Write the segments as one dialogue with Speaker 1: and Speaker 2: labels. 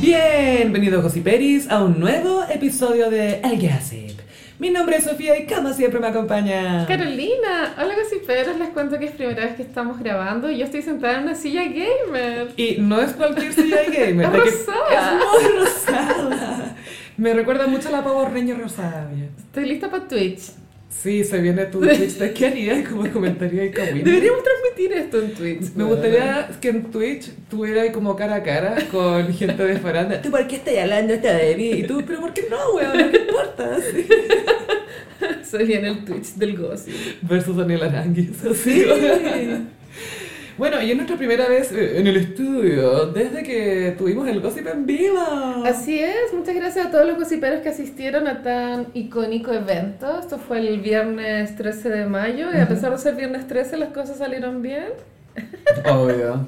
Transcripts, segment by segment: Speaker 1: Bienvenidos, Gossiperis, a un nuevo episodio de El Gossip. Mi nombre es Sofía y como siempre me acompaña...
Speaker 2: Carolina, hola gossiperos, les cuento que es primera vez que estamos grabando y yo estoy sentada en una silla gamer.
Speaker 1: Y no es cualquier silla de gamer. la
Speaker 2: Es
Speaker 1: que-
Speaker 2: rosada.
Speaker 1: Es muy rosada. Me recuerda mucho a la pavo reño rosada.
Speaker 2: Estoy lista para Twitch.
Speaker 1: Sí, se viene tu Twitch. ¿De ¿Qué harías como comentario y como
Speaker 2: Deberíamos transmitir esto en Twitch.
Speaker 1: Me
Speaker 2: ¿no?
Speaker 1: gustaría que en Twitch tuviera como cara a cara con gente de faranda. ¿Tú por qué estás hablando esta de mí? Y tú, ¿pero por qué no, weón? ¿No te importa? Así.
Speaker 2: Sería en el Twitch del gossip.
Speaker 1: Versus Daniel Aranguis. Así. Bueno, y es nuestra primera vez eh, en el estudio desde que tuvimos el gossip en vivo.
Speaker 2: Así es, muchas gracias a todos los gossiperos que asistieron a tan icónico evento. Esto fue el viernes 13 de mayo y a pesar de ser viernes 13 las cosas salieron bien.
Speaker 1: Obvio.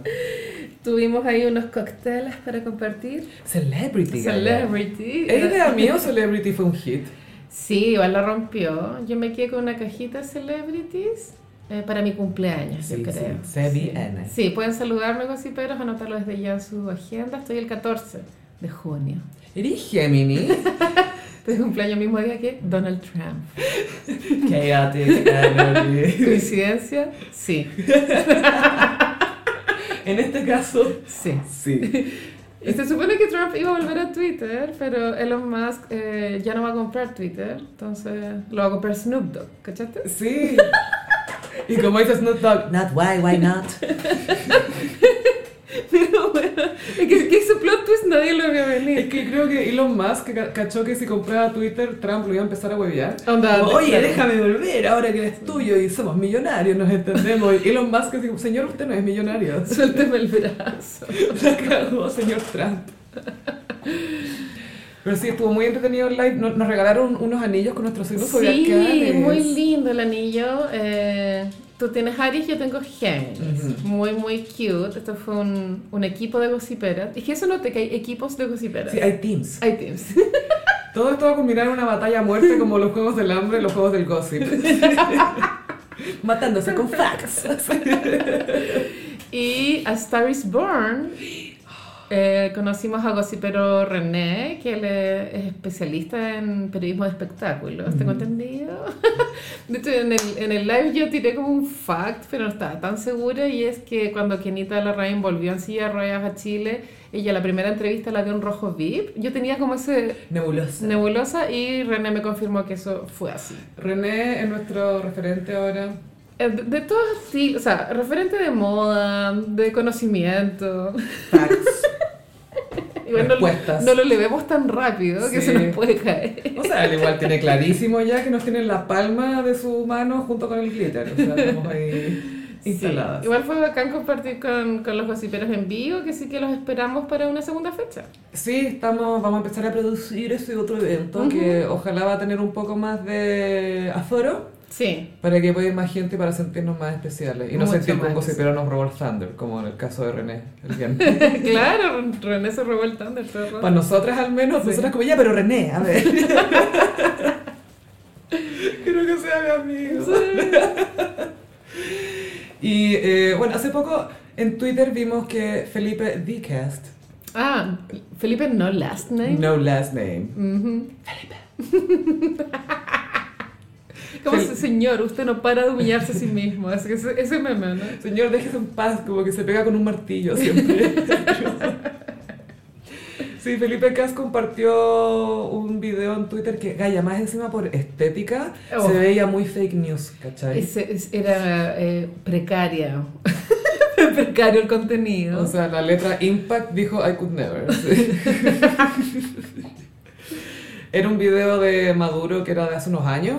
Speaker 2: Tuvimos ahí unos cócteles para compartir.
Speaker 1: Celebrity. galera.
Speaker 2: Celebrity.
Speaker 1: ¿Es idea mía o Celebrity fue un hit?
Speaker 2: Sí, igual la rompió. Yo me quedé con una cajita de celebrities eh, para mi cumpleaños, yo creo.
Speaker 1: sí. Se eh. viene.
Speaker 2: Sí, pueden saludarme, gossiperos, anotarlo desde ya en su agenda. Estoy el 14 de junio.
Speaker 1: ¿Eres Gemini?
Speaker 2: Este cumpleaños mismo día que Donald Trump.
Speaker 1: Chaotic energy.
Speaker 2: ¿Coincidencia? Sí,
Speaker 1: En este caso,
Speaker 2: sí.
Speaker 1: sí.
Speaker 2: Y se supone que Trump iba a volver a Twitter, pero Elon Musk eh, ya no va a comprar Twitter, entonces lo va a comprar Snoop Dogg, ¿cachaste?
Speaker 1: Sí. Y como dice Snoop Dogg, not why, why not.
Speaker 2: Pero bueno, es que, que su plot twist nadie lo vio
Speaker 1: Es
Speaker 2: venir.
Speaker 1: que creo que Elon Musk ca- cachó que si compraba Twitter, Trump lo iba a empezar a huevear.
Speaker 2: Onda,
Speaker 1: Como, Oye,
Speaker 2: claro.
Speaker 1: déjame volver ahora que eres tuyo y somos millonarios, nos entendemos. Y Elon Musk dijo, señor, usted no es millonario.
Speaker 2: Suélteme el brazo.
Speaker 1: La cagó, señor Trump. Pero sí, estuvo muy entretenido el live. Nos, nos regalaron unos anillos con nuestros signos
Speaker 2: Sí,
Speaker 1: zodiacales.
Speaker 2: muy lindo el anillo. Eh, tú tienes Aries, yo tengo Géminis.
Speaker 1: Ujú.
Speaker 2: Muy, muy cute. Esto fue un, un equipo de gossiperas. Es que eso noté que hay equipos de gossiperas.
Speaker 1: Sí, hay teams.
Speaker 2: Hay teams.
Speaker 1: Todo esto va a culminar en una batalla a muerte como los juegos del hambre, los juegos del gossip. Matándose con facts.
Speaker 2: Y a Star is Born. eh, conocimos a gossipero René, que él es es especialista en periodismo de espectáculos. ¿Te entendido? De hecho, en el, en el live yo tiré como un fact, pero no estaba tan segura, y es que cuando Kenita Larraín volvió en silla de ruedas a Chile, ella la primera entrevista la dio en rojo VIP. Yo tenía como ese
Speaker 1: Nebulosa.
Speaker 2: nebulosa y René me confirmó que eso fue así.
Speaker 1: René es nuestro referente ahora.
Speaker 2: Eh, De, de todos estilos, o sea, referente de moda, de conocimiento.
Speaker 1: Facts.
Speaker 2: Igual no,
Speaker 1: Respuestas.
Speaker 2: no lo levemos tan rápido que
Speaker 1: Sí.
Speaker 2: se nos puede caer.
Speaker 1: O sea, él igual tiene clarísimo ya que nos tiene en la palma de su mano junto con el glitter. O sea, estamos ahí instaladas.
Speaker 2: Sí. Igual fue bacán compartir con, con los gossiperos en vivo, que sí que los esperamos para una segunda fecha.
Speaker 1: Sí, estamos, vamos a empezar a producir ese otro evento que ojalá va a tener un poco más de aforo
Speaker 2: Sí,
Speaker 1: para que pueda ir más gente y para sentirnos más especiales y no
Speaker 2: Mucho
Speaker 1: sentir que un
Speaker 2: más.
Speaker 1: gossipero nos robó el thunder, como en el caso de René. El viernes.
Speaker 2: claro, René se robó el thunder, todo el rato.
Speaker 1: Para nosotras al menos, nosotras como ya, pero René, a ver. Quiero que sea mi amigo. y eh, bueno, hace poco en Twitter vimos que Felipe Dcast,
Speaker 2: Ah, Felipe no last name.
Speaker 1: no last name.
Speaker 2: Ujú. Como
Speaker 1: Fel-
Speaker 2: se- señor, usted no para de humillarse a sí mismo, así que ese, ese meme, ¿no?
Speaker 1: Señor, déjese en paz, como que se pega con un martillo siempre. Sí, Felipe Cas compartió un video en Twitter que, Gaya, más encima por estética,
Speaker 2: Oh.
Speaker 1: se veía muy fake news, ¿cachai?
Speaker 2: Ese- es- era eh, precaria. precario el contenido.
Speaker 1: O sea, la letra Impact dijo I could never. sí. era un video de Maduro que era de hace unos años,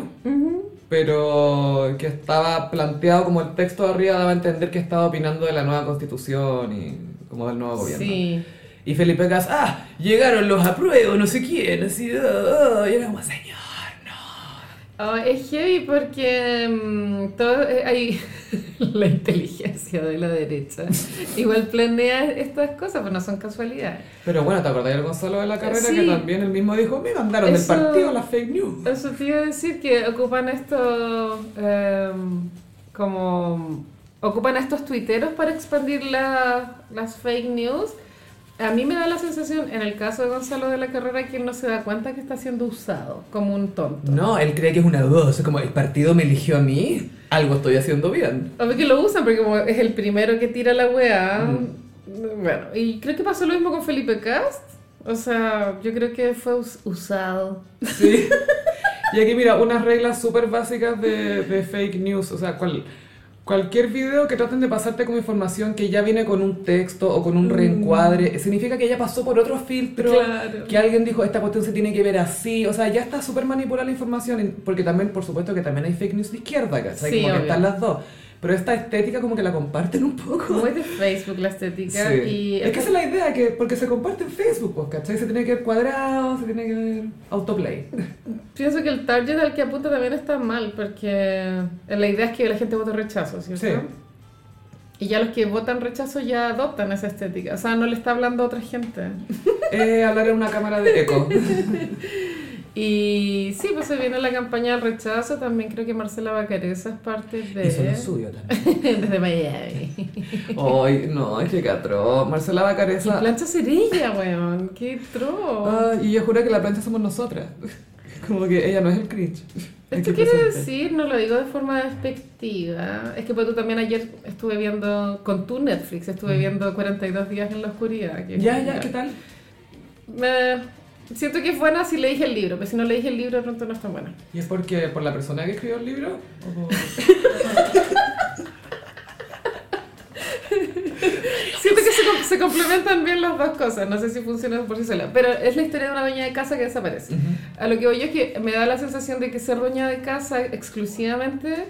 Speaker 1: pero que estaba planteado como el texto de arriba daba a entender que estaba opinando de la nueva constitución y como del nuevo gobierno.
Speaker 2: sí.
Speaker 1: Y Felipe Gas, ah, llegaron los apruebos, no sé quién, así, ah, ah", y era como, señor, no.
Speaker 2: Ah, es heavy porque mm, todo, eh, hay la inteligencia de la derecha. Igual planea estas cosas, pero no son casualidades.
Speaker 1: Pero bueno, ¿te acordás del Gonzalo de la carrera
Speaker 2: Sí.
Speaker 1: que también él mismo dijo, me mandaron
Speaker 2: Eso-
Speaker 1: del partido las fake news?
Speaker 2: Eso te iba a decir que ocupan estos em, como ocupan a estos tuiteros para expandir la- las fake news A mí me da la sensación, en el caso de Gonzalo de la Carrera, que él no se da cuenta que está siendo usado como un tonto.
Speaker 1: No, él cree que es una duda. Es como, el partido me eligió a mí, algo estoy haciendo bien.
Speaker 2: A ver que lo usan porque como es el primero que tira la weá. Bueno, y creo que pasó lo mismo con Felipe Cast. O sea, yo creo que fue us- usado.
Speaker 1: Sí. Y aquí mira, unas reglas súper básicas de, de fake news. O sea, cual- cualquier video que traten de pasarte como información que ya viene con un texto o con un reencuadre, significa que ya pasó por otro filtro.
Speaker 2: Mm. Claro.
Speaker 1: Que alguien dijo, esta cuestión se tiene que ver así. O sea, ya está súper manipulada la información. en- Porque también, por supuesto, que también hay fake news de izquierda, ¿cachai?
Speaker 2: Sí,
Speaker 1: como que
Speaker 2: obvio.
Speaker 1: están las dos. Pero esta estética como que la comparten un poco.
Speaker 2: Muy de Facebook la estética.
Speaker 1: Sí.
Speaker 2: Y
Speaker 1: Es que esa es la idea, que porque se comparte en Facebook, pues, ¿cachai? Se tiene que ver cuadrado, se tiene que ver autoplay.
Speaker 2: pienso que el target al que apunta también está mal, porque eh, la idea es que la gente vote rechazo, ¿cierto?
Speaker 1: Sí.
Speaker 2: Y ya los que votan rechazo ya adoptan esa estética. O sea, no le está hablando a otra gente.
Speaker 1: Eh, hablar en una cámara de eco.
Speaker 2: Y sí, pues se viene la campaña del rechazo. También creo que Marcela Bacareza es parte de.
Speaker 1: Eso no es suyo también.
Speaker 2: Desde Miami.
Speaker 1: Ay, no, es que catro. Marcela
Speaker 2: Y
Speaker 1: Bacareza.
Speaker 2: plancha cerilla, weón. Qué tro.
Speaker 1: Ah, y yo juro que la plancha somos nosotras. Como que ella no es el cringe.
Speaker 2: Esto
Speaker 1: Aquí
Speaker 2: quiere
Speaker 1: presente.
Speaker 2: decir, no lo digo de forma despectiva, es que pues, tú también ayer estuve viendo, con tu Netflix, estuve viendo 42 días en la oscuridad. que-
Speaker 1: Mm. Ya, ya, ¿qué tal?
Speaker 2: Me- siento que es buena si leí el libro, pero si no leí el libro de pronto no es tan buena.
Speaker 1: ¿Y es porque por la persona que escribió el libro? ¿O por-
Speaker 2: Siento que se, com- se complementan bien las dos cosas, no sé si funciona por sí sola, pero es la historia de una dueña de casa que desaparece. A lo que voy yo es que me da la sensación de que ser dueña de casa exclusivamente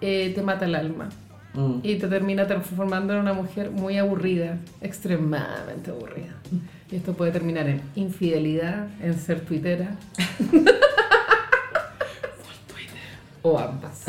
Speaker 2: eh, te mata el alma.
Speaker 1: Mm.
Speaker 2: Y te termina transformando en una mujer muy aburrida, extremadamente aburrida. Y esto puede terminar en infidelidad, en ser tuitera. O ambas.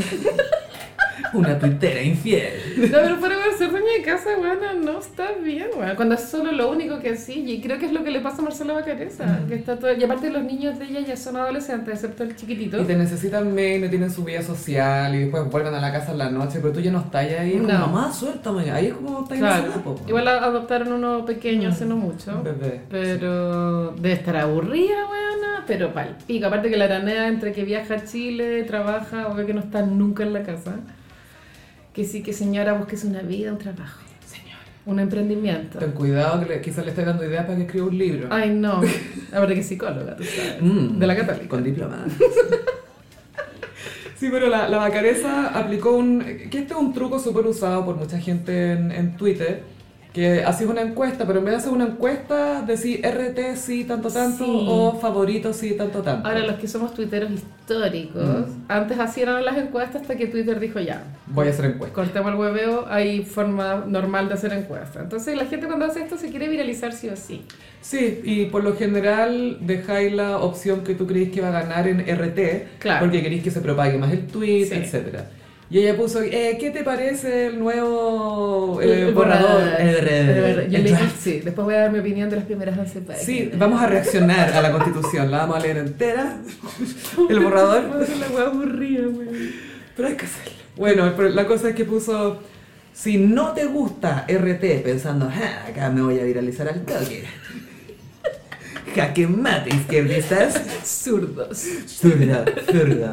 Speaker 1: Una tuitera infiel.
Speaker 2: No, pero fuera de ser dueña de casa, bueno, no está bien, bueno. Cuando es solo lo único que sí, y creo que es lo que le pasa a Marcela Bacareza, que está todo... Y aparte los niños de ella ya son adolescentes, excepto el chiquitito.
Speaker 1: Y te necesitan mail, no tienen su vida social y después vuelven a la casa en la noche, pero tú ya no estás ahí. es como,
Speaker 2: No.
Speaker 1: Mamá, suéltame. Ahí es como estás
Speaker 2: Claro.
Speaker 1: en po.
Speaker 2: Igual a- adoptaron uno pequeño hace no mucho.
Speaker 1: Bebé.
Speaker 2: Pero debe estar aburrida, weona, pero pal pico. Aparte que la aranea entre que viaja a Chile, trabaja, obvio que no está nunca en la casa. Que sí, que señora, busques una vida, un trabajo. Un emprendimiento.
Speaker 1: Ten cuidado que le- quizás le estés dando ideas para que escriba un libro.
Speaker 2: Ay, no. Aparte que es psicóloga, tú sabes.
Speaker 1: Mm.
Speaker 2: De la católica.
Speaker 1: Con diploma. Sí, pero la, la Bacareza aplicó un... que este es un truco súper usado por mucha gente en, en Twitter, que haces una encuesta, pero en vez de hacer una encuesta, decís RT sí, tanto, tanto,
Speaker 2: Sí.
Speaker 1: o favorito sí, tanto, tanto.
Speaker 2: Ahora, los que somos tuiteros históricos, antes hacían las encuestas hasta que Twitter dijo ya,
Speaker 1: Mm. Voy a hacer encuesta.
Speaker 2: cortemos el hueveo, hay forma normal de hacer encuestas. Entonces la gente cuando hace esto se quiere viralizar sí o sí.
Speaker 1: Sí, y por lo general dejáis la opción que tú creéis que va a ganar en RT,
Speaker 2: Claro.
Speaker 1: porque queréis que se propague más el tweet,
Speaker 2: Sí.
Speaker 1: etcétera. Y ella puso, eh, ¿qué te parece el nuevo
Speaker 2: El-
Speaker 1: eh,
Speaker 2: el
Speaker 1: borrador? El,
Speaker 2: borrador. Yo
Speaker 1: el
Speaker 2: le-
Speaker 1: draft.
Speaker 2: sí, después voy a dar mi opinión de las primeras 11 páginas.
Speaker 1: Sí, vamos a reaccionar a la constitución, la vamos a leer entera, el borrador,
Speaker 2: Madre, la wea aburrida, wey.
Speaker 1: pero hay que hacerlo. Bueno, pero la cosa es que puso, si no te gusta RT, pensando, "Ja, acá me voy a viralizar al toque. Jaque mate, izquierdistas.
Speaker 2: Zurdos.
Speaker 1: Zurda, zurda.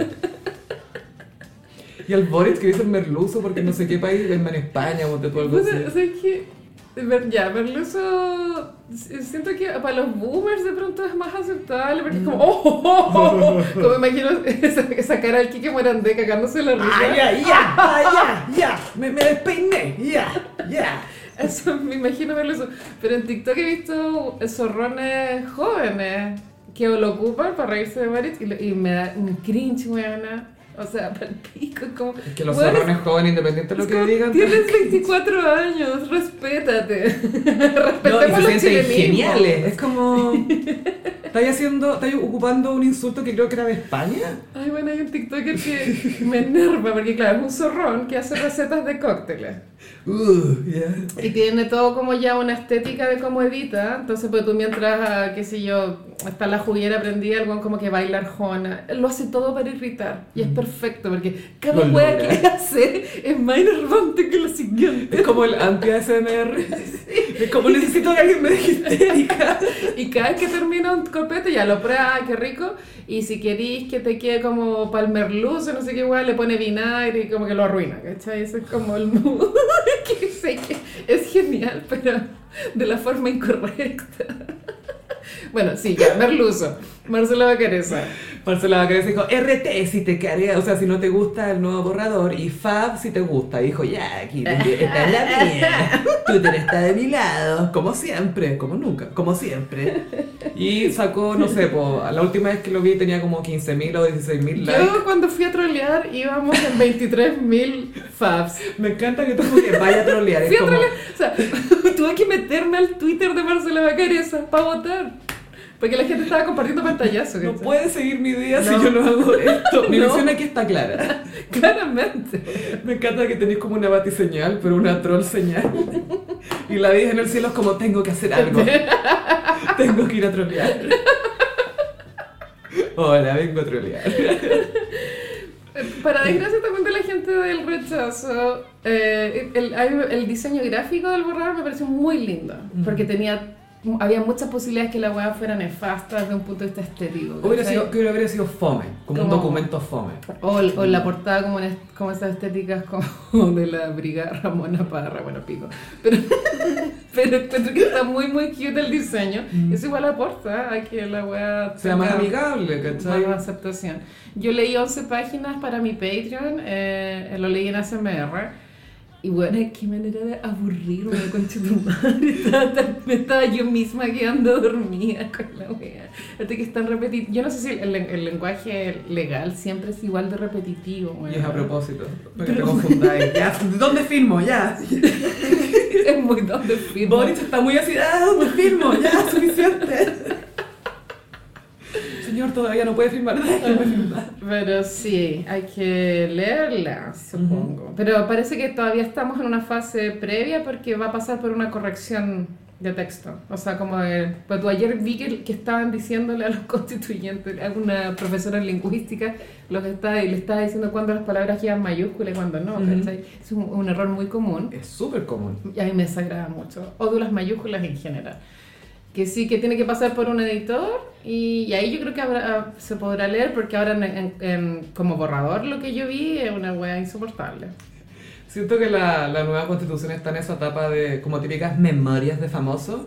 Speaker 1: Y al Boris que dice el merluzo porque no sé qué país, en España o de algo
Speaker 2: O
Speaker 1: así.
Speaker 2: sea, o sea, es que, ver- ya, Merluzo, s- siento que para los boomers de pronto es más aceptable, porque es como, oh, oh, oh, oh", como me imagino esa, esa cara del Kike Morandé cagándose la risa.
Speaker 1: ¡Ay, Ah, ya, ya! ¡Ay, ya! ¡Ya! Me, me despeiné, ya, ya.
Speaker 2: Eso, me imagino verlo eso. Pero en TikTok he visto zorrones jóvenes que lo ocupan para reírse de Marit y, lo- y me da un cringe, weona. O sea, para el pico, como...
Speaker 1: Es que los
Speaker 2: weón,
Speaker 1: zorrones jóvenes, independiente de
Speaker 2: es
Speaker 1: lo que
Speaker 2: como,
Speaker 1: digan,
Speaker 2: Tienes 24 años, respétate.
Speaker 1: no, y
Speaker 2: Respetemos
Speaker 1: se
Speaker 2: los
Speaker 1: sienten
Speaker 2: chilenismos.
Speaker 1: geniales. Es como. Estáis haciendo. Estáis ocupando un insulto que creo que era de España.
Speaker 2: Ay, bueno, hay un TikToker que me enerva, porque claro, es un zorrón que hace recetas de cócteles.
Speaker 1: Uh, yeah.
Speaker 2: Y tiene todo como ya una estética de cómo edita. Entonces, pues tú mientras, ah, qué sé yo, está la juguera prendida, algo como que baila arjona. Lo hace todo para irritar. Y es perfecto, porque cada
Speaker 1: Mm. Lo
Speaker 2: hueá
Speaker 1: logra.
Speaker 2: que hace es más enervante que la siguiente.
Speaker 1: Es como el anti-ASMR. Es como necesito que alguien me deje histérica.
Speaker 2: Y cada vez que termina un copete ya lo prueba, ah, qué rico. Y si querís que te quede como palmerluz o no sé qué hueá, le pone vinagre y como que lo arruina, ¿cachai? Eso es como el mood. que sé que es genial, pero de la forma incorrecta. bueno, sí, ya, merluzo. Marcelo Bacareza.
Speaker 1: Marcela Bacares dijo, RT si te carga, o sea, si no te gusta el nuevo borrador, y Fab si te gusta. Y dijo, ya, aquí, esta es la mía. Twitter está de mi lado, como siempre, como nunca, como siempre. Y sacó, no sé, po, la última vez que lo vi tenía como 15.000 o 16.000 likes.
Speaker 2: Yo cuando fui a trolear íbamos en 23.000 fabs.
Speaker 1: Me encanta que tú como que vaya a trolear.
Speaker 2: Fui
Speaker 1: Es
Speaker 2: a
Speaker 1: como,
Speaker 2: trolear, o sea, tuve que meterme al Twitter de Marcela Bacareza para votar. Porque la gente estaba compartiendo pantallazos.
Speaker 1: no
Speaker 2: ¿cachai?
Speaker 1: puedes seguir mi día
Speaker 2: No.
Speaker 1: si yo no hago esto. Mi
Speaker 2: No.
Speaker 1: visión aquí está clara.
Speaker 2: Claramente.
Speaker 1: Me encanta que tenéis como una batiseñal, pero una troll señal. Y la vida en el cielo es como, tengo que hacer algo. Tengo que ir a trolear. Hola, vengo a trolear.
Speaker 2: Para desgracia también de la gente del rechazo, eh, el, el- el diseño gráfico del borrador me pareció muy lindo. Porque tenía, había muchas posibilidades que la weá fuera nefasta desde un punto de vista estético.
Speaker 1: Hubiera
Speaker 2: ¿cachai?
Speaker 1: sido, que hubiera sido fome, como un
Speaker 2: Como-
Speaker 1: documento fome.
Speaker 2: O, o
Speaker 1: Mm.
Speaker 2: la portada como, una- como esas estéticas como de la brigada Ramona Parra, bueno, pico. Pero, pero encuentro que está muy, muy cute el diseño. Eso igual aporta a que la weá
Speaker 1: Mm. Sea más
Speaker 2: tenga-
Speaker 1: amigable, ¿cachai?
Speaker 2: Más aceptación. Yo leí 11 páginas para mi Patreon, eh, lo leí en ASMR. Y bueno, qué manera de aburrirme con tu madre. Estaba tan- Me estaba yo misma quedando dormida con la wea. Hasta que están repetitivos. Yo no sé si el, el lenguaje legal siempre es igual de repetitivo.
Speaker 1: Y
Speaker 2: weona.
Speaker 1: es a propósito, para que te confundáis. Ya, ¿Dónde firmo? Ya.
Speaker 2: Es muy donde firmo.
Speaker 1: Boris está muy así, ah, ¿dónde firmo? Ya, suficiente. Señor, todavía no puede firmar. Déjeme firmar.
Speaker 2: Pero sí, hay que leerla, supongo. Pero parece que todavía estamos en una fase previa porque va a pasar por una corrección de texto. O sea, como de, pues, tú ayer vi que, que estaban diciéndole a los constituyentes, a una profesora en lingüística, lo que está, y le estaba diciendo cuándo las palabras llevan mayúsculas y cuándo no.
Speaker 1: Ujú.
Speaker 2: ¿cachai? Es un, un error muy común
Speaker 1: Es súper común.
Speaker 2: y a mí me desagrada mucho. Odio las mayúsculas en general. Que sí, que tiene que pasar por un editor y, y ahí yo creo que habrá- se podrá leer porque ahora en- en- en- como borrador lo que yo vi es una wea insoportable.
Speaker 1: Siento que la, la nueva constitución está en esa etapa de como típicas memorias de famosos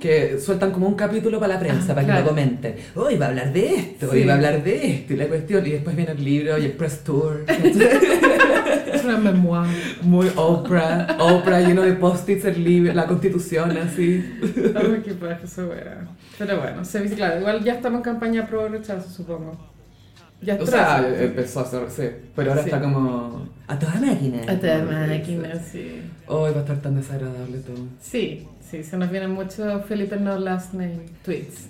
Speaker 1: que sueltan como un capítulo para la prensa,
Speaker 2: Ah,
Speaker 1: para
Speaker 2: claro.
Speaker 1: que lo comenten. Hoy va a hablar de esto,
Speaker 2: Sí.
Speaker 1: hoy va a hablar de esto y la cuestión. Y después viene el libro y el press tour.
Speaker 2: Es una memoir.
Speaker 1: Muy Oprah, Oprah lleno de post-its, el libro, la constitución así.
Speaker 2: Ay, qué paja esa wea. Pero bueno, se dice, claro, igual ya estamos en campaña pro rechazo, supongo. Ya
Speaker 1: O
Speaker 2: está.
Speaker 1: sea, eh, empezó a hacer, sí, pero ahora
Speaker 2: Sí.
Speaker 1: está como... A toda máquina.
Speaker 2: A toda
Speaker 1: eh,
Speaker 2: máquina, sí.
Speaker 1: Hoy va a estar tan desagradable todo.
Speaker 2: Sí, sí, se nos vienen muchos Felipe No Last Name tweets.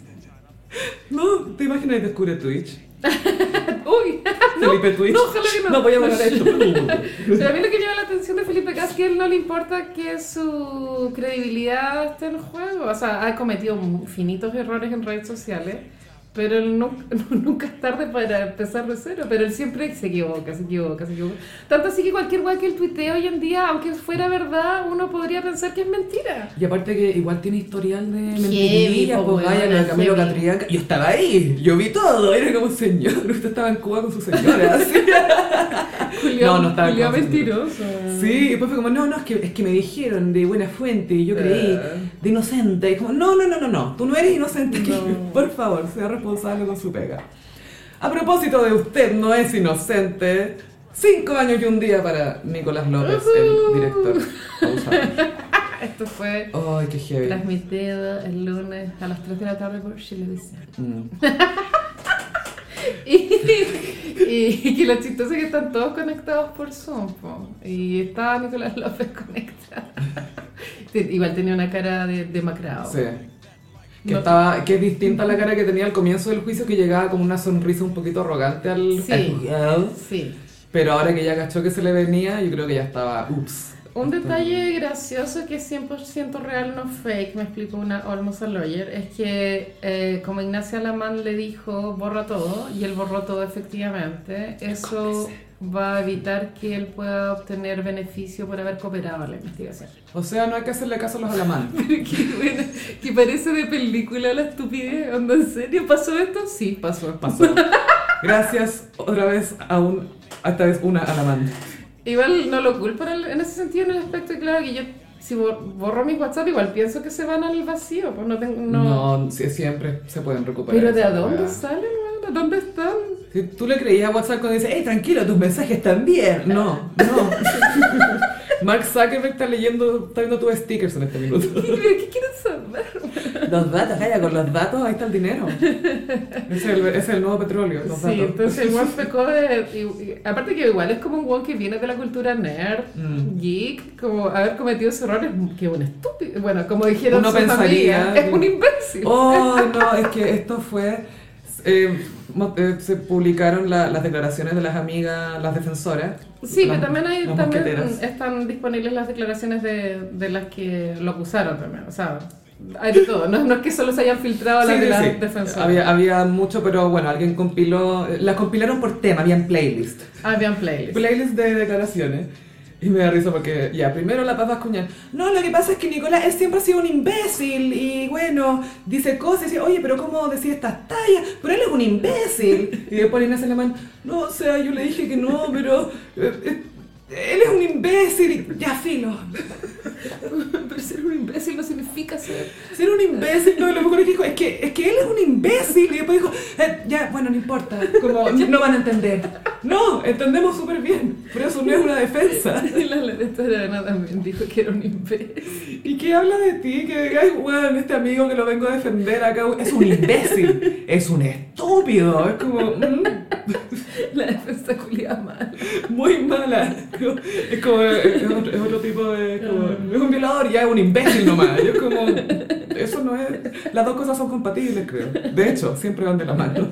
Speaker 1: No, ¿te imaginas que descubre Twitch?
Speaker 2: ¡Uy!
Speaker 1: Felipe Twitch.
Speaker 2: Ah, no, ojalá que no.
Speaker 1: No, voy a hablar de esto.
Speaker 2: Pero a mí lo que llama la atención de Felipe Cas es que a él no le importa que su credibilidad esté en juego. O sea, ha cometido infinitos errores en redes sociales, pero él nu- nunca es tarde para empezar de cero. Pero él siempre se equivoca, se equivoca, se equivoca. Tanto así que cualquier guay que él tuitee hoy en día, aunque fuera verdad, uno podría pensar que es mentira.
Speaker 1: Y aparte que igual tiene historial de
Speaker 2: Heavy,
Speaker 1: mentirillas,
Speaker 2: po,
Speaker 1: po, gaya, lo
Speaker 2: weona,
Speaker 1: de Camilo
Speaker 2: heavy.
Speaker 1: Catrián. Yo estaba ahí, yo vi todo, era como un señor. Usted estaba en Cuba con su señora, así.
Speaker 2: Julio,
Speaker 1: No, no estaba
Speaker 2: Julio
Speaker 1: con-
Speaker 2: mentiroso.
Speaker 1: Sí, y después fue como, no, no, es que, es que me dijeron de buena fuente, y yo creí,
Speaker 2: Eh.
Speaker 1: de inocente. Y como, no, no, no, no, no, tú no eres inocente.
Speaker 2: No.
Speaker 1: Por favor, sea responsable con su pega. A propósito de usted no es inocente, cinco años y un día para Nicolás López, el
Speaker 2: Ujú.
Speaker 1: director. abusador.
Speaker 2: Esto fue
Speaker 1: Ay, qué heavy.
Speaker 2: transmitido el lunes a las 3 de la tarde por Chilevisión.
Speaker 1: Mm.
Speaker 2: y, y que lo chistoso es que están todos conectados por Zoom. po. Y estaba Nicolás López conectado. Te- Igual tenía una cara de demacrado.
Speaker 1: Sí. Que,
Speaker 2: No.
Speaker 1: estaba, que es distinta a la cara que tenía al comienzo del juicio, que llegaba con una sonrisa un poquito arrogante al,
Speaker 2: Sí.
Speaker 1: al juzgado.
Speaker 2: Sí.
Speaker 1: Pero ahora que ya cachó que se le venía, yo creo que ya estaba, ups,
Speaker 2: Un detalle gracioso que es 100% real, no fake, me explicó una Almost a Lawyer, es que eh, como Ignacia Alamán le dijo, borra todo, y él borró todo efectivamente, eso va a evitar que él pueda obtener beneficio por haber cooperado en la investigación.
Speaker 1: O sea, no hay que hacerle caso a los alamán.
Speaker 2: Pero que, bueno, que parece de película la estupidez, onda, ¿en serio pasó esto? Sí, pasó,
Speaker 1: Pasó. Gracias otra vez a un, a esta vez una alamán.
Speaker 2: Igual no lo culpo en, el- en ese sentido, en el aspecto, de, claro, que yo si bor- borro mis WhatsApp, igual pienso que se van al vacío, pues no tengo... No.
Speaker 1: No, pues, sí, siempre se pueden recuperar.
Speaker 2: Pero ¿de a
Speaker 1: esas
Speaker 2: dónde
Speaker 1: weas.
Speaker 2: salen? weón? ¿De dónde están?
Speaker 1: Si tú le creías a WhatsApp cuando dice, hey, tranquilo, tus mensajes también. No, no. Mark Zuckerberg está leyendo, está viendo tus stickers en este minuto.
Speaker 2: ¿Pero qué quieren saber?
Speaker 1: Los datos, calla, con los datos ahí está el dinero. Es el, es el nuevo petróleo, los
Speaker 2: Sí,
Speaker 1: datos.
Speaker 2: entonces el weón pecó de... y- y- aparte que igual es como un weón que viene de la cultura nerd,
Speaker 1: Mm.
Speaker 2: geek, como haber cometido esos errores, que un estúpido, bueno, como dijeron
Speaker 1: Uno
Speaker 2: su
Speaker 1: pensaría
Speaker 2: familia, es
Speaker 1: que-
Speaker 2: un imbécil.
Speaker 1: Oh, no, es que esto fue... eh, mo- eh, se publicaron la- las declaraciones de las amigas, las defensoras.
Speaker 2: Sí,
Speaker 1: las-
Speaker 2: que también, hay,
Speaker 1: las
Speaker 2: también
Speaker 1: mosqueteras.
Speaker 2: están disponibles las declaraciones de, de las que lo acusaron también. O sea, hay de todo. No, no es que solo se hayan filtrado las
Speaker 1: Sí,
Speaker 2: de
Speaker 1: sí,
Speaker 2: las
Speaker 1: sí.
Speaker 2: defensoras.
Speaker 1: Había, había mucho, pero bueno, alguien compiló, eh, las compilaron por tema, habían playlist.
Speaker 2: Habían playlists.
Speaker 1: Playlist de declaraciones. Y me da risa porque, ya, primero la paz Bascuñán. No, lo que pasa es que Nicolás, él siempre ha sido un imbécil y bueno, dice cosas y dice, oye, pero ¿cómo decir estas tallas? Pero él es un imbécil. Y después Inés Alemán, no, o sea, yo le dije que no, pero eh, eh, él es un imbécil. Y, ya, filo.
Speaker 2: Pero ser un imbécil no significa ser.
Speaker 1: Ser un imbécil, no, y lo mejor es que dijo, es que, es que él es un imbécil. Y después dijo, "Eh, ya, bueno, no importa, como no van a entender. No, entendemos súper bien, pero eso no es una defensa.
Speaker 2: La Loreto de Arana también dijo que era un imbécil.
Speaker 1: ¿Y qué habla de ti? Que digas, weón, este amigo que lo vengo a defender acá es un imbécil, es un estúpido, es como mm,
Speaker 2: La defensa culiada mal.
Speaker 1: muy mala. Es como, es otro, es otro tipo de, como, es un violador, ya es un imbécil nomás. Yo es como, eso no es, las dos cosas son compatibles, creo. De hecho, siempre van de la mano.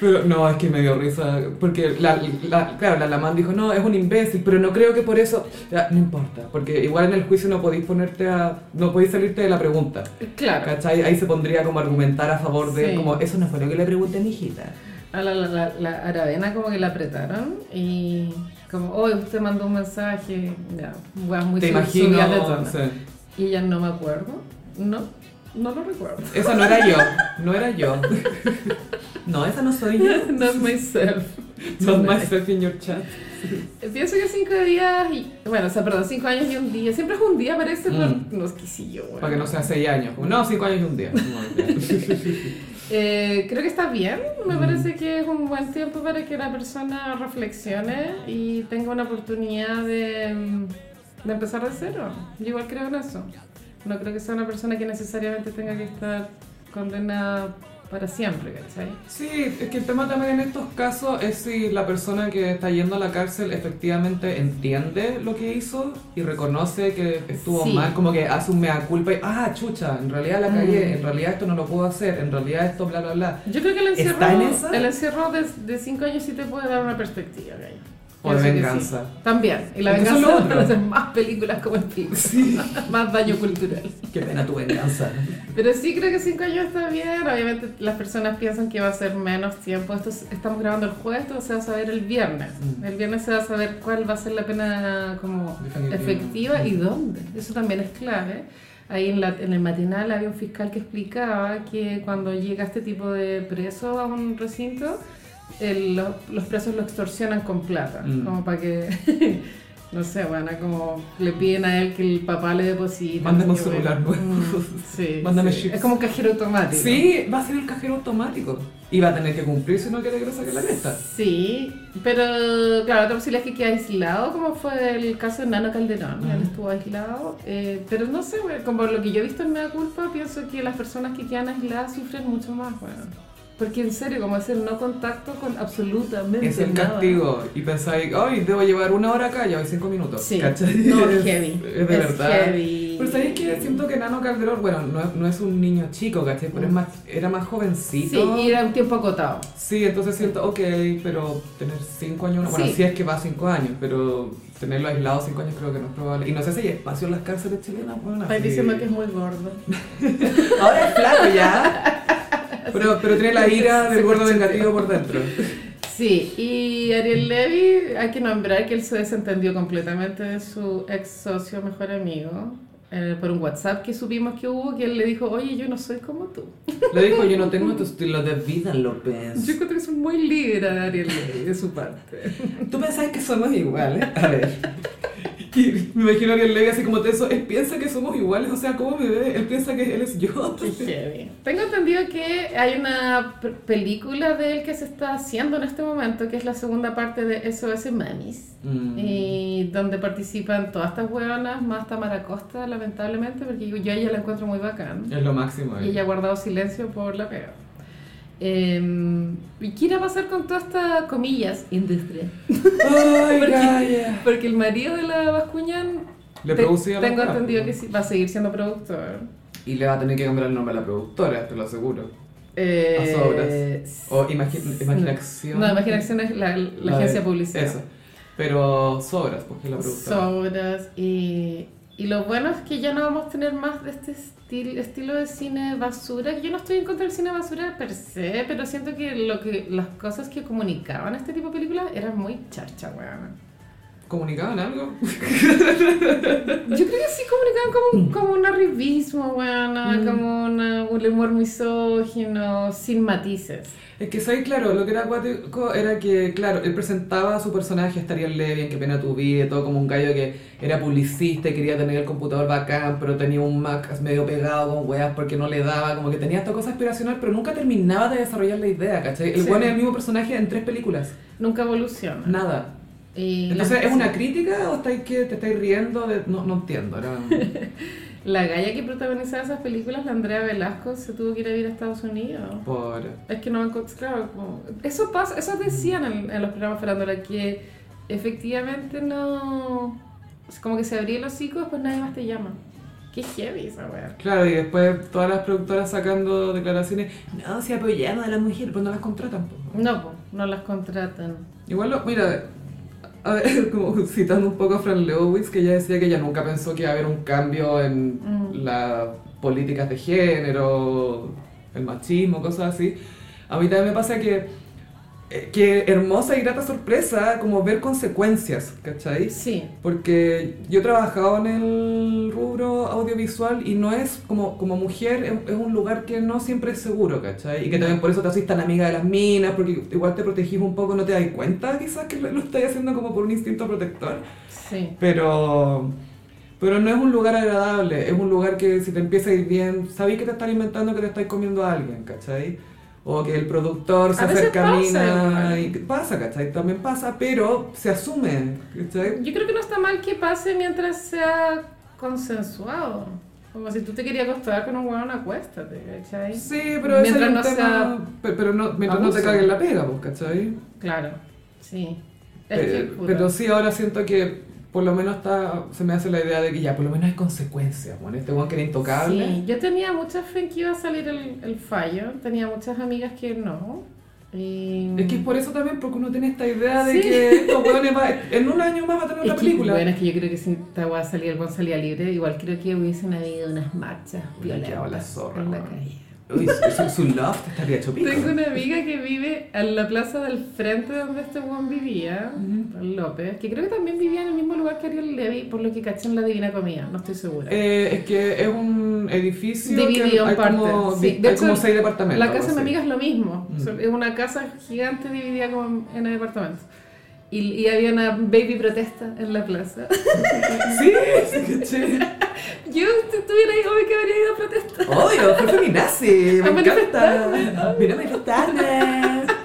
Speaker 1: Pero no, es que me dio risa, porque la, la- claro, la Lamán dijo, no, es un imbécil, pero no creo que por eso, ya, no importa, porque igual en el juicio no podéis ponerte a, no podéis salirte de la pregunta,
Speaker 2: Claro.
Speaker 1: ¿cachai? Ahí se pondría como argumentar a favor de,
Speaker 2: Sí.
Speaker 1: como, eso no fue lo que le pregunté a mi hijita.
Speaker 2: A la, la, la, la Aravena como que la apretaron y como, oye, usted mandó un mensaje. Ya, weas muy
Speaker 1: Te
Speaker 2: sub-
Speaker 1: imagino,
Speaker 2: subidas de tono.
Speaker 1: sí.
Speaker 2: Y ella no me acuerdo. No, no lo recuerdo.
Speaker 1: esa no era yo, no era yo. No, esa no soy yo.
Speaker 2: Not myself.
Speaker 1: Not myself in your chat.
Speaker 2: Pienso que cinco días y. Bueno, o sea, perdón, cinco años y un día. Siempre es un día, parece. pero
Speaker 1: Mm.
Speaker 2: No, es que sí, yo, bueno.
Speaker 1: Para que no sea seis años, como, no, cinco años y un día.
Speaker 2: Eh, creo que está bien.
Speaker 1: Mm.
Speaker 2: Me parece que es un buen tiempo para que la persona reflexione y tenga una oportunidad de, mm, de empezar de cero. Yo igual creo en eso. No creo que sea una persona que necesariamente tenga que estar condenada para siempre, ¿cachai?
Speaker 1: Sí, es que el tema también en estos casos es si la persona que está yendo a la cárcel efectivamente entiende lo que hizo y reconoce que estuvo
Speaker 2: Sí.
Speaker 1: mal, como que hace un mea culpa y, ah, chucha, en realidad la cagué,
Speaker 2: Mm.
Speaker 1: en realidad esto no lo puedo hacer, en realidad esto, bla, bla, bla.
Speaker 2: Yo creo que el
Speaker 1: ¿Está en
Speaker 2: encierro,
Speaker 1: esa?
Speaker 2: el encierro de, de cinco años sí te puede dar una perspectiva. gallo.
Speaker 1: O de
Speaker 2: Pienso que
Speaker 1: venganza.
Speaker 2: sí. También. Y la
Speaker 1: Porque eso es
Speaker 2: venganza
Speaker 1: lo otro.
Speaker 2: van a hacer más películas como el pico.
Speaker 1: Sí.
Speaker 2: más daño cultural.
Speaker 1: Qué pena tu venganza.
Speaker 2: Pero sí creo que cinco años está bien. Obviamente las personas piensan que va a ser menos tiempo. Esto es- estamos grabando el jueves, esto se va a saber el viernes.
Speaker 1: Mm.
Speaker 2: El viernes se va a saber cuál va a ser la pena como
Speaker 1: Definitiva.
Speaker 2: efectiva y dónde. Eso también es clave. Ahí en, la- en el matinal había un fiscal que explicaba que cuando llega este tipo de preso a un recinto, el- lo- los presos lo extorsionan con plata,
Speaker 1: Mm.
Speaker 2: como para que, no sé, bueno, como le piden a él que el papá le deposite.
Speaker 1: Mándame un
Speaker 2: que bueno.
Speaker 1: celular pues. nuevo.
Speaker 2: Mm, sí,
Speaker 1: Mándame
Speaker 2: sí.
Speaker 1: chips.
Speaker 2: Es como un cajero automático.
Speaker 1: Sí, va a ser el cajero automático. Y va a tener que cumplir si no quiere que le saque la neta.
Speaker 2: Sí, pero claro, otra posibilidad es que quede aislado, como fue el caso de Nano Calderón, él
Speaker 1: Ujú.
Speaker 2: estuvo aislado, eh, pero no sé, güey, como lo que yo he visto en Mea Culpa, pienso que las personas que quedan aisladas sufren mucho más, bueno. Porque en serio, como hacer no contacto con absolutamente
Speaker 1: Es el
Speaker 2: nada.
Speaker 1: castigo. Y pensáis, ay, debo llevar una hora acá, lleváis cinco minutos.
Speaker 2: Sí.
Speaker 1: ¿Cachai?
Speaker 2: No, es
Speaker 1: Es-
Speaker 2: heavy.
Speaker 1: Es de
Speaker 2: Es
Speaker 1: verdad.
Speaker 2: heavy.
Speaker 1: Pero sabéis que siento que Nano Calderón, bueno, no es, no es un niño chico, ¿cachai? Pero es más, era más
Speaker 2: Mm. Sí,
Speaker 1: jovencito.
Speaker 2: y era un tiempo acotado.
Speaker 1: Sí, entonces siento, ok, pero tener 5 años, bueno,
Speaker 2: Sí.
Speaker 1: sí es que va 5 años, pero tenerlo aislado 5 años creo que no es probable. Y no sé si hay espacio en las cárceles chilenas, bueno.
Speaker 3: Estáis diciendo que es muy gordo.
Speaker 1: Ahora es flaco ya. Pero, pero tiene la ira del gordo vengativo por dentro.
Speaker 2: Sí, y Ariel Levy, hay que nombrar que él se desentendió completamente de su ex socio, mejor amigo, eh, por un WhatsApp que supimos que hubo, que él le dijo, oye, yo no soy como tú.
Speaker 1: Le dijo, yo no tengo tu estilo de vida, López.
Speaker 2: Yo creo que es muy libre de Ariel Levy, de su parte.
Speaker 1: Tú pensabas que somos iguales. A ver. Y me imagino que el Levy así como teso, él piensa que somos iguales, o sea, ¿cómo me ve? Él piensa que él es yo.
Speaker 2: Tengo entendido que hay una p- película de él que se está haciendo en este momento, que es la segunda parte de SOS Mamis.
Speaker 1: Mm.
Speaker 2: Y donde participan todas estas hueonas, más Tamara Costa, lamentablemente, porque yo, yo a ella la encuentro muy bacán.
Speaker 1: Es lo máximo. eh.
Speaker 2: Y ella ha guardado silencio por la pega. Eh, ¿Y qué irá a pasar con toda esta, comillas, industria?
Speaker 1: Ay,
Speaker 2: Porque-
Speaker 1: Gaia.
Speaker 2: Porque el marido de la Bascuñán...
Speaker 1: Le
Speaker 2: te-
Speaker 1: producía la
Speaker 2: Tengo
Speaker 1: weá,
Speaker 2: entendido
Speaker 1: po.
Speaker 2: que sí, va a seguir siendo productor.
Speaker 1: Y le va a tener que cambiar el nombre a la productora, te lo aseguro.
Speaker 2: Eh,
Speaker 1: A sobras. O imagi-
Speaker 2: s-
Speaker 1: Imaginación.
Speaker 2: No, Imaginación es la,
Speaker 1: de-
Speaker 2: la agencia publicitaria.
Speaker 1: Eso. Pero sobras, porque es la productora.
Speaker 2: Sobras. Y, y lo bueno es que ya no vamos a tener más de este estil- estilo de cine basura. Yo no estoy en contra del cine basura per se, pero siento que, lo que las cosas que comunicaban este tipo de películas eran muy charcha, weón.
Speaker 1: ¿Comunicaban algo?
Speaker 2: Yo creo que sí comunicaban como, un- como un arribismo, weón,
Speaker 1: Mm.
Speaker 2: como una- un humor misógino, sin matices.
Speaker 1: Es que soy claro, lo que era acuático era que, claro, él presentaba a su personaje, estaría leve, en qué pena tu vida, y todo como un gallo que era publicista y quería tener el computador bacán, pero tenía un Mac medio pegado con weas porque no le daba, como que tenía esta cosa aspiracional, pero nunca terminaba de desarrollar la idea, ¿cachai? El
Speaker 2: Sí.
Speaker 1: weón es el mismo personaje en tres películas,
Speaker 2: Nunca evoluciona.
Speaker 1: nada.
Speaker 2: Y
Speaker 1: Entonces,
Speaker 2: la-
Speaker 1: ¿es una crítica o estáis que te estáis riendo? De... No, no entiendo. Era...
Speaker 2: La galla que protagonizaba esas películas, la Andrea Velasco, se tuvo que ir a vivir a Estados Unidos.
Speaker 1: Por...
Speaker 2: Es que no me encont- claro, como- eso pasa, eso decían en, en los programas Farándula, que efectivamente no, es como que se abría el hocico, después nadie más te llama. Qué heavy esa weá.
Speaker 1: Claro, y después todas las productoras sacando declaraciones, no, si apoyamos a las mujeres, pues no las contratan. po".
Speaker 2: No, po, no las contratan.
Speaker 1: Igual, lo- mira, a ver, como citando un poco a Fran Lewis, que ella decía que ella nunca pensó que iba a haber un cambio en
Speaker 2: Mm.
Speaker 1: las políticas de género, el machismo, cosas así. A mí también me pasa que, eh, que hermosa y grata sorpresa, como ver consecuencias, ¿cachai?
Speaker 2: Sí,
Speaker 1: Porque yo he trabajado en el rubro audiovisual y no es como, como mujer, es, es un lugar que no siempre es seguro, ¿cachai? Y que también por eso te haces tan amiga de las minas, porque igual te protegís un poco, no te das cuenta quizás que lo, lo estás haciendo como por un instinto protector.
Speaker 2: sí.
Speaker 1: Pero, pero no es un lugar agradable, es un lugar que si te empieza a ir bien, sabéis que te están inventando que te estáis comiendo a alguien, ¿cachai? O que el productor se
Speaker 2: A veces
Speaker 1: acerca a mina
Speaker 2: pasa
Speaker 1: y pasa, ¿cachai? También pasa, pero se asume, ¿cachai?
Speaker 2: Yo creo que no está mal que pase mientras sea consensuado. Como si tú te querías acostar con un weón, acuéstate, ¿cachai?
Speaker 1: Sí, pero ese
Speaker 2: Mientras
Speaker 1: era un
Speaker 2: no
Speaker 1: tema-
Speaker 2: sea
Speaker 1: pe- pero no, mientras no te
Speaker 2: abuso.
Speaker 1: caguen la pega, pues, ¿cachai?
Speaker 2: Claro, sí. Es que,
Speaker 1: Pero,
Speaker 2: puta.
Speaker 1: Eh, pero sí, ahora siento que por lo menos está, se me hace la idea de que ya, por lo menos hay consecuencias, bueno, este guan que era intocable.
Speaker 2: Sí, yo tenía mucha fe en que iba a salir el, el fallo, tenía muchas amigas que no. y-
Speaker 1: Es que es por eso también, porque uno tiene esta idea de
Speaker 2: Sí.
Speaker 1: que estos hueones va- en un año más va a tener
Speaker 2: Es
Speaker 1: una
Speaker 2: que,
Speaker 1: película.
Speaker 2: Bueno, es que yo creo que si esta weá salía, el weón salía libre, igual creo que hubiesen habido unas marchas
Speaker 1: Hubiera quedado
Speaker 2: violentas
Speaker 1: la zorra,
Speaker 2: en la
Speaker 1: weón.
Speaker 2: calle.
Speaker 1: Uy, su, su- su loft estaría hecho pico.
Speaker 2: Tengo una amiga que vive en la plaza del frente donde este weón vivía, López, que creo que también vivía en el mismo lugar que Ariel Levy, por lo que caché en la Divina Comida, no estoy segura.
Speaker 1: Eh, es que es un edificio
Speaker 2: Dividido
Speaker 1: que
Speaker 2: en
Speaker 1: hay, como,
Speaker 2: partes, sí.
Speaker 1: di-
Speaker 2: De
Speaker 1: hay
Speaker 2: hecho,
Speaker 1: como seis departamentos.
Speaker 2: La
Speaker 1: algo
Speaker 2: casa de mi
Speaker 1: así.
Speaker 2: amiga es lo mismo.
Speaker 1: Mm.
Speaker 2: O sea, Es una casa gigante dividida como en en departamentos. Y, y había una baby protesta en la plaza.
Speaker 1: Sí, sí, caché.
Speaker 2: Yo, si estuviera ahí, obvio que habría ido a protestar.
Speaker 1: Obvio, fue feminazi, me
Speaker 2: A
Speaker 1: encanta. Mira, me gustan.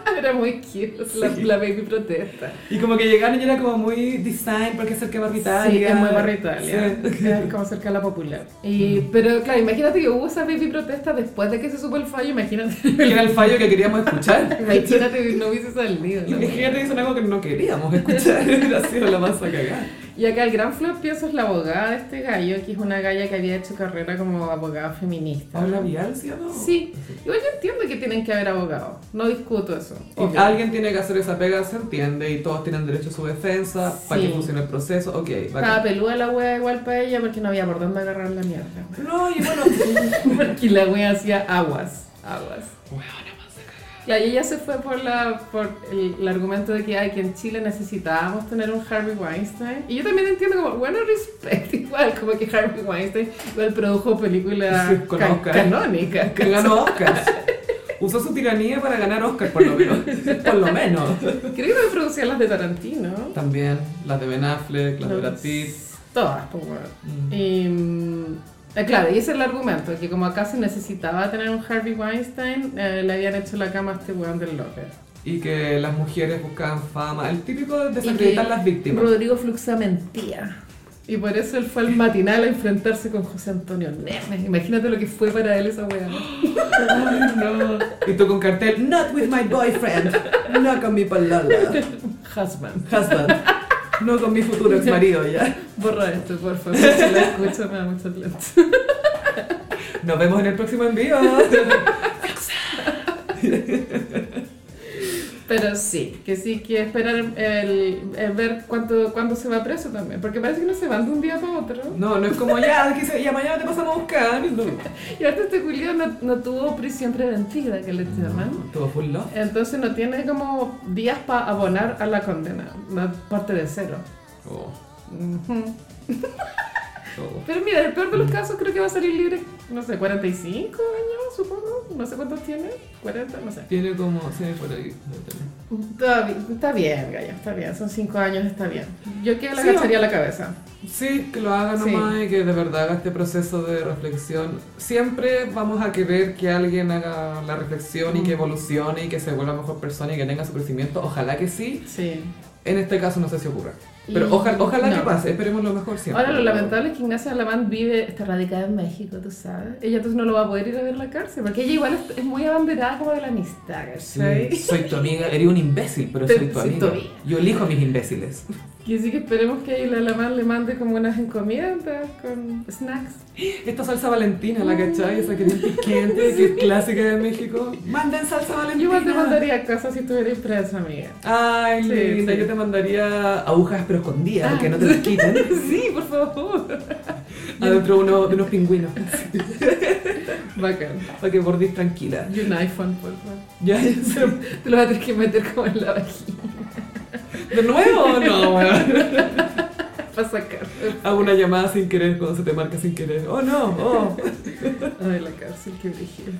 Speaker 2: Pero era muy cute, la,
Speaker 1: Sí.
Speaker 2: la baby protesta.
Speaker 1: Y como que llegaron y era como muy design porque es cerca de Barrio
Speaker 2: Sí,
Speaker 1: Italia.
Speaker 2: es muy barrio Italia.
Speaker 1: ah, Sí.
Speaker 2: Es como cerca de la popular. Y, pero claro, imagínate que hubo esa baby protesta después de que se supo el fallo, imagínate.
Speaker 1: Que era el fallo que queríamos escuchar.
Speaker 2: Imagínate que no hubiese salido.
Speaker 1: Y
Speaker 2: ¿no?
Speaker 1: Imagínate que son algo que no queríamos escuchar. Era sido la masa cagada.
Speaker 2: Y acá el gran flop pienso es la abogada de este gallo, que es una galla que había hecho carrera como abogada feminista.
Speaker 1: ¿Habla Vial, sí o no?
Speaker 2: Sí, igual yo entiendo que tienen que haber abogados, no discuto eso.
Speaker 1: Y
Speaker 2: obvio.
Speaker 1: Alguien tiene que hacer esa pega, se entiende, y todos tienen derecho a su defensa, para
Speaker 2: Sí. Ah,
Speaker 1: que funcione el proceso, ok,
Speaker 2: Estaba
Speaker 1: bacán.
Speaker 2: peluda la wea igual para ella porque no había por dónde agarrar la mierda. wea.
Speaker 1: No, y bueno,
Speaker 2: Porque la wea hacía aguas, aguas. Claro, y ella se fue por, la, por el, el argumento de que, ay, que en Chile necesitábamos tener un Harvey Weinstein. Y yo también entiendo como, bueno, respect igual, como que Harvey Weinstein igual produjo películas
Speaker 1: Sí, con
Speaker 2: ca-
Speaker 1: Oscar.
Speaker 2: canónicas.
Speaker 1: que ganó Oscars. Usó su tiranía para ganar Oscar, por lo menos. Por lo menos.
Speaker 2: Creo que me producían las de Tarantino.
Speaker 1: También las de Ben Affleck, las de Brad Pitt.
Speaker 2: Todas, pues bueno. Y, mm, eh, claro, y ese es el argumento, que como acá se necesitaba tener un Harvey Weinstein, eh, le habían hecho la cama a este weón del López.
Speaker 1: Y que las mujeres buscaban fama. El típico de
Speaker 2: Y
Speaker 1: desacreditar
Speaker 2: que
Speaker 1: las víctimas.
Speaker 2: Rodrigo Fluxa mentía. Y por eso él fue al matinal a enfrentarse con José Antonio Nermes. Imagínate lo que fue para él esa weá.
Speaker 1: Ay, no. Y tú con cartel, not with my boyfriend, no con mi palala,
Speaker 2: Husband.
Speaker 1: husband, no con mi futuro ex marido ya.
Speaker 2: Borra esto, por favor. Si lo escucho, me da mucha plata.
Speaker 1: Nos vemos en el próximo envío.
Speaker 2: Pero sí, que sí que esperar el, el ver cuánto, cuándo se va preso también. Porque parece que no se van de un día para otro.
Speaker 1: No, no es como ya, que se- ya mañana te pasamos a buscar. No.
Speaker 2: Y ahorita este Julio no, no tuvo prisión preventiva, que le llaman.
Speaker 1: Todo full love.
Speaker 2: Entonces no tiene como días para abonar a la condena. No, parte de cero.
Speaker 1: Todo,
Speaker 2: Ujú.
Speaker 1: todo.
Speaker 2: Pero mira, el peor de los casos creo que va a salir libre, no sé, 45 años, supongo. No sé cuántos tiene. 40, no sé.
Speaker 1: Tiene como, sí, por ahí. no tengo.
Speaker 2: Está, bi- está bien, Gaya, está bien. Son 5 años, está bien. Yo que le
Speaker 1: Sí,
Speaker 2: agacharía la cabeza.
Speaker 1: Sí, que lo haga
Speaker 2: Sí.
Speaker 1: nomás y que de verdad haga este proceso de reflexión. Siempre vamos a querer que alguien haga la reflexión y que evolucione y que se vuelva mejor persona y que tenga su crecimiento. Ojalá que sí.
Speaker 2: Sí.
Speaker 1: En este caso no sé si ocurra. Pero
Speaker 2: Y-
Speaker 1: ojalá, ojalá que
Speaker 2: no.
Speaker 1: pase. Esperemos lo mejor siempre.
Speaker 2: Ahora lo lamentable es que Ignacia Alamán vive, está radicada en México, tú sabes. Ella entonces no lo va a poder ir a ver a la cárcel, porque ella igual es, es muy abanderada como de la amistad,
Speaker 1: Sí,
Speaker 2: ¿cachai?
Speaker 1: Soy tu amiga, eres un imbécil, pero
Speaker 2: Pero
Speaker 1: soy tu
Speaker 2: soy tu
Speaker 1: amiga.
Speaker 2: amiga.
Speaker 1: Yo elijo a mis imbéciles.
Speaker 2: Y así que esperemos que la Alamán le mande como unas encomiendas con snacks.
Speaker 1: Esta salsa valentina, la cachai, esa que es piquente, que es clásica de México. Manden salsa valentina.
Speaker 2: Yo igual te mandaría a casa si estuviera impresa, amiga.
Speaker 1: Ay,
Speaker 2: Sí,
Speaker 1: linda,
Speaker 2: sí.
Speaker 1: yo te mandaría agujas pero escondidas,
Speaker 2: Ah.
Speaker 1: que no te las quiten.
Speaker 2: Sí, por favor.
Speaker 1: Adentro uno, de unos pingüinos,
Speaker 2: Bacán.
Speaker 1: para que bordís tranquila.
Speaker 2: Y un iPhone, por favor.
Speaker 1: Ya, ya sé.
Speaker 2: Te lo vas a tener que meter como en la vagina
Speaker 1: ¿De nuevo? No, weón.
Speaker 2: para sacar
Speaker 1: Hago una llamada sin querer cuando se te marca sin querer. Oh, no, oh.
Speaker 2: de la cárcel, qué brígido.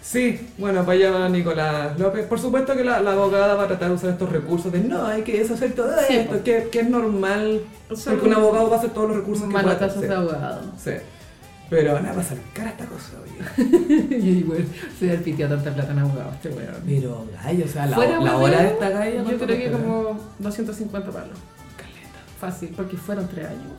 Speaker 1: Sí, bueno, para allá va Nicolás López. Por supuesto que la, la abogada va a tratar de usar estos recursos de no, hay que deshacer todo
Speaker 2: Sí,
Speaker 1: esto, que, que es normal.
Speaker 2: O sea,
Speaker 1: Porque un abogado va a hacer todos los recursos que pueda.
Speaker 2: Manotazos de
Speaker 1: hacer.
Speaker 2: abogado.
Speaker 1: Sí. Pero van a pasar cara esta cosa, oye.
Speaker 2: y igual se ha piteado tanta plata en abogado este weón.
Speaker 1: Pero, gallo, o sea, la,
Speaker 2: Fuera
Speaker 1: la
Speaker 2: hueveo,
Speaker 1: hora de esta galla.
Speaker 2: Yo
Speaker 1: ¿cuánto
Speaker 2: creo que
Speaker 1: costará?
Speaker 2: como 250 palos. Fácil, porque fueron tres años.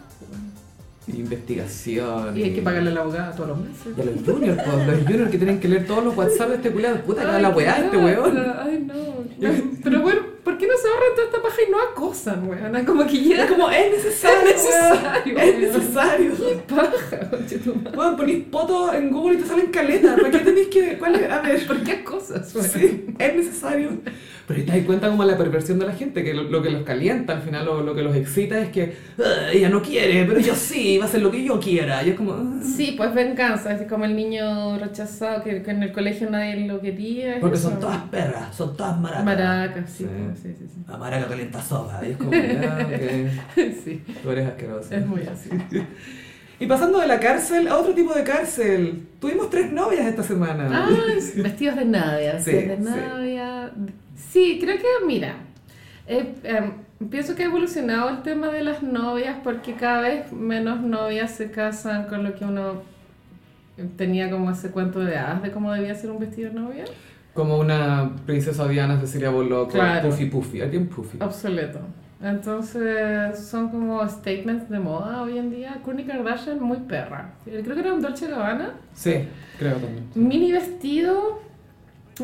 Speaker 1: Investigación.
Speaker 2: Y hay que pagarle al abogado todos los meses.
Speaker 1: Y a los juniors, pues, los juniors que tienen que leer todos los WhatsApp de este culiado. Puta, que
Speaker 2: Ay,
Speaker 1: la
Speaker 2: qué
Speaker 1: weá este
Speaker 2: lata.
Speaker 1: weón.
Speaker 2: Ay, no. Pero bueno, ¿por qué no se ahorran toda esta paja y no acosan, weón? Como que ya es como
Speaker 1: Es necesario,
Speaker 2: Es necesario,
Speaker 1: weón.
Speaker 2: weón.
Speaker 1: Es necesario.
Speaker 2: paja, conchetumare.
Speaker 1: Weón, ponís poto en Google y te salen caletas. ¿Para qué tenéis que.? ¿Cuál es? A ver.
Speaker 2: ¿Por qué acosas, weón?
Speaker 1: Sí, es necesario. Pero ahí te das cuenta como la perversión de la gente, que lo, lo que los calienta al final, lo, lo que los excita es que "Ah, ella no quiere, pero yo sí, va a hacer lo que yo quiera. Y es como. "Ah".
Speaker 2: Sí, pues venganza, es como el niño rechazado que, que en el colegio nadie lo quería. es
Speaker 1: Porque
Speaker 2: eso.
Speaker 1: son todas perras, son todas maracas.
Speaker 2: maracas, sí, pues,
Speaker 1: Sí.
Speaker 2: sí, sí, sí.
Speaker 1: La maraca calienta sopa. Y es como, ya, ok,
Speaker 2: Sí,
Speaker 1: tú eres asqueroso.
Speaker 2: es muy así.
Speaker 1: Y pasando de la cárcel a otro tipo de cárcel. Tuvimos tres novias esta semana.
Speaker 2: Ah, vestidos de novia,
Speaker 1: Sí,
Speaker 2: vestidos de
Speaker 1: sí.
Speaker 2: novia. Sí, creo que, mira, eh, em, pienso que ha evolucionado el tema de las novias porque cada vez menos novias se casan con lo que uno tenía como ese cuento de hadas de cómo debía ser un vestido de novia.
Speaker 1: como una princesa Diana, Cecilia Bollock,
Speaker 2: Claro. Oh.
Speaker 1: Puffy Puffy, alguien Puffy.
Speaker 2: Obsoleto. Entonces son como statements de moda hoy en día. Kourtney Kardashian muy perra. Eh, Creo que era un Dolce Gabbana.
Speaker 1: Sí, creo también.
Speaker 2: Mini vestido,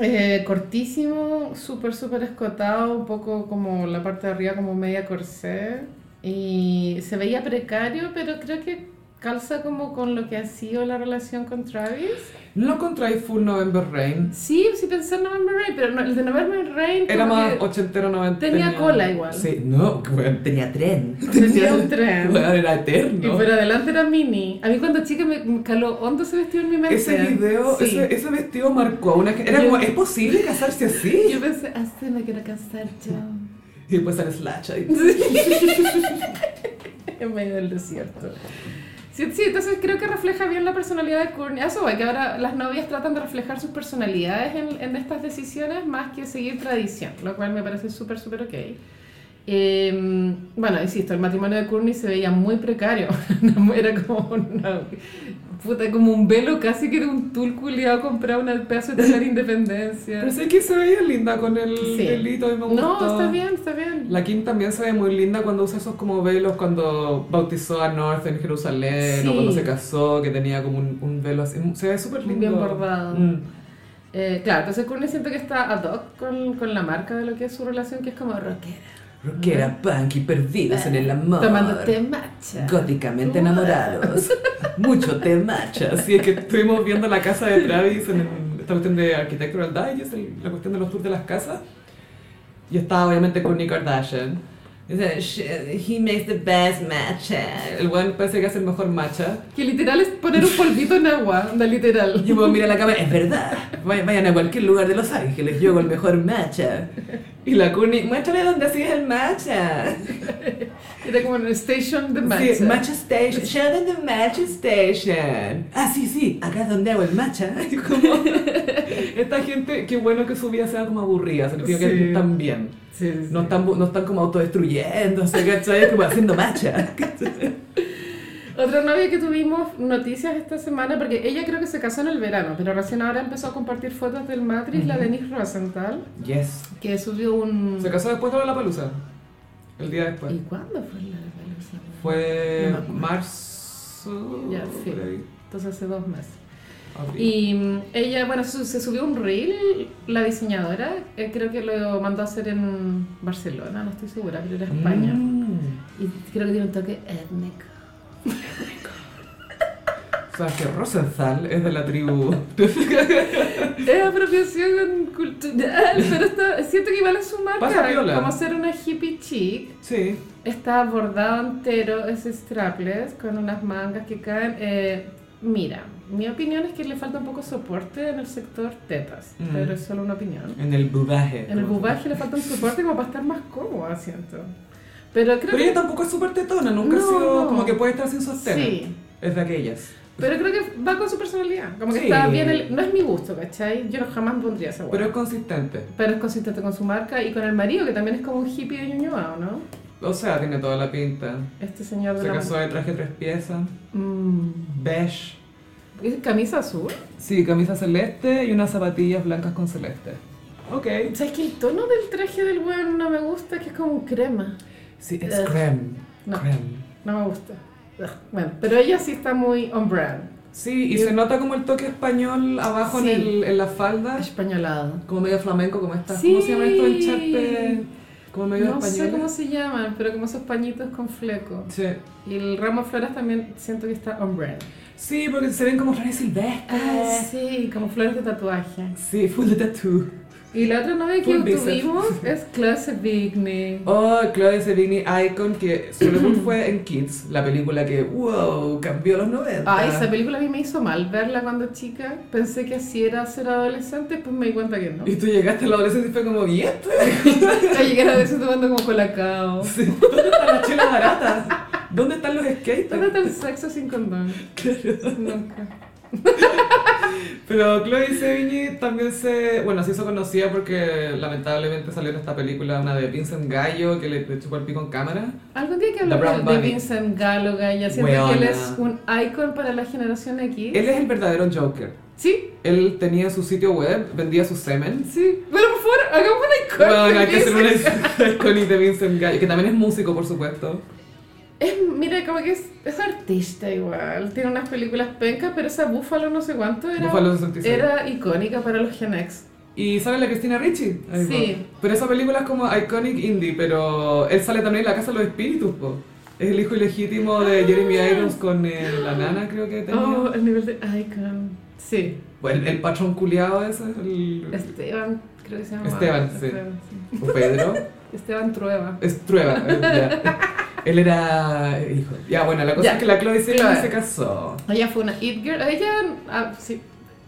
Speaker 2: eh, cortísimo, súper, súper escotado, un poco como la parte de arriba como media corsé. Y se veía precario, pero creo que calza como con lo que ha sido la relación con Travis.
Speaker 1: ¿No encontráis Full November Rain?
Speaker 2: Sí, sí pensé en November Rain, pero no, el de November Rain
Speaker 1: Era
Speaker 2: como
Speaker 1: más
Speaker 2: que
Speaker 1: ochentero, noventero.
Speaker 2: tenía cola igual.
Speaker 1: Sí, no, weón, tenía tren.
Speaker 2: Tenía un tren.
Speaker 1: Weón, era
Speaker 2: Y
Speaker 1: eterno.
Speaker 2: por adelante era mini. A mí cuando chica me me caló hondo ese vestido en mi mente.
Speaker 1: Ese video,
Speaker 2: Sí.
Speaker 1: ese, ese vestido marcó a una... gen- Era
Speaker 2: Yo-
Speaker 1: como, ¿es posible casarse así?
Speaker 2: Yo pensé, así me quiero casar yo.
Speaker 1: Y después sale Slash ahí.
Speaker 2: en medio del desierto. Sí, sí, entonces creo que refleja bien la personalidad de Courtney. A Eso voy, que ahora las novias tratan de reflejar sus personalidades en, en estas decisiones más que seguir tradición, lo cual me parece súper, súper ok. Eh, bueno, insisto, el matrimonio de Courtney se veía muy precario. Era como una- Puta, como un velo casi que de un tul culiado comprado en el pedazo de tener independencia.
Speaker 1: Pero sé que se veía linda con el
Speaker 2: Sí.
Speaker 1: velito y me gustó.
Speaker 2: No, está bien, está bien.
Speaker 1: La Kim también se ve muy linda cuando usa esos como velos cuando bautizó a North en Jerusalén
Speaker 2: Sí.
Speaker 1: o cuando se casó, que tenía como un, un velo así. Se ve súper lindo.
Speaker 2: Bien bordado.
Speaker 1: Mm.
Speaker 2: Eh, claro, entonces Courtney siento que está ad hoc con, con la marca de lo que es su relación, que es como rockera. Mm.
Speaker 3: Rockera, punk y perdidas
Speaker 2: Eh,
Speaker 3: en el amor.
Speaker 2: Tomando té matcha.
Speaker 3: Góticamente enamorados. Mucho té matcha.
Speaker 1: Así es que estuvimos viendo la casa de Travis en el- esta cuestión de Architectural Digest, el- la cuestión de los tours de las casas. Y estaba obviamente Kourtney Kardashian.
Speaker 3: Dice, "She- He makes the best matcha.
Speaker 1: El weón parece que hace el mejor matcha.
Speaker 2: Que literal es poner un polvito en agua, onda literal.
Speaker 3: Y puedo mirar la cámara, es verdad. Vay- Vayan a cualquier lugar de Los Ángeles, yo hago el mejor matcha.
Speaker 1: Y la Kourtney,
Speaker 3: Muéstrame dónde haces el matcha.
Speaker 2: Era como en el station de matcha.
Speaker 3: Sí, matcha station. Sheldon the matcha station. Ah, sí, sí, acá es donde hago el matcha.
Speaker 1: como- esta gente, qué bueno que su vida sea como aburrida, significa
Speaker 2: Sí.
Speaker 1: que están bien.
Speaker 2: Sí, sí, sí.
Speaker 1: No están, bu- no están como autodestruyéndose, ¿cachai?
Speaker 3: ¿Sabes? Como haciendo matcha.
Speaker 2: Otra novia que tuvimos noticias esta semana, porque ella creo que se casó en el verano, pero recién ahora empezó a compartir fotos del Matrix, la Denise Rosenthal,
Speaker 1: Yes.
Speaker 2: que subió un...
Speaker 1: Se casó después de la palusa. El día después.
Speaker 2: ¿Y cuándo fue la revolución?
Speaker 1: Fue
Speaker 2: No me acuerdo.
Speaker 1: marzo.
Speaker 2: Ya, sí.
Speaker 1: por ahí,
Speaker 2: Entonces hace dos meses.
Speaker 1: abril.
Speaker 2: Y mm, ella, bueno, su- se subió un reel, la diseñadora, eh, creo que lo mandó a hacer en Barcelona, no estoy segura, pero era España.
Speaker 1: Mm.
Speaker 2: Y creo que tiene un toque étnico.
Speaker 1: O sea, que Rosenthal es de la tribu.
Speaker 2: Es apropiación cultural, pero está, siento que igual es su marca,
Speaker 1: Pasa piola.
Speaker 2: como ser una hippie chic.
Speaker 1: sí.
Speaker 2: Está bordado entero, es strapless, con unas mangas que caen. Eh, mira, mi opinión es que le falta un poco soporte en el sector tetas,
Speaker 1: Mm.
Speaker 2: pero es solo una opinión.
Speaker 1: En el bubaje.
Speaker 2: En el bubaje le falta un soporte como para estar más cómoda, siento. Pero creo
Speaker 1: Pero ella
Speaker 2: que...
Speaker 1: tampoco es súper tetona, nunca
Speaker 2: No,
Speaker 1: ha sido
Speaker 2: no.
Speaker 1: como que puede estar sin sostén.
Speaker 2: Sí,
Speaker 1: Es de aquellas.
Speaker 2: pero creo que va con su personalidad. Como que
Speaker 1: Sí.
Speaker 2: está bien, el- no es mi gusto, ¿cachai? Yo no jamás me pondría esa
Speaker 1: Pero
Speaker 2: hueá.
Speaker 1: es consistente.
Speaker 2: Pero es consistente con su marca y con el marido, que también es como un hippie de Ñuñoa, ¿o ¿no?
Speaker 1: O sea, tiene toda la pinta.
Speaker 2: Este señor de
Speaker 1: Se
Speaker 2: la...
Speaker 1: casó de traje tres piezas.
Speaker 2: Mm.
Speaker 1: Beige.
Speaker 2: ¿Es camisa azul?
Speaker 1: Sí, camisa celeste y unas zapatillas blancas con celeste. Ok.
Speaker 2: ¿Sabes que el tono del traje del weón no me gusta? Que es como un crema.
Speaker 1: Sí, es
Speaker 2: Ugh.
Speaker 1: creme.
Speaker 2: No.
Speaker 1: Creme.
Speaker 2: No me gusta. Ugh. Bueno, pero ella sí está muy on brand.
Speaker 1: Sí, y
Speaker 2: Yo-
Speaker 1: se nota como el toque español abajo
Speaker 2: Sí.
Speaker 1: en, el, en la falda.
Speaker 2: Españolado.
Speaker 1: Como medio flamenco, como esta.
Speaker 2: Sí.
Speaker 1: ¿Cómo se llama esto? El charpe. Como medio
Speaker 2: No sé cómo
Speaker 1: español.
Speaker 2: se llaman, pero como esos pañitos con fleco.
Speaker 1: Sí.
Speaker 2: Y el ramo de flores también siento que está on brand.
Speaker 1: sí, porque se ven como flores silvestres.
Speaker 2: sí, como flores de tatuaje.
Speaker 1: Sí, full de tattoo.
Speaker 2: Y la otra novia que
Speaker 1: Full bíceps.
Speaker 2: tuvimos es Closet Vigny.
Speaker 1: Oh, Chloe Sevigny Icon, que su debut fue en Kids, la película que, wow, cambió los 90.
Speaker 2: Ay, Ah, esa película a mí me hizo mal verla cuando chica. Pensé que así era ser adolescente, pues me di cuenta que no.
Speaker 1: Y tú llegaste a la adolescencia y fue como, ¿y esto?
Speaker 2: Ya llegué a veces tomando como colacao.
Speaker 1: Sí. ¿Dónde están las chelas baratas? ¿Dónde están los skaters?
Speaker 2: ¿Dónde está el sexo sin condón? Nunca.
Speaker 1: Pero Chloe Sevigny también se, bueno, se hizo conocida porque lamentablemente salió en esta película una de Vincent Gallo que le, le chupó el pico en cámara.
Speaker 2: Algún día que
Speaker 1: The
Speaker 2: hablamos
Speaker 1: Brown
Speaker 2: de
Speaker 1: Bunny.
Speaker 2: Vincent Gallo, ya siento que él
Speaker 1: Weona.
Speaker 2: es un icon para la generación X.
Speaker 1: Él es el verdadero Joker.
Speaker 2: Sí,
Speaker 1: Él tenía su sitio web, vendía su semen.
Speaker 2: sí. Bueno, por favor, hagamos un icon.
Speaker 1: Bueno,
Speaker 2: de
Speaker 1: hay que hacer
Speaker 2: Vincent
Speaker 1: un iconic de Vincent Gallo, que también es músico, por supuesto.
Speaker 2: Es, mira, como que es, es artista igual. Tiene unas películas pencas, pero esa Búfalo no sé cuánto era.
Speaker 1: Búfalo 66.
Speaker 2: Era icónica para los Gen X.
Speaker 1: Y sale la Cristina Ricci. ahí,
Speaker 2: Sí.
Speaker 1: po. Pero esa película es como iconic indie, pero él sale también en La Casa de los Espíritus, po. Es el hijo ilegítimo de Jeremy Irons con eh, la nana, creo que tenía.
Speaker 2: Ah. Oh, el nivel de icon. Sí.
Speaker 1: Bueno, el, el patrón culiado ese, el...
Speaker 2: Esteban, creo que se llama.
Speaker 1: Mm. Esteban, sí.
Speaker 2: Esteban, sí.
Speaker 1: o Pedro.
Speaker 2: Esteban Trueba.
Speaker 1: Es Trueba. eh, ya. Él era hijo. Ya, bueno, la cosa
Speaker 2: Ya.
Speaker 1: es que la Chloe Sevigny
Speaker 2: Chloe.
Speaker 1: se casó.
Speaker 2: Ella fue una it girl. Ella, ah, sí,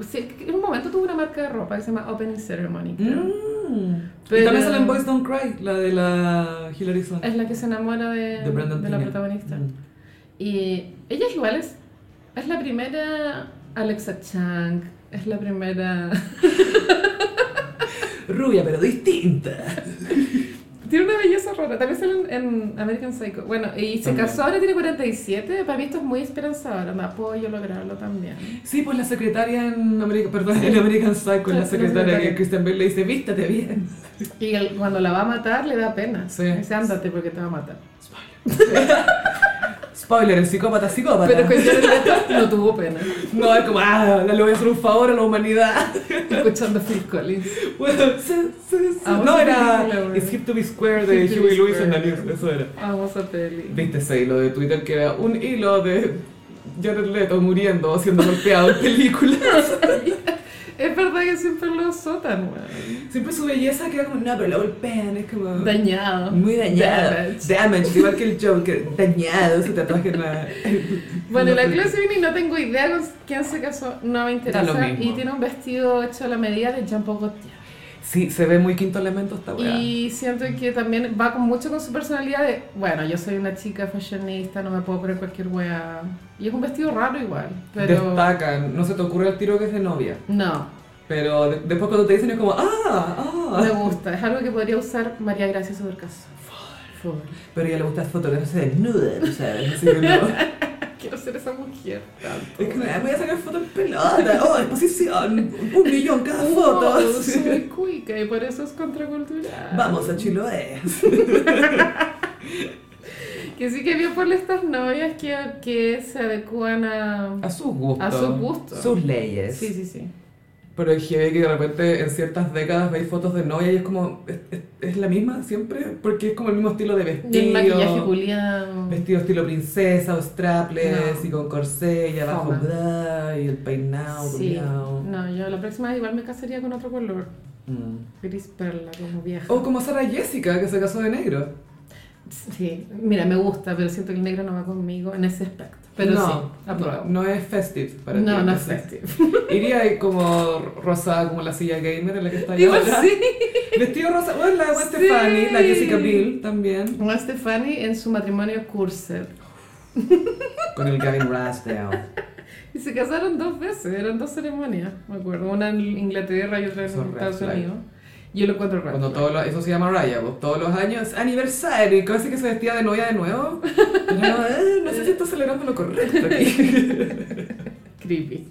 Speaker 2: sí, en un momento tuvo una marca de ropa que se llama Opening Ceremony. creo.
Speaker 1: Mm. Pero... Y
Speaker 2: Mm. Pero-
Speaker 1: también sale en Boys Don't Cry, la de la Hilary Swank.
Speaker 2: Es la que se enamora de,
Speaker 1: De Brandon
Speaker 2: de la
Speaker 1: Tierney.
Speaker 2: protagonista.
Speaker 1: Mm.
Speaker 2: Y ella es igual, es, es la primera Alexa Chang, es la primera...
Speaker 1: Rubia, pero distinta.
Speaker 2: Tiene una belleza rara, también sale en, en American Psycho. Bueno, y se
Speaker 1: También.
Speaker 2: casó, ahora tiene 47, para mí esto es muy esperanzador, me apoyo lograrlo también.
Speaker 1: Sí, pues la secretaria en American, perdón, en American Psycho,
Speaker 2: Sí,
Speaker 1: la
Speaker 2: la
Speaker 1: secretaria que
Speaker 2: secretaria.
Speaker 1: Christian Bale le dice, vístate bien.
Speaker 2: Y él, cuando la va a matar le da pena.
Speaker 1: Sí.
Speaker 2: Dice, ándate porque te va a matar.
Speaker 1: Spoiler, el psicópata, psicópata.
Speaker 2: Pero escuchando esto no tuvo pena,
Speaker 1: No, es como, ah, le voy a hacer un favor a la humanidad.
Speaker 2: escuchando Phil Collins.
Speaker 1: Bueno, se- se- se-
Speaker 2: Ah,
Speaker 1: no
Speaker 2: sí,
Speaker 1: era
Speaker 2: sí, la verdad.
Speaker 1: It's Hip to be Square
Speaker 2: Hip
Speaker 1: de
Speaker 2: to be
Speaker 1: Huey Lewis en
Speaker 2: square.
Speaker 1: la news, eso era.
Speaker 2: Vamos a peli.
Speaker 1: Viste ese hilo de Twitter que era un hilo de Jared Leto muriendo o siendo golpeado en películas.
Speaker 2: Es verdad que siempre lo sotan, weón.
Speaker 1: Siempre su belleza queda como, no, pero lo golpean, es como...
Speaker 2: Dañado.
Speaker 1: Muy dañado.
Speaker 2: Damaged.
Speaker 1: Damaged, igual que el Joker. Dañado, ese tatuaje en la.
Speaker 2: Bueno, la
Speaker 1: película.
Speaker 2: clase Vini no tengo idea con quién se casó, no me
Speaker 1: Da lo
Speaker 2: interesa.
Speaker 1: mismo.
Speaker 2: Y tiene un vestido hecho a la medida de Jean Paul Gaultier.
Speaker 1: Sí, se ve muy quinto elemento esta weá.
Speaker 2: Y siento que también va con mucho con su personalidad de, bueno, yo soy una chica fashionista, no me puedo poner cualquier wea. Y es un vestido raro igual, pero...
Speaker 1: Destacan, no se te ocurre el tiro que es de novia.
Speaker 2: No,
Speaker 1: Pero de- después cuando te dicen es como, ah, ah.
Speaker 2: me gusta. Es algo que podría usar María Gracia Supercaso. Por
Speaker 1: Pero ya le gusta fotografiarse desnuda, ¿no sabes? Así que no.
Speaker 2: Quiero ser esa mujer tanto.
Speaker 1: Es que me voy a sacar fotos en pelota, oh, exposición, un millón cada foto.
Speaker 2: Oh, soy cuica y por eso es contracultural.
Speaker 1: Vamos a Chiloé.
Speaker 2: Que sí que vio por estas novias que, que se adecúan a...
Speaker 1: A sus gustos.
Speaker 2: A sus gustos.
Speaker 1: Sus leyes.
Speaker 2: Sí, sí, sí.
Speaker 1: Pero es heavy que de repente en ciertas décadas veis fotos de novia y es como, ¿es, es- es la misma siempre? Porque es como el mismo estilo de
Speaker 2: Y el maquillaje
Speaker 1: vestido.
Speaker 2: culiado.
Speaker 1: Vestido estilo princesa, o strapless
Speaker 2: No.
Speaker 1: y con corsé y abajo
Speaker 2: Foma.
Speaker 1: bra y el peinado,
Speaker 2: Sí.
Speaker 1: culiao.
Speaker 2: No, yo la próxima igual me casaría con otro color.
Speaker 1: Mm.
Speaker 2: Gris perla, como vieja.
Speaker 1: O como Sara Jessica que se casó de negro.
Speaker 2: Sí, mira, me gusta, pero siento que el negro no va conmigo en ese aspecto. Pero
Speaker 1: no,
Speaker 2: sí, apruebo.
Speaker 1: no, no es festive para ti.
Speaker 2: No, no es
Speaker 1: entonces.
Speaker 2: festive.
Speaker 1: Iría ahí como rosada, como la silla gamer en la que está yo
Speaker 2: Igual
Speaker 1: ahora.
Speaker 2: sí.
Speaker 1: Vestido rosa, bueno, la Gwen Stefani, la Jessica Biel también.
Speaker 2: Como Stefani en su matrimonio Curser.
Speaker 1: Con el Gavin Rasdale.
Speaker 2: Y se casaron dos veces, eran dos ceremonias, me acuerdo. Una en Inglaterra y otra en
Speaker 1: Eso es red
Speaker 2: Estados
Speaker 1: flag.
Speaker 2: Unidos. Yo lo encuentro raro.
Speaker 1: Cuando todos los- eso se llama Raya, pues, todos los años, aniversario, y casi que se vestía de novia de nuevo. Y yo, "Eh, no sé si está celebrando lo correcto aquí.
Speaker 2: Creepy.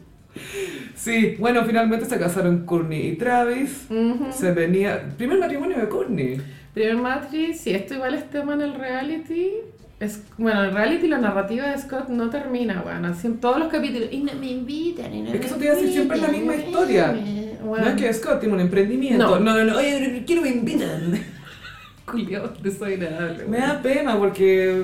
Speaker 1: Sí, bueno, finalmente se casaron Courtney y Travis.
Speaker 2: Ujú.
Speaker 1: Se venía. Primer matrimonio de Courtney.
Speaker 2: Primer Matri, si esto igual es tema en el reality, es, bueno, en el reality la narrativa de Scott no termina, bueno, así en todos los capítulos. Y no me invitan, y no
Speaker 1: Es que eso
Speaker 2: me
Speaker 1: te iba a decir, siempre es la
Speaker 2: invitan,
Speaker 1: misma historia.
Speaker 2: eh,
Speaker 1: No
Speaker 2: Bueno,
Speaker 1: es que Scott tiene un emprendimiento.
Speaker 2: No.
Speaker 1: no, no, oye, pero ¿por qué no me invitan?
Speaker 2: Julio, desagradable.
Speaker 1: Me
Speaker 2: bueno.
Speaker 1: da pena porque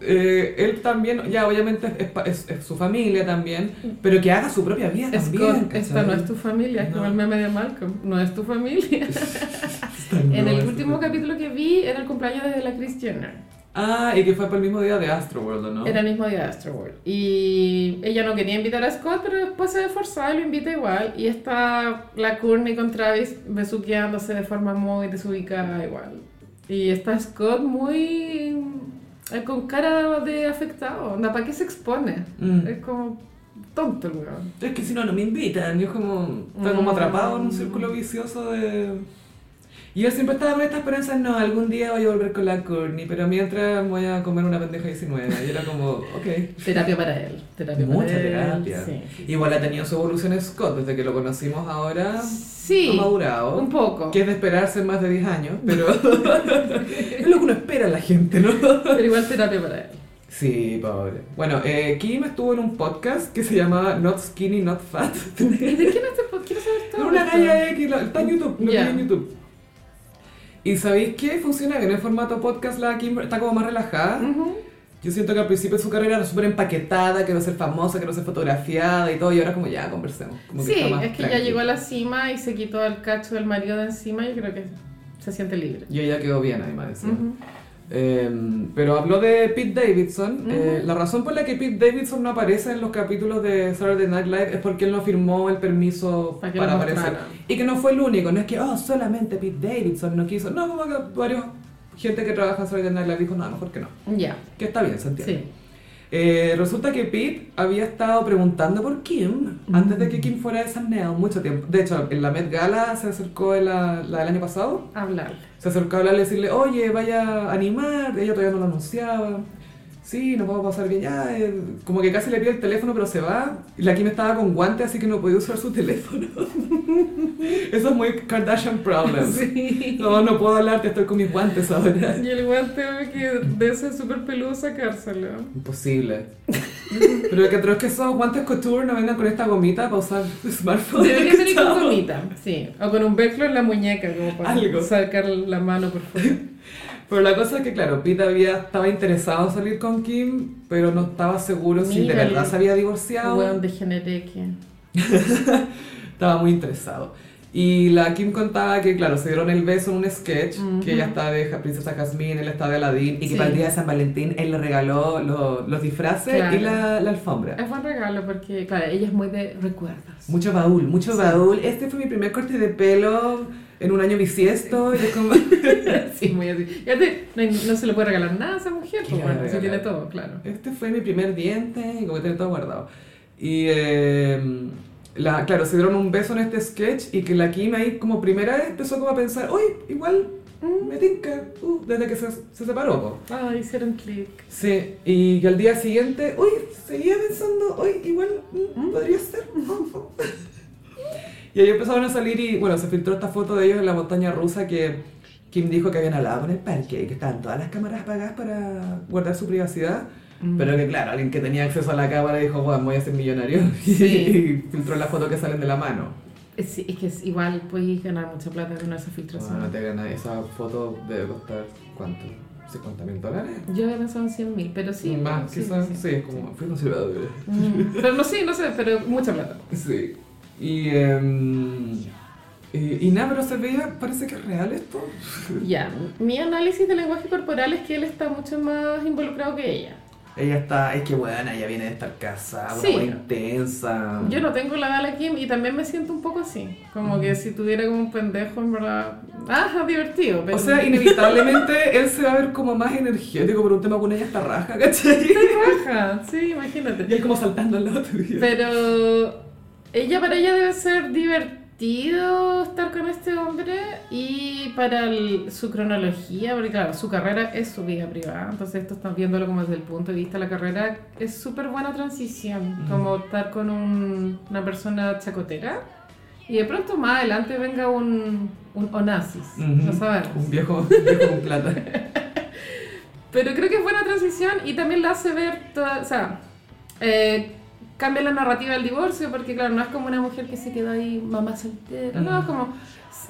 Speaker 1: eh, él también, ya obviamente es, pa- es- es su familia también, pero que haga su propia vida también.
Speaker 2: Scott, esta no es tu familia, es
Speaker 1: No.
Speaker 2: como el meme de Malcolm, no es tu familia.
Speaker 1: familia.
Speaker 2: en el último capítulo que vi era el cumpleaños de la Kris Jenner.
Speaker 1: Ah, y que fue para el mismo día de Astroworld, ¿o ¿no?
Speaker 2: Era el mismo día de Astroworld. Y ella no quería invitar a Scott, pero después se ve forzada y lo invita igual. Y está la Courtney con Travis besuqueándose de forma muy desubicada igual. Y está Scott muy... eh, con cara de afectado. Onda, ¿para qué se expone?
Speaker 1: Mm.
Speaker 2: Es como... tonto el weón.
Speaker 1: Es que si no, no me invitan. Yo como, está
Speaker 2: Mm.
Speaker 1: como atrapado en un círculo vicioso de... Y yo siempre estaba con esta esperanza, no, algún día voy a volver con la Courtney, pero mientras voy a comer una pendeja 19. Y era como, ok.
Speaker 2: Terapia para él. Terapia
Speaker 1: Mucha
Speaker 2: para él,
Speaker 1: terapia.
Speaker 2: Sí.
Speaker 1: Igual ha tenido su evolución Scott, desde que lo conocimos ahora
Speaker 2: Sí,
Speaker 1: ha madurado.
Speaker 2: un poco.
Speaker 1: Que es de esperarse más de 10 años, pero es lo que uno espera a la gente, ¿no?
Speaker 2: Pero igual terapia para él.
Speaker 1: Sí, pobre. Bueno, eh, Kim estuvo en un podcast que se llamaba Not Skinny, Not Fat.
Speaker 2: ¿Y de quién es este podcast? Quiero saber todo.
Speaker 1: Era una
Speaker 2: esto.
Speaker 1: galla X, la- está en YouTube, lo
Speaker 2: Ya.
Speaker 1: vi en YouTube. ¿Y sabéis qué? Funciona que en el formato podcast la Kim está como más relajada.
Speaker 2: Ujú.
Speaker 1: Yo siento que al principio de su carrera era súper empaquetada, quiero ser famosa, quiero ser fotografiada y todo, y ahora como ya conversemos. Como
Speaker 2: Sí,
Speaker 1: está más
Speaker 2: es que ya
Speaker 1: tranqui.
Speaker 2: llegó a la cima y se quitó el cacho del marido de encima y creo que se siente libre.
Speaker 1: Y ella quedó bien además. encima.
Speaker 2: Ujú.
Speaker 1: Eh, pero habló de Pete Davidson.
Speaker 2: Ujú.
Speaker 1: Eh, la razón por la que Pete Davidson no aparece en los capítulos de Saturday Night Live es porque él no firmó el permiso
Speaker 2: Para
Speaker 1: para,
Speaker 2: que lo
Speaker 1: aparecer.
Speaker 2: mostraran.
Speaker 1: Y que no fue el único, no es que oh, solamente Pete Davidson no quiso. No, como que varios gente que trabaja en Saturday Night Live dijo, no, mejor que no.
Speaker 2: Ya,
Speaker 1: Que está bien, se entiende.
Speaker 2: sí.
Speaker 1: Eh, resulta que Pete había estado preguntando por Kim antes
Speaker 2: Mm.
Speaker 1: de que Kim fuera de SNL mucho tiempo. De hecho, en la Met Gala se acercó en la- la del año pasado
Speaker 2: Hablarle.
Speaker 1: se acercó a hablarle y decirle, oye, vaya a animar, ella todavía no lo anunciaba, sí, nos vamos a pasar bien, ya, eh, como que casi le pide el teléfono, pero se va, y la Kim estaba con guante, así que no podía usar su teléfono. Eso es muy Kardashian Problems.
Speaker 2: Sí.
Speaker 1: No, no puedo hablarte, estoy con mis guantes ahora.
Speaker 2: Y el guante que de ese es súper peludo sacárselo.
Speaker 1: Imposible. Pero lo que creo es que esos guantes couture no vengan con esta gomita para usar tu smartphone.
Speaker 2: Debería ser con gomita, sí. O con un velcro en la muñeca, como para
Speaker 1: Algo.
Speaker 2: sacar la mano por fuera.
Speaker 1: Pero la cosa es que, claro, Pete había, estaba interesado en salir con Kim, pero no estaba seguro si de
Speaker 2: Mira,
Speaker 1: verdad se había divorciado.
Speaker 2: Weón degeneré que.
Speaker 1: Estaba muy interesado. Y la Kim contaba que, claro, se dieron el beso en un sketch, que ella está de ja- Princesa Jasmine, él está de Aladdin, y que
Speaker 2: Sí.
Speaker 1: para el día de San Valentín él le regaló lo- los disfraces
Speaker 2: Claro.
Speaker 1: y la, la alfombra.
Speaker 2: Es buen regalo porque, claro, ella es muy de recuerdos.
Speaker 1: Mucho baúl, mucho baúl. Este fue mi primer corte de pelo en un año bisiesto. Y es como...
Speaker 2: Sí, muy así. Fíjate, no, hay- no se le puede regalar nada a esa mujer,
Speaker 1: ¿Qué le
Speaker 2: pues
Speaker 1: va a
Speaker 2: bueno, sí
Speaker 1: regalar?
Speaker 2: tiene todo, claro.
Speaker 1: Este fue mi primer diente y como que tenía todo guardado. Y eh, la, claro, se dieron un beso en este sketch y que la Kim ahí como primera vez empezó como a pensar, uy, igual me tinca, uh", desde que se, se separó. po.
Speaker 2: Mm. Ah, hicieron clic.
Speaker 1: Sí, y que al día siguiente, uy, seguía pensando, uy, igual mm, podría ser. y ahí empezaron a salir y, bueno, se filtró esta foto de ellos en la montaña rusa que Kim dijo que habían hablado con el parque y que estaban todas las cámaras apagadas para guardar su privacidad.
Speaker 2: Mm.
Speaker 1: Pero que claro, alguien que tenía acceso a la cámara dijo, bueno, voy a ser millonario.
Speaker 2: Sí.
Speaker 1: y filtró las fotos que salen de la mano.
Speaker 2: Es, Eh, sí, es que es igual puedes ganar mucha plata con esa
Speaker 1: Bueno,
Speaker 2: filtración.
Speaker 1: no te ganas, esa foto debe costar, ¿cuánto? ¿50 mil dólares?
Speaker 2: Yo había pensado en 100 mil, pero sí.
Speaker 1: Más,
Speaker 2: sí,
Speaker 1: quizás,
Speaker 2: sí.
Speaker 1: Mm, sí, es como, fui conservadora.
Speaker 2: Mm, Pero no sé, no sé, pero mucha plata.
Speaker 1: Sí. Y, em, y, y nada, pero se veía, parece que es real esto.
Speaker 2: Ya, mi análisis de lenguaje corporal es que él está mucho más involucrado que ella.
Speaker 1: Ella está, es que bueno, ella viene de estar casada,
Speaker 2: Sí.
Speaker 1: muy intensa.
Speaker 2: Yo no tengo la edad de la Kim y también me siento un poco así. Como
Speaker 1: Mm.
Speaker 2: que si tuviera como un pendejo, en verdad. ¡Ah, divertido! Pero
Speaker 1: O sea, inevitablemente él se va a ver como más energético por un tema con ella está raja, ¿cachai?
Speaker 2: raja, sí, imagínate.
Speaker 1: Y él como saltando al lado tuyo.
Speaker 2: Pero ella para ella debe ser divertido estar con este hombre y para el- su cronología, porque claro, su carrera es su vida privada, entonces esto están viéndolo como desde el punto de vista de la carrera, es súper buena
Speaker 1: Mm.
Speaker 2: transición, como estar con un- una persona chacotera y de pronto más adelante venga un, un onasis,
Speaker 1: Ujú.
Speaker 2: no sabemos.
Speaker 1: Un viejo, un viejo con plata.
Speaker 2: Pero creo que es buena transición y también la hace ver toda, o sea, eh, cambia la narrativa del divorcio porque claro, no es como una mujer que se quedó ahí mamá soltera, no,
Speaker 1: Mm.
Speaker 2: es como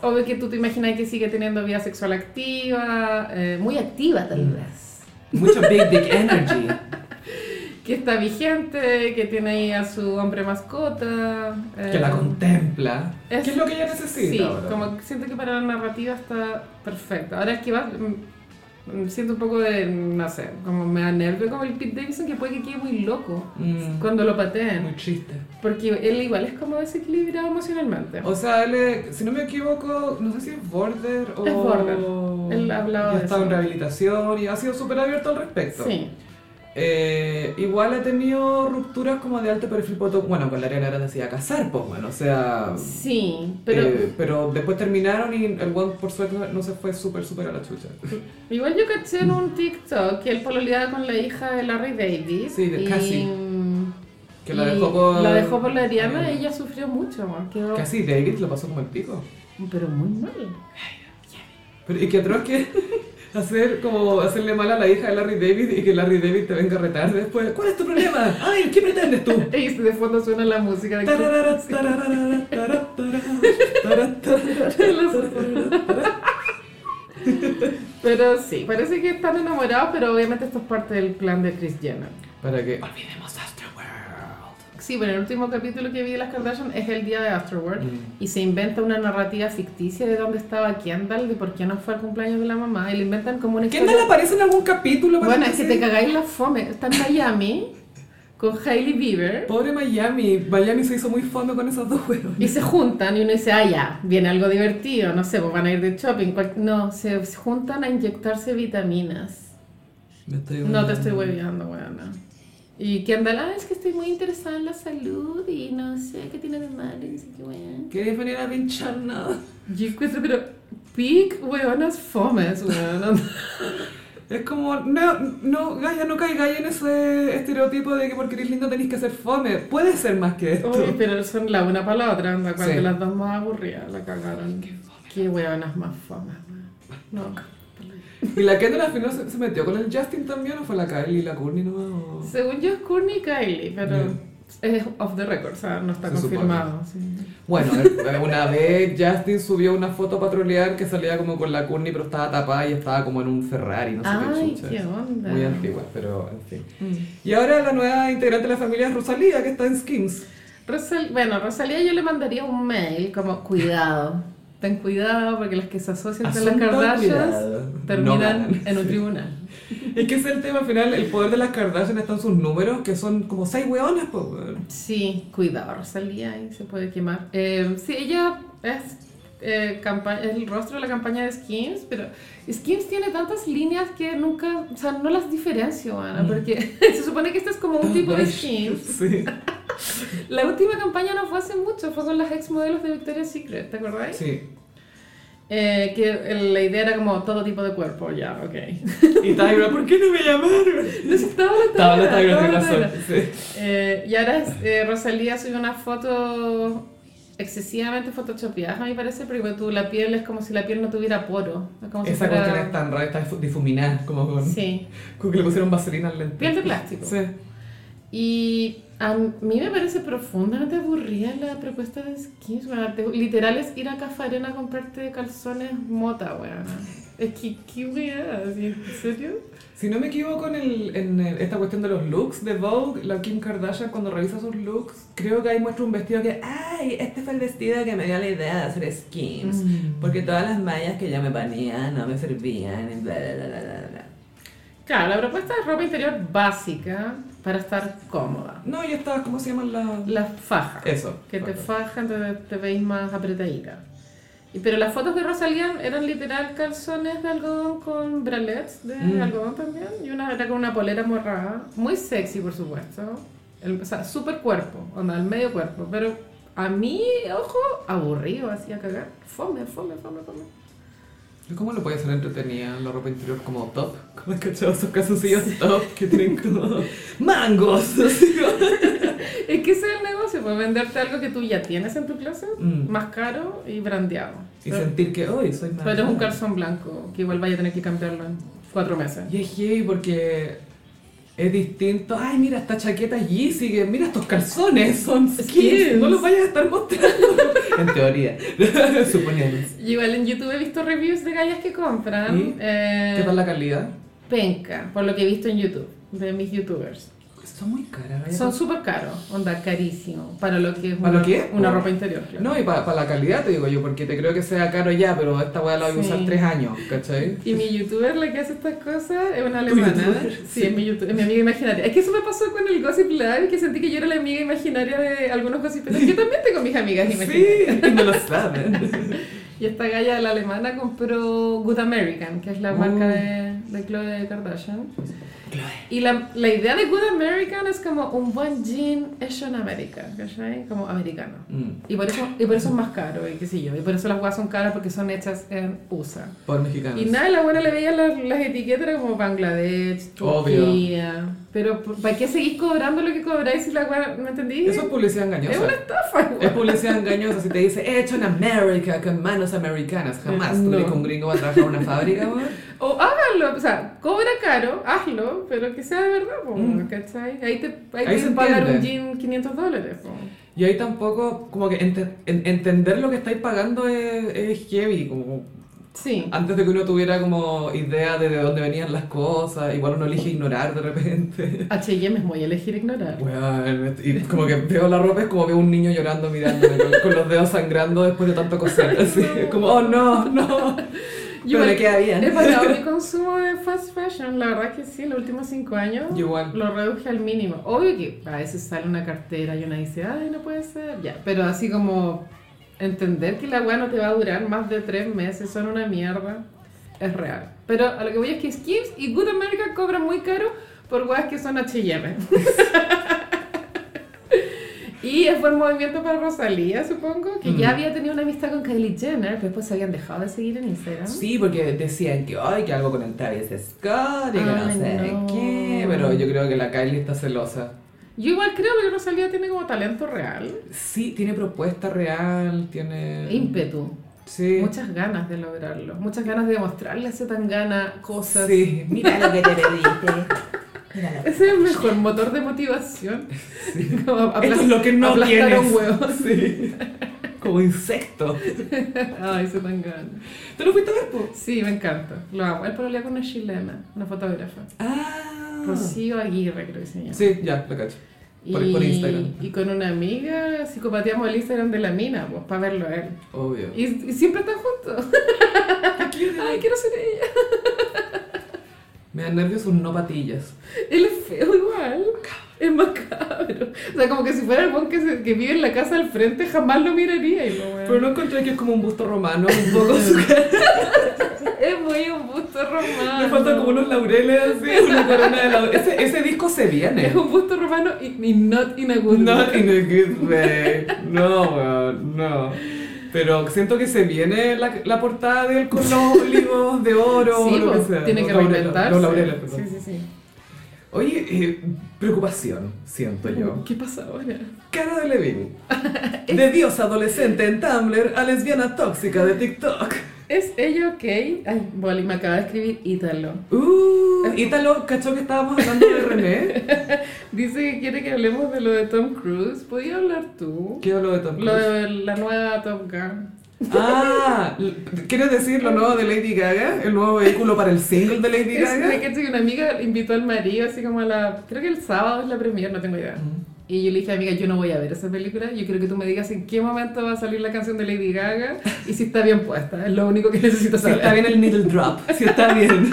Speaker 2: obvio que tú te imaginas que sigue teniendo vida sexual activa, eh, muy activa tal
Speaker 1: Mm.
Speaker 2: vez.
Speaker 1: Mucho big dick energy.
Speaker 2: Que está vigente, que tiene ahí a su hombre mascota. eh,
Speaker 1: Que la contempla.
Speaker 2: es-
Speaker 1: ¿Qué es lo que ella necesita?
Speaker 2: Sí,
Speaker 1: ahora?
Speaker 2: como que siento que para la narrativa está perfecta. Ahora es que va, mm, mm, siento un poco de, no sé, como me da nervio como el Pete Davidson que puede que quede muy loco
Speaker 1: Mm.
Speaker 2: cuando lo
Speaker 1: Muy
Speaker 2: pateen.
Speaker 1: triste.
Speaker 2: Porque él igual es como desequilibrado emocionalmente.
Speaker 1: O sea, él, es- si no me equivoco, no sé si es border o...
Speaker 2: Es border. Él ha hablado
Speaker 1: ya
Speaker 2: de
Speaker 1: está
Speaker 2: eso.
Speaker 1: en rehabilitación y ha sido súper abierto al respecto.
Speaker 2: Sí.
Speaker 1: eh, igual ha tenido rupturas como de alto perfil, poto- bueno, con la Ariana Grande se iba a casar, pues, bueno, o sea...
Speaker 2: Sí, pero
Speaker 1: Pero, pero después terminaron y el one por suerte no se fue súper, súper a la chucha.
Speaker 2: igual yo caché en un TikTok que él pololeaba con la hija de Larry Davis.
Speaker 1: Sí, de
Speaker 2: y- mm,
Speaker 1: Cassie. Que la
Speaker 2: y
Speaker 1: dejó por...
Speaker 2: La dejó por la Ariana y ella sufrió mucho, man, quedó-
Speaker 1: Casi David lo pasó como el pico.
Speaker 2: pero muy mal.
Speaker 1: Pero, y que atroz que hacer como hacerle mal a la hija de Larry David y que Larry David te venga a retar después. ¿Cuál es tu problema? Ay, ¿qué pretendes tú?
Speaker 2: Y de fondo suena la música de
Speaker 1: Tararara, tararara, tarara, tarara, tarara.
Speaker 2: Pero sí, parece que están enamorados, pero obviamente esto es parte del plan de Chris Jenner.
Speaker 1: Para que olvidemos Astroworld.
Speaker 2: Sí, pero en el último capítulo que vi de las Kardashian es el día de Afterworld
Speaker 1: Mm.
Speaker 2: y se inventa una narrativa ficticia de dónde estaba Kendall, de por qué no fue al cumpleaños de la mamá y le inventan como una historia.
Speaker 1: ¿Kendall aparece en algún capítulo?
Speaker 2: Bueno, es que te
Speaker 1: parece?
Speaker 2: cagáis la fome. Está en Miami con Hailey Bieber
Speaker 1: Pobre Miami. Miami se hizo muy fondo con esos dos juegos.
Speaker 2: y se juntan y uno dice, ah, ya, viene algo divertido, no sé, pues van a ir de shopping. cual- No, se se juntan a inyectarse vitaminas. No te estoy hueveando, weona. Y Kendall, ah, es que estoy muy interesada en la salud y no sé qué tiene de malo y no sé qué weón.
Speaker 1: ¿Quieres venir a pinchar nada?
Speaker 2: Yo encuentro, pero, pic, weonas fomes, weón.
Speaker 1: Es como, no, no, Gaia, no caigáis en ese estereotipo de que porque eres lindo tenéis que ser fome. Puede ser más que esto.
Speaker 2: Oye, pero son la una para la otra, anda, cuál
Speaker 1: Sí.
Speaker 2: de las dos más aburridas la cagaron. Qué, weonas más fomes, weón. No.
Speaker 1: ¿Y la Kendall al final se, se metió con el Justin también o fue la Kylie y la Courtney no?
Speaker 2: Según yo es Courtney y Kylie, pero
Speaker 1: Ya.
Speaker 2: es off the record, o sea, no está
Speaker 1: Se supone.
Speaker 2: confirmado. sí.
Speaker 1: Bueno, una vez Justin subió una foto para trolear que salía como con la Courtney pero estaba tapada y estaba como en un Ferrari, no sé
Speaker 2: Ay,
Speaker 1: qué chucha.
Speaker 2: qué onda. Mm.
Speaker 1: Muy antigua, pero en fin. Y ahora la nueva integrante de la familia es Rosalía, que está en Skims.
Speaker 2: Rosal- bueno, Rosalía yo le mandaría un mail como cuidado. Ten cuidado porque las que se asocian con las
Speaker 1: Asunto
Speaker 2: Ah, Kardashians
Speaker 1: cuidado. No
Speaker 2: terminan
Speaker 1: ganan.
Speaker 2: en un tribunal.
Speaker 1: Es que ese es el tema al final, el poder de las Kardashian está en sus números, que son como seis hueonas, pues. weón.
Speaker 2: Sí, cuidado Rosalía, ahí se puede quemar. Eh, sí, ella es, eh, campa- es el rostro de la campaña de Skims, pero Skims tiene tantas líneas que nunca, o sea, no las diferencio,
Speaker 1: Mm.
Speaker 2: Ana, porque se supone que este es como
Speaker 1: Ah,
Speaker 2: un tipo de Skims.
Speaker 1: Sí,
Speaker 2: La última campaña no fue hace mucho, fue con las ex modelos de Victoria's Secret, ¿te acordáis?
Speaker 1: sí.
Speaker 2: Eh, que el- la idea era como todo tipo de cuerpo, ya, ok.
Speaker 1: Y Tyra, ¿por qué no me llamaron?
Speaker 2: No sé, estaba la
Speaker 1: Estaba la
Speaker 2: tabla,
Speaker 1: Tyra,
Speaker 2: estaba
Speaker 1: tenés
Speaker 2: la
Speaker 1: razón.
Speaker 2: tabla.
Speaker 1: Sí.
Speaker 2: Eh, y ahora eh, Rosalía subió una foto excesivamente photoshopeada, a mí parece, porque tú, la piel es como si la piel no tuviera poro. Es como si
Speaker 1: Esa
Speaker 2: fuera-
Speaker 1: cuestión es tan rara, está difu- difuminada, como con,
Speaker 2: Sí,
Speaker 1: con que le pusieron vaselina al lente.
Speaker 2: piel de plástico.
Speaker 1: Sí.
Speaker 2: Y a mí me parece profundamente aburrida la propuesta de skins, weón. Te- Literal es ir a Cafarena a comprarte calzones mota, weón. Es que, ¿qué weón? ¿En serio?
Speaker 1: Si no me equivoco, en, el- en el- esta cuestión de los looks de Vogue, la Kim Kardashian cuando revisa sus looks, creo que ahí muestra un vestido que, ay, este fue el vestido que me dio la idea de hacer skins.
Speaker 2: Mm.
Speaker 1: Porque todas las mallas que ya me ponían no me servían y bla, bla, bla, bla, bla, bla.
Speaker 2: Claro, la propuesta es ropa interior básica para estar cómoda.
Speaker 1: No, y estas, ¿cómo se llaman las...?
Speaker 2: Las fajas.
Speaker 1: Eso.
Speaker 2: Que te
Speaker 1: Bueno.
Speaker 2: fajan, te, te veis más apretadita. Y- Pero las fotos de Rosalía eran literal calzones de algodón con bralets de
Speaker 1: Mm.
Speaker 2: algodón también. Y una era con una polera morrada. Muy sexy, por supuesto. El- o sea, super cuerpo, onda, el medio cuerpo. Pero a mí, ojo, aburrido, así a cagar. Fome, fome, fome, fome.
Speaker 1: ¿Cómo lo puede hacer entretenida la ropa interior como top? ¿Cómo es cachado esos calzoncillos top que tienen como mangos? Así como-
Speaker 2: Es que ese es el negocio, pues venderte algo que tú ya tienes en tu clase,
Speaker 1: Mm.
Speaker 2: más caro y brandeado.
Speaker 1: Y
Speaker 2: Pero-
Speaker 1: sentir que hoy soy más.
Speaker 2: Pero es un calzón blanco, que igual vaya a tener que cambiarlo en cuatro meses.
Speaker 1: Y es heavy porque es distinto. Ay, mira esta chaqueta Yeezy, que mira estos calzones, son skins.
Speaker 2: Skins.
Speaker 1: No los vayas a estar mostrando. en teoría, suponiendo.
Speaker 2: Y Igual en YouTube he visto reviews de gallas que compran.
Speaker 1: ¿Y?
Speaker 2: eh,
Speaker 1: ¿Qué tal la calidad?
Speaker 2: Penca, por lo que he visto en YouTube, de mis youtubers.
Speaker 1: Son muy caras. vaya.
Speaker 2: Son súper caros, onda carísimo, para lo que es
Speaker 1: Ah, ¿Para
Speaker 2: una,
Speaker 1: lo que es?
Speaker 2: una ropa interior. claro.
Speaker 1: No, y para la calidad te digo yo, porque te creo que sea caro ya, pero esta weá la voy a usar
Speaker 2: Sí.
Speaker 1: tres años, ¿cachai?
Speaker 2: Y mi youtuber, la que hace estas cosas, es una alemana.
Speaker 1: youtuber?
Speaker 2: Sí, es mi, youtu- es mi amiga imaginaria. Es que eso me pasó con el Gossip Live, que sentí que yo era la amiga imaginaria de algunos gossiperos. Yo también tengo mis amigas
Speaker 1: Sí,
Speaker 2: imaginarias.
Speaker 1: y no lo saben.
Speaker 2: Y esta galla, la alemana, compró Good American, que es la
Speaker 1: Mm.
Speaker 2: marca de, de Chloe Kardashian. Y la, la idea de Good American es como un buen jean hecho en América, ¿cachai? Como americano.
Speaker 1: Mm.
Speaker 2: Y por, eso, y por eso es más caro, y qué sé yo. Y por eso las guas son caras porque son hechas en USA.
Speaker 1: Por mexicanos.
Speaker 2: Y nada, la buena le veía las, las etiquetas era como Bangladesh,
Speaker 1: Obvio.
Speaker 2: Turquía. Pero ¿para qué seguís cobrando lo que cobráis si la buena, ¿me entendí?
Speaker 1: Eso es publicidad engañosa.
Speaker 2: es una estafa.
Speaker 1: Es publicidad engañosa si te dice hecho en América con manos americanas. Jamás.
Speaker 2: No.
Speaker 1: Tú eres un gringo va a trabajar en una fábrica, weón.
Speaker 2: O háganlo, o sea, cobra caro, hazlo, pero que sea de verdad, po, ¿cachai? Ahí te, ahí
Speaker 1: Mm. Ahí
Speaker 2: te
Speaker 1: se
Speaker 2: pagar un
Speaker 1: entiende.
Speaker 2: jean 500 dólares, po.
Speaker 1: Y ahí tampoco, como que ente- en- entender lo que estáis pagando es, es heavy. Como
Speaker 2: Sí.
Speaker 1: antes de que uno tuviera como idea de, de dónde venían las cosas, igual uno elige ignorar de repente.
Speaker 2: H&M es muy elegir ignorar.
Speaker 1: Weón, y como que veo la ropa es como veo un niño llorando mirándome con, con los dedos sangrando después de tanto coser. Así, como, oh no, no. Pero
Speaker 2: Yo igual-
Speaker 1: le queda bien.
Speaker 2: He parado mi consumo de fast fashion, la verdad que sí, los últimos 5 años
Speaker 1: Yo igual.
Speaker 2: lo reduje al mínimo. Obvio que a veces sale una cartera y una dice, ay, no puede ser, ya. Pero así como entender que la weá no te va a durar más de 3 meses, son una mierda, es real. Pero a lo que voy es que Skips y Good America cobran muy caro por weas que son H&M. Y es buen movimiento para Rosalía, supongo, que ya había tenido una amistad con Kylie Jenner, pero después se habían dejado de seguir en Instagram.
Speaker 1: Sí, porque decían que, ay, que algo con el Travis Scott y que no
Speaker 2: Ay,
Speaker 1: sé
Speaker 2: no.
Speaker 1: qué. Pero yo creo que la Kylie está celosa.
Speaker 2: Yo igual creo que Rosalía tiene como talento real,
Speaker 1: Sí, tiene propuesta real, tiene...
Speaker 2: ímpetu,
Speaker 1: Sí.
Speaker 2: muchas ganas de lograrlo, muchas ganas de demostrarle a tan gana cosas.
Speaker 1: Sí,
Speaker 3: Mira lo que te pediste. Mira lo
Speaker 2: Ese es el mejor motor de motivación. Como aplas-
Speaker 1: Esto es lo que no
Speaker 2: aplastar a un
Speaker 1: tienes.
Speaker 2: huevo.
Speaker 1: Sí. Como insecto.
Speaker 2: Ay, se tan gana.
Speaker 1: ¿Tú no fuiste a ver, po?
Speaker 2: Sí, me encanta. Lo amo. Él pololea con una chilena, una fotógrafa.
Speaker 1: Ah.
Speaker 2: Rocío Aguirre, creo que se llama.
Speaker 1: Sí, ya, lo cacho. Por,
Speaker 2: y,
Speaker 1: por Instagram,
Speaker 2: y con una amiga psicopateamos el Instagram de la mina, pues, para verlo a él.
Speaker 1: obvio.
Speaker 2: Y, y siempre están juntos. Ay, quiero ser ella.
Speaker 1: Me dan nervios sus no patillas.
Speaker 2: Él es feo igual. Es macabro. O sea, como que si fuera el buen que, se- que vive en la casa al frente, jamás lo miraría. Y lo, weón.
Speaker 1: Pero no encontré que es como un busto romano, un poco su cara.
Speaker 2: Es muy un busto romano.
Speaker 1: Le faltan como unos laureles así, una corona de laureles. Ese, ese disco se viene.
Speaker 2: Es un busto romano y, y not in a good
Speaker 1: Not
Speaker 2: way.
Speaker 1: in a good way. No, weón, no. Pero siento que se viene la, la portada de él con los olivos de oro
Speaker 2: Sí,
Speaker 1: o lo que
Speaker 2: pues,
Speaker 1: sea.
Speaker 2: tiene
Speaker 1: los
Speaker 2: que
Speaker 1: laureles,
Speaker 2: reinventarse.
Speaker 1: Los laureles, perdón.
Speaker 2: sí, sí, sí.
Speaker 1: Oye, eh, preocupación, siento yo.
Speaker 2: ¿Qué pasa ahora?
Speaker 1: Cara de Levin. De dios adolescente en Tumblr a lesbiana tóxica de TikTok.
Speaker 2: ¿Es ella ok? Ay, Boli, me acaba de escribir Ítalo.
Speaker 1: Uh, Ítalo, cachó que estábamos hablando de René.
Speaker 2: Dice que quiere que hablemos de lo de Tom Cruise. ¿Podías hablar tú?
Speaker 1: ¿Qué habló de Tom
Speaker 2: Lo
Speaker 1: Cruise?
Speaker 2: de la nueva Top Gun.
Speaker 1: Ah, ¿quieres decir lo nuevo de Lady Gaga? ¿El nuevo vehículo para el single de Lady
Speaker 2: Es
Speaker 1: Gaga?
Speaker 2: me cacho que una amiga invitó al marido así como a la... Creo que el sábado es la premier, no tengo idea. Y yo le dije, amiga, yo no voy a ver esa película. Yo quiero que tú me digas en qué momento va a salir la canción de Lady Gaga y si está bien puesta. Es lo único que necesito
Speaker 1: Si
Speaker 2: saber.
Speaker 1: está bien el needle drop, si está bien.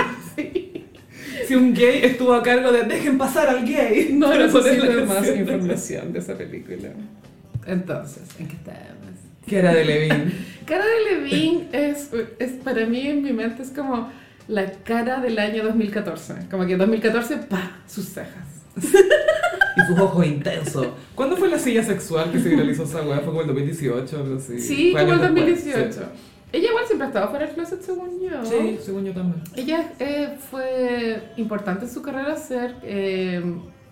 Speaker 1: Si un gay estuvo a cargo de dejen pasar al gay.
Speaker 2: No
Speaker 1: para poner la
Speaker 2: necesito más
Speaker 1: canción.
Speaker 2: información de esa película. Entonces, ¿en qué estábamos?
Speaker 1: Que era de Levin.
Speaker 2: Cara de Levine es, es para mí en mi mente es como la cara del año 2014. Como que 2014, pa, sus cejas.
Speaker 1: Y sus ojos intensos. ¿Cuándo fue la silla sexual que se viralizó esa weá? Fue como el 2018 o algo así.
Speaker 2: Sí,
Speaker 1: Fue
Speaker 2: como el
Speaker 1: años después,
Speaker 2: 2018. Ella igual siempre ha estado fuera del closet, según yo.
Speaker 1: Sí, Sí, según yo también.
Speaker 2: Ella eh, fue importante en su carrera ser eh,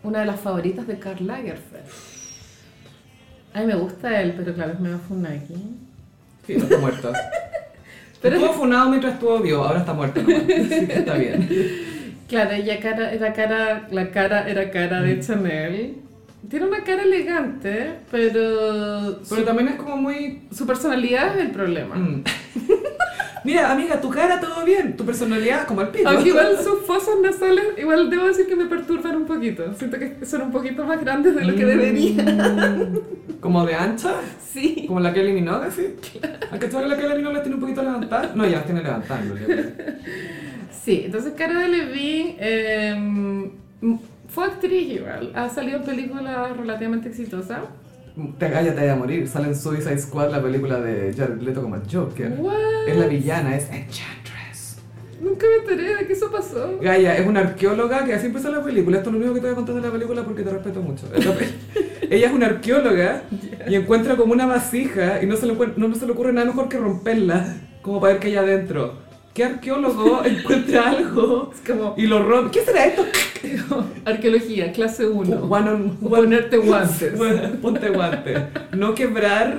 Speaker 2: una de las favoritas de Karl Lagerfeld. A mí me gusta él, pero claro, es medio funaki.
Speaker 1: Sí, no está muerta.
Speaker 2: Pero-
Speaker 1: estuvo funado mientras estuvo vivo, ahora está muerto nomás. Así que está bien.
Speaker 2: Claro, ella cara, era cara, la cara era cara de Chanel. Tiene una cara elegante, pero
Speaker 1: Pero
Speaker 2: su,
Speaker 1: también es como muy.
Speaker 2: su personalidad es el problema.
Speaker 1: mm. Mira, amiga, tu cara todo bien, tu personalidad como el pito.
Speaker 2: Aunque igual sus fosas nasales, igual debo decir que me perturban un poquito. Siento que son un poquito más grandes de lo que debería.
Speaker 1: Mm. Como de ancha,
Speaker 2: Sí.
Speaker 1: como la que eliminó, así. ¿Has cachado que la que eliminó las tiene un poquito levantadas? No, ya las tiene levantadas. en realidad.
Speaker 2: Sí, entonces Cara de Levine em, fue actriz igual. Ha salido en películas relativamente exitosas.
Speaker 1: Te ya te vaya a morir. Sale en Suicide Squad la película de Jared Leto como el Joker.
Speaker 2: What?
Speaker 1: Es la villana, es Enchantress.
Speaker 2: Nunca me enteré de que eso pasó.
Speaker 1: Gaia es una arqueóloga que así empieza la película. Esto es lo único que te voy a contar de la película porque te respeto mucho. Esta pe- Ella es una arqueóloga y encuentra como una vasija y no se, le, ocurre- no, no se le ocurre nada mejor que romperla, como para ver qué hay adentro. ¿Qué arqueólogo encuentra algo
Speaker 2: Es como
Speaker 1: y lo rompe? ¿Qué será esto?
Speaker 2: arqueología, clase 1.
Speaker 1: One on- one-
Speaker 2: Ponerte guantes.
Speaker 1: Bueno, ponte guantes. No quebrar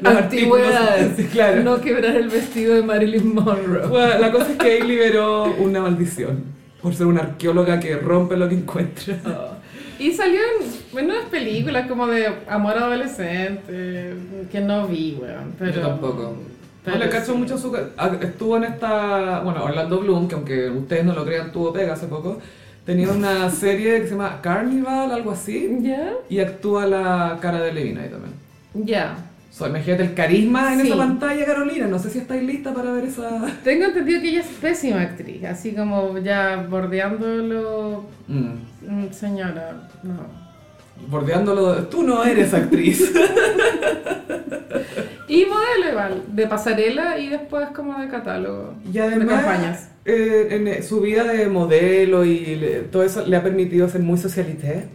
Speaker 1: los
Speaker 2: Antigüedades.
Speaker 1: artículos. Sí, claro.
Speaker 2: No quebrar el vestido de Marilyn Monroe.
Speaker 1: Bueno, la cosa es que él liberó una maldición por ser una arqueóloga que rompe lo que encuentra.
Speaker 2: Oh. Y salió en menos películas como de amor adolescente, que no vi, weón. Pero,
Speaker 1: Yo tampoco.
Speaker 2: pero
Speaker 1: No le cacho
Speaker 2: sí.
Speaker 1: mucho su... a- Estuvo en esta... Bueno, Orlando Bloom, que aunque ustedes no lo crean, tuvo pega hace poco. Tenía una serie que se llama Carnival, algo así.
Speaker 2: ¿Ya?
Speaker 1: Y actúa la cara de Levina ahí también.
Speaker 2: Ya.
Speaker 1: So, imagínate el carisma en
Speaker 2: Sí.
Speaker 1: esa pantalla, Carolina. No sé si estáis lista para ver esa...
Speaker 2: Tengo entendido que ella es pésima actriz, así como ya bordeándolo.
Speaker 1: Mm.
Speaker 2: mm, Señora, no.
Speaker 1: Bordeándolo... Tú no eres actriz.
Speaker 2: Y modelo igual, de pasarela y después como de catálogo.
Speaker 1: Y
Speaker 2: De campañas.
Speaker 1: además, eh, en eh, su vida de modelo y le- todo eso le ha permitido ser muy socialité.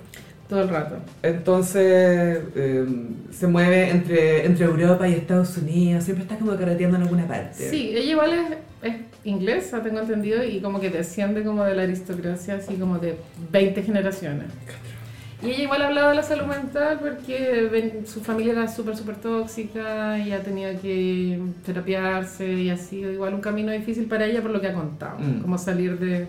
Speaker 2: Todo el rato.
Speaker 1: Entonces eh, se mueve entre, entre Europa y Estados Unidos, siempre está como carreteando en alguna parte.
Speaker 2: Sí, ella igual es, es inglesa, tengo entendido, y como que desciende como de la aristocracia, así como de 20 generaciones. Y ella igual ha hablado de la salud mental porque ven- su familia era súper, súper tóxica y ha tenido que terapiarse y ha sido igual un camino difícil para ella por lo que ha contado,
Speaker 1: Mm.
Speaker 2: como salir de,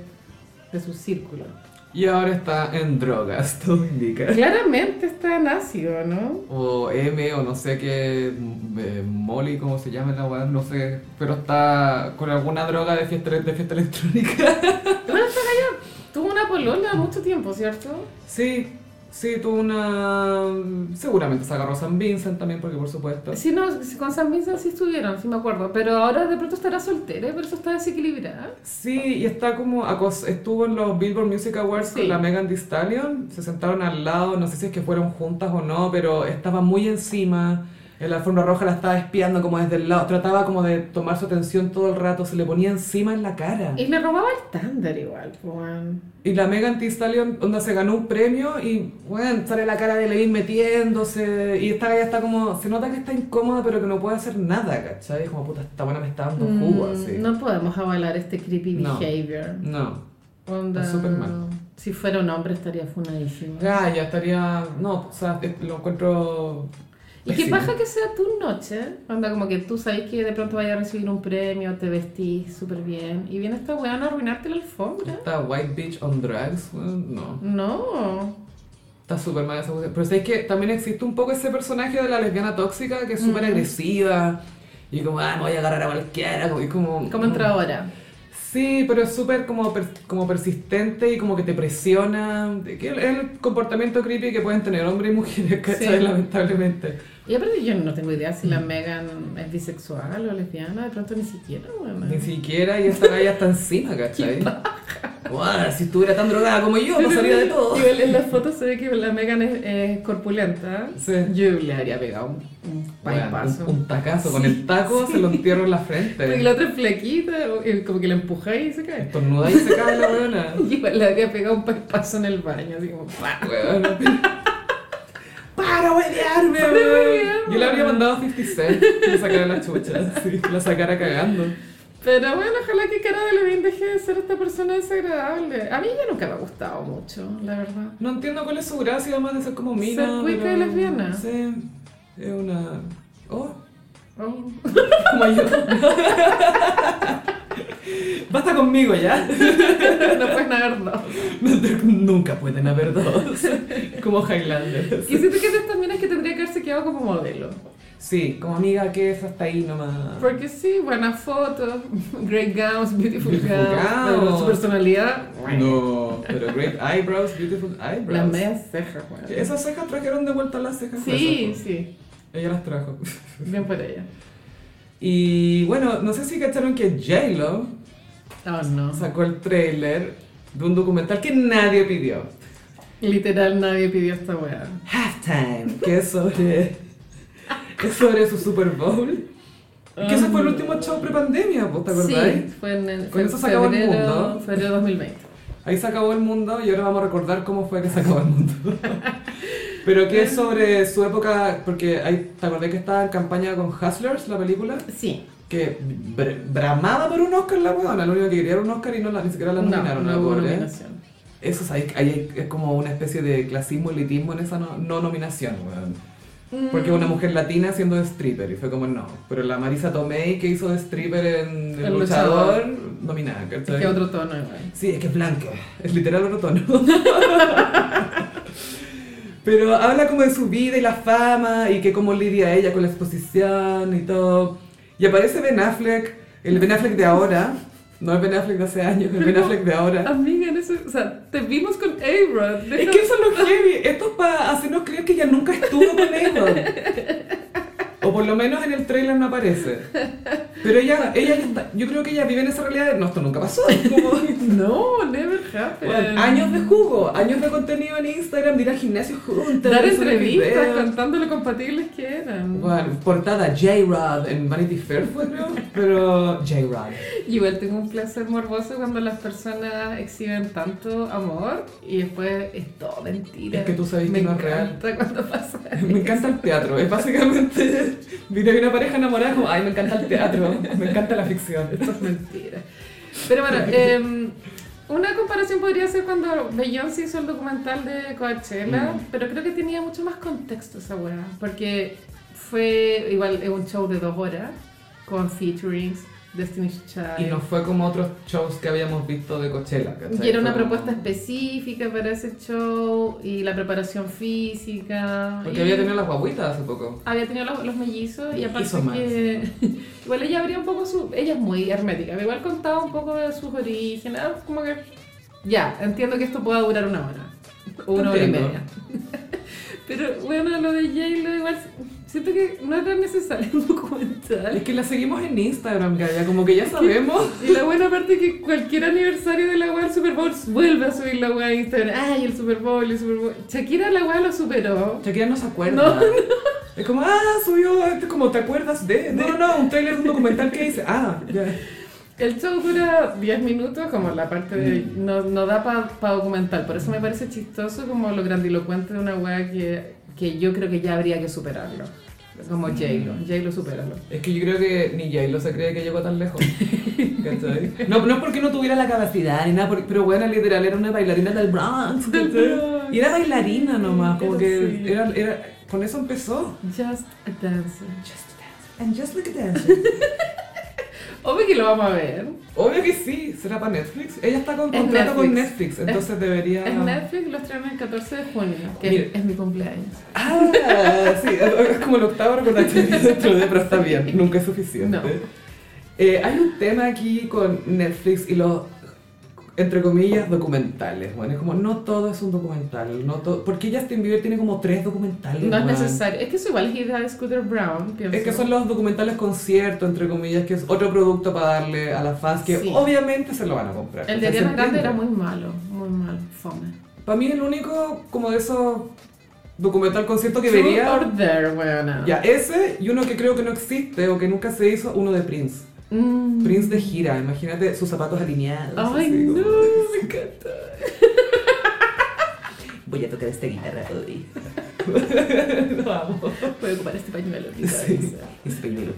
Speaker 2: de su círculo.
Speaker 1: Y ahora está en drogas, todo indica.
Speaker 2: Claramente está en ácido, ¿no?
Speaker 1: O M, o no sé qué, eh, Molly, como se llama la weá, no sé. Pero está con alguna droga de fiesta, de fiesta electrónica.
Speaker 2: Bueno, esta galla tuvo una polola mucho tiempo, ¿cierto?
Speaker 1: Sí, sí, tuvo una. Seguramente se agarró San Vincent también, porque por supuesto.
Speaker 2: Sí, no, sí, con San Vincent sí estuvieron, sí me acuerdo. Pero ahora de pronto estará soltera y por eso está desequilibrada.
Speaker 1: Sí, y está como, acos- estuvo en los Billboard Music Awards
Speaker 2: Sí.
Speaker 1: con la Megan Thee Stallion, se sentaron al lado, no sé si es que fueron juntas o no, pero estaba muy encima, en la alfombra roja la estaba espiando como desde el lado, trataba como de tomar su atención todo el rato, se le ponía encima en la cara.
Speaker 2: Y le robaba el estándar igual, po, weón.
Speaker 1: Y la Megan Thee Stallion, onda, se ganó un premio y, bueno, sale la cara de Levin metiéndose, y esta ya está como, se nota que está incómoda, pero que no puede hacer nada, ¿cachai? Como, puta, esta buena me está dando jugo,
Speaker 2: Mm,
Speaker 1: así.
Speaker 2: No podemos avalar este creepy
Speaker 1: No.
Speaker 2: behavior.
Speaker 1: no.
Speaker 2: Onda,
Speaker 1: Está súper mal.
Speaker 2: Si fuera un hombre estaría funadísimo.
Speaker 1: Ya, ya estaría. No, o sea, es- lo encuentro.
Speaker 2: ¿Y qué
Speaker 1: pésimo.
Speaker 2: pasa que sea tu noche? Onda, como que tú sabes que de pronto vayas a recibir un premio, te vestís súper bien. Y viene esta weón a arruinarte la alfombra.
Speaker 1: ¿Está White Beach on Drugs? Bueno, No.
Speaker 2: No.
Speaker 1: Está súper mal esa cuestión. Pero sabes que también existe un poco ese personaje de la lesbiana tóxica que es
Speaker 2: Mm.
Speaker 1: súper agresiva. Y como, ah, me voy a agarrar a cualquiera. como- Y como. mm.
Speaker 2: ¿Cómo entra ahora?
Speaker 1: Sí, pero es súper como, per- como persistente y como que te presiona. De que Es el comportamiento creepy que pueden tener hombres y mujeres, ¿cachai?
Speaker 2: Sí.
Speaker 1: Lamentablemente.
Speaker 2: Y aparte yo no tengo idea si
Speaker 1: Mm.
Speaker 2: la Megan es bisexual o lesbiana, de pronto ni siquiera, weón.
Speaker 1: Ni siquiera, y esta galla está encima, ¿cachai? Guau, si estuviera tan drogada como yo, no salía de todo.
Speaker 2: Igual en las fotos se ve que la Megan es, es corpulenta.
Speaker 1: Sí.
Speaker 2: Yo le haría pegado un, un
Speaker 1: Bueno,
Speaker 2: bypasso.
Speaker 1: Un, un tacazo, con el taco se lo entierro en la
Speaker 2: Porque
Speaker 1: frente.
Speaker 2: la otra es flaquita, o- eh, como que la empujáis y se cae.
Speaker 1: Estornuda y se cae la weona.
Speaker 2: Y igual le habría pegado un bypasso en el baño, así como ¡pa!
Speaker 1: Weona. ¡Para huevearme!
Speaker 2: Para huevearme.
Speaker 1: Yo le habría mandado 50 cent que le sacara la chucha, sí, que la sacara cagando.
Speaker 2: Pero bueno, ojalá que Cara de Levin deje de ser esta persona desagradable. A mí ella nunca me ha gustado mucho, la verdad.
Speaker 1: No entiendo cuál es su gracia, además de ser como mina.
Speaker 2: Ser cuica
Speaker 1: pero-
Speaker 2: y lesbiana.
Speaker 1: Sí, es una... ¡Oh!
Speaker 2: Oh.
Speaker 1: Como yo. Basta conmigo ya.
Speaker 2: no puedes nadar dos.
Speaker 1: Nunca pueden haber dos. Como Highlander.
Speaker 2: Y siento que esas también es que tendría que haberse quedado como modelo.
Speaker 1: Sí, como amiga que es hasta ahí nomás.
Speaker 2: Porque sí, buenas fotos, great gowns, beautiful,
Speaker 1: Beautiful
Speaker 2: gowns, pero su
Speaker 1: gowns.
Speaker 2: personalidad,
Speaker 1: No, pero great eyebrows, beautiful
Speaker 2: las
Speaker 1: eyebrows.
Speaker 2: medias cejas, weón.
Speaker 1: Esas cejas trajeron de vuelta las cejas.
Speaker 2: pues. Sí,
Speaker 1: Esas,
Speaker 2: sí,
Speaker 1: pues. Ella las trajo.
Speaker 2: bien por ella.
Speaker 1: Y bueno, no sé si cacharon que J-Lo
Speaker 2: Oh, no.
Speaker 1: sacó el trailer de un documental que nadie pidió.
Speaker 2: Literal, nadie pidió esta weá.
Speaker 3: Halftime.
Speaker 1: que es sobre. es sobre su Super Bowl. Que ese fue el último show prepandemia, ¿vos te acordáis?
Speaker 2: Um. Sí, fue en el,
Speaker 1: Con eso se acabó el
Speaker 2: febrero-
Speaker 1: mundo.
Speaker 2: febrero de 2020.
Speaker 1: Ahí se acabó el mundo y ahora vamos a recordar cómo fue que se acabó el mundo. Pero que
Speaker 2: Eh.
Speaker 1: es sobre su época, porque ahí te acordé que estaba en campaña con Hustlers, la película,
Speaker 2: Sí.
Speaker 1: que br- bramaba por un Oscar la weona, la única que quería era un Oscar y no la, ni siquiera la nominaron.
Speaker 2: no,
Speaker 1: la
Speaker 2: no hubo
Speaker 1: pobre.
Speaker 2: nominación.
Speaker 1: Eso es, ahí, ahí es como una especie de clasismo, elitismo en esa no, no nominación, weón.
Speaker 2: Mm.
Speaker 1: Porque una mujer latina siendo de stripper, y fue como no. Pero la Marisa Tomei que hizo de stripper en El,
Speaker 2: El
Speaker 1: luchador, nominada,
Speaker 2: Es
Speaker 1: ¿cachai?
Speaker 2: que otro tono igual.
Speaker 1: Sí, es que es blanco. Es literal otro tono. Pero habla como de su vida y la fama y que cómo lidia ella con la exposición y todo. Y aparece Ben Affleck, el Ben Affleck de ahora. No el Ben Affleck de hace años, el Ben Affleck de ahora.
Speaker 2: Amiga, en eso, o sea, te vimos con A-Rod.
Speaker 1: Es que eso es lo heavy. Esto es para hacernos creer que ella nunca estuvo con ellos. O por lo menos en el trailer no aparece. Pero ella, ella está- yo creo que ella vive en esa realidad de, no, esto nunca pasó. Como,
Speaker 2: No, never happened.
Speaker 1: Bueno, años de jugo, años de contenido en Instagram, de ir al gimnasio juntos,
Speaker 2: Dar
Speaker 1: de subir
Speaker 2: entrevistas
Speaker 1: videos.
Speaker 2: contando lo compatibles que eran.
Speaker 1: Bueno, portada J-Rod en Vanity Fair fue, creo, pero J-Rod.
Speaker 2: Y Igual tengo un placer morboso cuando las personas exhiben tanto amor y después es todo mentira.
Speaker 1: Es que tú sabes que
Speaker 2: Me
Speaker 1: no es real.
Speaker 2: encanta cuando pasa.
Speaker 1: Me encanta el teatro, es básicamente, vine una pareja enamorada como, ay, me encanta el teatro, me encanta la ficción.
Speaker 2: Esto es mentira. Pero bueno, em, una comparación podría ser cuando Beyoncé hizo el documental de Coachella,
Speaker 1: Mm.
Speaker 2: pero creo que tenía mucho más contexto esa weá, porque fue igual es un show de dos horas con featurings, Destiny's Child.
Speaker 1: Y no fue como otros shows que habíamos visto de Coachella, ¿cachai?
Speaker 2: Y era una
Speaker 1: Fue como-
Speaker 2: propuesta específica para ese show y la preparación física.
Speaker 1: Porque
Speaker 2: y-
Speaker 1: había tenido las guaguitas hace poco.
Speaker 2: había tenido los, los mellizos y
Speaker 1: Hizo
Speaker 2: aparte
Speaker 1: mal.
Speaker 2: que igual ella abría un poco su ella es muy hermética pero igual contaba un poco de sus orígenes ah, como que ya entiendo que esto pueda durar una hora o una hora y
Speaker 1: Entiendo.
Speaker 2: media pero bueno lo de J-Lo igual siento que no era necesario un
Speaker 1: Es
Speaker 2: documental
Speaker 1: que la seguimos en Instagram, Gaya, como que ya sabemos.
Speaker 2: y la buena parte es que cualquier aniversario de la weá del Super Bowl vuelve a subir la weá a Instagram. Ay, el Super Bowl, el Super Bowl. Shakira la weá lo superó.
Speaker 1: Shakira no se acuerda.
Speaker 2: No, no.
Speaker 1: Es como, ah, subió, este, como te acuerdas de. No, no, un trailer de un documental que dice, ah, ya.
Speaker 2: El show dura 10 minutos, como la parte de... No, no da para documentar, por eso me parece chistoso como lo grandilocuente de una weá que, que yo creo que ya habría que superarlo. Como
Speaker 1: Mm.
Speaker 2: J-Lo, J-Lo superalo.
Speaker 1: Es que yo creo que ni J-Lo se cree que llegó tan lejos. ¿Cachai? No, no es porque no tuviera la capacidad ni nada, porque- pero bueno, literal, era una bailarina del Bronx. ¿cachai?
Speaker 2: Del Bronx.
Speaker 1: Y era bailarina nomás, como
Speaker 2: Pero
Speaker 1: que
Speaker 2: sí.
Speaker 1: era, era, con eso empezó.
Speaker 2: Just a Dancer.
Speaker 1: And just look at that.
Speaker 2: Obvio que lo vamos a ver.
Speaker 1: Obvio que sí, será para Netflix. Ella está con
Speaker 2: Es
Speaker 1: contrato con
Speaker 2: Netflix.
Speaker 1: Netflix, entonces debería.
Speaker 2: En Netflix lo estrenan el 14 de junio, que
Speaker 1: Mira.
Speaker 2: es mi cumpleaños.
Speaker 1: Ah, sí, es como el octavo recordatorio dentro de, pero está bien, nunca es suficiente.
Speaker 2: No.
Speaker 1: Eh, hay un tema aquí con Netflix y los, entre comillas, documentales, bueno, es como no todo es un documental, no todo, porque Justin Bieber tiene como tres documentales,
Speaker 2: No es
Speaker 1: weón.
Speaker 2: necesario. Es que eso igual es idea de Scooter Brown, pienso.
Speaker 1: Es que son los documentales concierto, entre comillas, que es otro producto para darle a las fans que
Speaker 2: Sí.
Speaker 1: obviamente se lo van a comprar.
Speaker 2: El de Ariana Grande era muy malo, muy malo, fome.
Speaker 1: Para mí el único como de esos documental concierto que
Speaker 2: Truth
Speaker 1: vería...
Speaker 2: or Dare, weona.
Speaker 1: Ya, ese y uno que creo que no existe o que nunca se hizo, uno de Prince.
Speaker 2: Mm.
Speaker 1: Prince de gira, imagínate sus zapatos alineados.
Speaker 2: Ay,
Speaker 1: así
Speaker 2: no,
Speaker 1: como-
Speaker 2: me encanta.
Speaker 3: Voy a tocar esta guitarra hoy.
Speaker 1: Lo amo.
Speaker 2: Voy a ocupar este pañuelo.
Speaker 1: Sí.
Speaker 3: Es peludo.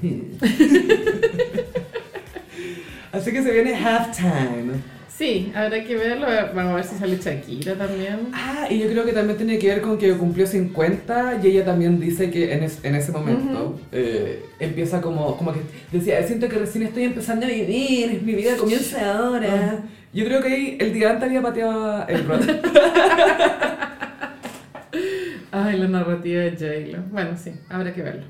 Speaker 1: Así que se viene halftime.
Speaker 2: sí, habrá que verlo. Vamos a ver si sale Shakira también.
Speaker 1: Ah, y yo creo que también tiene que ver con que cumplió 50 y ella también dice que en, es- en ese momento eh, empieza como, como que decía, siento que recién estoy empezando a vivir, mi vida comienza ahora.
Speaker 2: Ah.
Speaker 1: Yo creo que ahí el día antes había pateado el rol.
Speaker 2: Ay, la narrativa de J-Lo. Bueno, sí, habrá que verlo.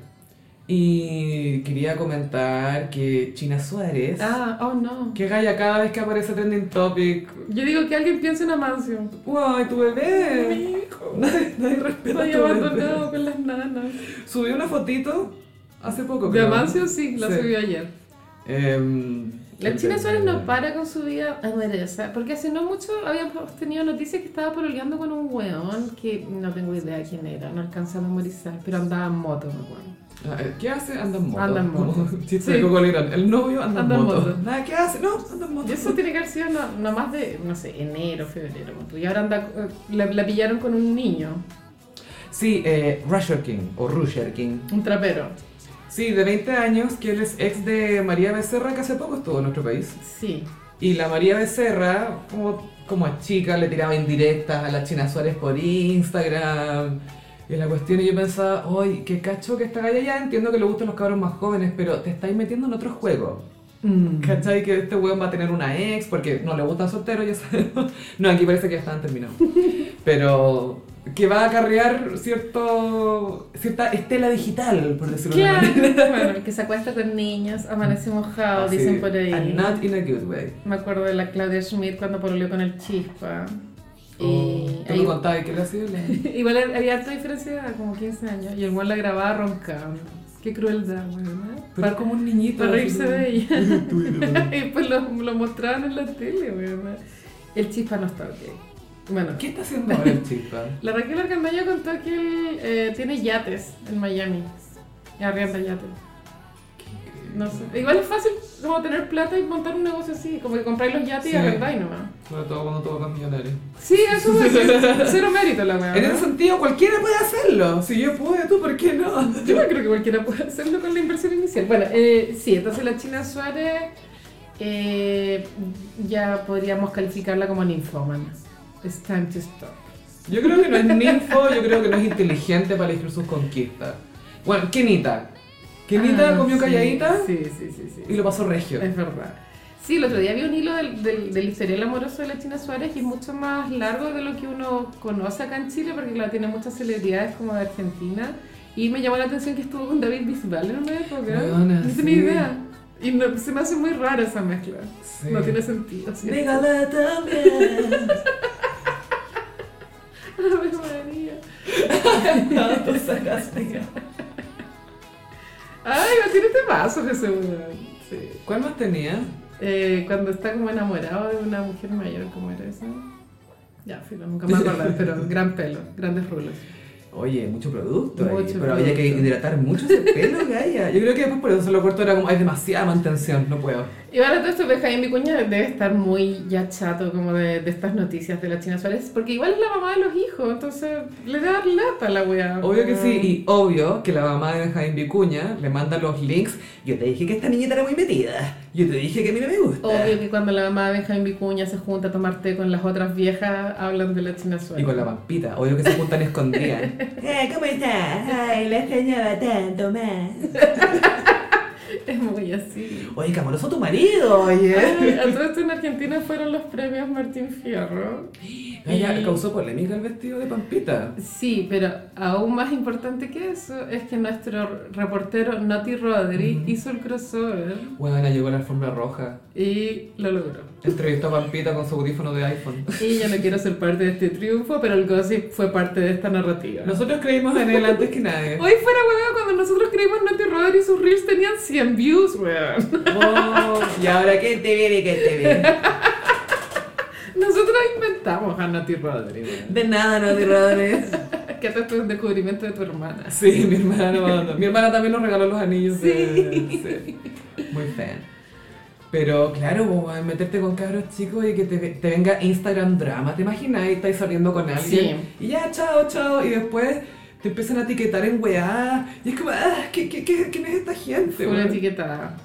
Speaker 1: Y quería comentar que China Suárez,
Speaker 2: Ah, oh no.
Speaker 1: que gaya cada vez que aparece Trending Topic,
Speaker 2: Yo digo que alguien piense en Amancio.
Speaker 1: ¡guay, tu bebé! Nadie, nadie respeta
Speaker 2: Estoy
Speaker 1: a tu bebé.
Speaker 2: abandonado con las nanas.
Speaker 1: Subió una fotito hace poco,
Speaker 2: De
Speaker 1: creo.
Speaker 2: Amancio sí, la
Speaker 1: Sí.
Speaker 2: subió ayer.
Speaker 1: Em,
Speaker 2: La
Speaker 1: Qué
Speaker 2: China
Speaker 1: pena.
Speaker 2: Suárez no para con su vida amorosa, porque hace no mucho habíamos tenido noticias que estaba pololeando con un weón que no tengo idea quién era, no alcanza a memorizar, pero andaba en moto, me acuerdo.
Speaker 1: Ah, eh, ¿Qué hace? Anda en moto.
Speaker 2: Anda en moto.
Speaker 1: Como Chiste
Speaker 2: Sí.
Speaker 1: de Coco Legrand. El novio anda,
Speaker 2: Anda en
Speaker 1: en moto.
Speaker 2: moto.
Speaker 1: Nada, ¿qué hace? No, anda en moto.
Speaker 2: Y eso tiene que haber sido no, no más de, no sé, enero, febrero. ponte tú. Y ahora anda, eh, la, la pillaron con un niño,
Speaker 1: Sí, eh, Rusher King o Rusher King.
Speaker 2: un trapero.
Speaker 1: Sí, de 20 años, que él es ex de María Becerra, que hace poco estuvo en nuestro país.
Speaker 2: Sí.
Speaker 1: Y la María Becerra, como, como a chica, le tiraba indirectas a la China Suárez por Instagram. Y la cuestión, y yo pensaba, ¡ay, qué cacho que esta galla ya! Entiendo que le gustan los cabros más jóvenes, pero te estáis metiendo en otro juego. ¿Cachai? Que este weón va a tener una ex porque no le gustan solteros, ya sabemos. No, aquí parece que ya estaban terminados. Pero que va a acarrear cierto, cierta estela digital, por decirlo de una
Speaker 2: Claro,
Speaker 1: manera.
Speaker 2: bueno, el que se acuesta con niños, amanece mojado,
Speaker 1: Así,
Speaker 2: dicen por
Speaker 1: And
Speaker 2: ahí.
Speaker 1: not in a good way.
Speaker 2: Me acuerdo de la Claudia Schmidt cuando pololeó con el Chispa. Y
Speaker 1: Oh, ¿Tú
Speaker 2: ahí-
Speaker 1: me contabas que le hacía?
Speaker 2: igual había alta diferencia de edad, como 15 años, y el weón la grababa roncando. Qué crueldad, weón. ¿eh?
Speaker 1: Pero
Speaker 2: Para,
Speaker 1: es como un niñito.
Speaker 2: para reírse de ella.
Speaker 1: ella.
Speaker 2: y pues lo, lo mostraban en la tele, weón. ¿eh? El Chispa no está ok. Bueno,
Speaker 1: ¿Qué está haciendo ahora el chispa?
Speaker 2: la Raquel Arcandaño contó que él eh, tiene yates en Miami. Y arrienda yates. No sé. Igual es fácil como tener plata y montar un negocio así, como que comprar los yates
Speaker 1: Sí.
Speaker 2: y arrendáis nomás.
Speaker 1: Sobre todo cuando toca millonario.
Speaker 2: Sí, eso es cero mérito la weá.
Speaker 1: En ese
Speaker 2: ¿no?
Speaker 1: sentido, cualquiera puede hacerlo. Si yo pude, tú, ¿por qué no?
Speaker 2: Yo no creo que cualquiera pueda hacerlo con la inversión inicial. Bueno, eh, sí, entonces la China Suárez eh, ya podríamos calificarla como ninfómana. It's time to stop.
Speaker 1: Yo creo que no es ninfo, yo creo que no es inteligente para elegir sus conquistas. Bueno, Kenita. Kenita
Speaker 2: Ah,
Speaker 1: comió
Speaker 2: sí,
Speaker 1: calladita
Speaker 2: Sí, Eh, sí, sí, sí.
Speaker 1: y lo pasó regio.
Speaker 2: Es verdad. Sí, el otro día vi un hilo del, del, del historial amoroso de la China Suárez y es mucho más largo de lo que uno conoce acá en Chile porque la tiene muchas celebridades como de Argentina. Y me llamó la atención que estuvo con David Bisbal en una época.
Speaker 1: Weona,
Speaker 2: no
Speaker 1: sí.
Speaker 2: tenía idea. Y no- se me hace muy rara esa mezcla.
Speaker 1: Sí.
Speaker 2: No tiene sentido. ¿sí?
Speaker 3: Dígala también.
Speaker 2: Ave María.
Speaker 3: Tanto sacaste.
Speaker 2: Ay, no tiene temazos ese weón. Sí.
Speaker 1: ¿Cuál más tenía?
Speaker 2: Eh, cuando está como enamorado de una mujer mayor, ¿cómo era eso? Ya, filo, nunca me voy a acordar, pero gran pelo, grandes rulos.
Speaker 1: Oye, mucho producto.
Speaker 2: Mucho
Speaker 1: ahí, pero
Speaker 2: producto.
Speaker 1: había que hidratar mucho ese pelo, Gaia. Yo creo que después por eso lo corto era como, hay demasiada mantención, no puedo.
Speaker 2: Y ahora todo esto, pues Jaime Vicuña debe estar muy ya chato como de, de estas noticias de la China Suárez, porque igual es la mamá de los hijos, entonces le da lata a la weá.
Speaker 1: Obvio que sí,
Speaker 2: Ah.
Speaker 1: y obvio que la mamá de Benjamín Vicuña le manda los links. Yo te dije que esta niñita era muy metida. Yo te dije que a mí no me gusta.
Speaker 2: Obvio que cuando la mamá de Jaime Vicuña se junta a tomar té con las otras viejas, hablan de la China
Speaker 1: Y
Speaker 2: Suárez.
Speaker 1: con la pampita, obvio que se juntan escondidas.
Speaker 3: Eh, ¿Cómo estás? Ay, la extrañaba tanto más.
Speaker 2: Es muy así.
Speaker 1: Oye, qué amoroso tu marido, oye.
Speaker 2: Ay, a todo esto en Argentina fueron los premios Martín Fierro.
Speaker 1: Ella
Speaker 2: Y-
Speaker 1: Ah, causó polémica el vestido de Pampita.
Speaker 2: Sí, pero aún más importante que eso es que nuestro reportero Nati Rodri hizo el crossover
Speaker 1: Bueno, llegó a la alfombra roja.
Speaker 2: y lo logró.
Speaker 1: Entrevistó a Pampita con su audífono de iPhone.
Speaker 2: Y yo no quiero ser parte de este triunfo, pero el gossip fue parte de esta narrativa.
Speaker 1: Nosotros creímos en él antes que nadie.
Speaker 2: Hoy fuera huevón cuando nosotros creímos Nati Rodri y sus reels tenían 100 views, weón.
Speaker 1: Oh, y ahora que te viene, que te viene.
Speaker 2: Nosotros inventamos a Nati Rodri, weón.
Speaker 1: De nada, no te rodes.
Speaker 2: Que esto fue un descubrimiento de tu hermana.
Speaker 1: Sí, mi hermana no va dando. Mi hermana también nos regaló los anillos. De, sí. Muy fan. Pero claro, vos, weón, meterte con cabros chicos y que te, te venga Instagram drama, ¿te imaginas? Y estáis saliendo con alguien. Y ya, chao, chao. Y después te empiezan a etiquetar en weá. Y es como, ah, ¿qué, qué, qué, quién es esta gente?
Speaker 2: Fue una
Speaker 1: weón?
Speaker 2: etiqueta.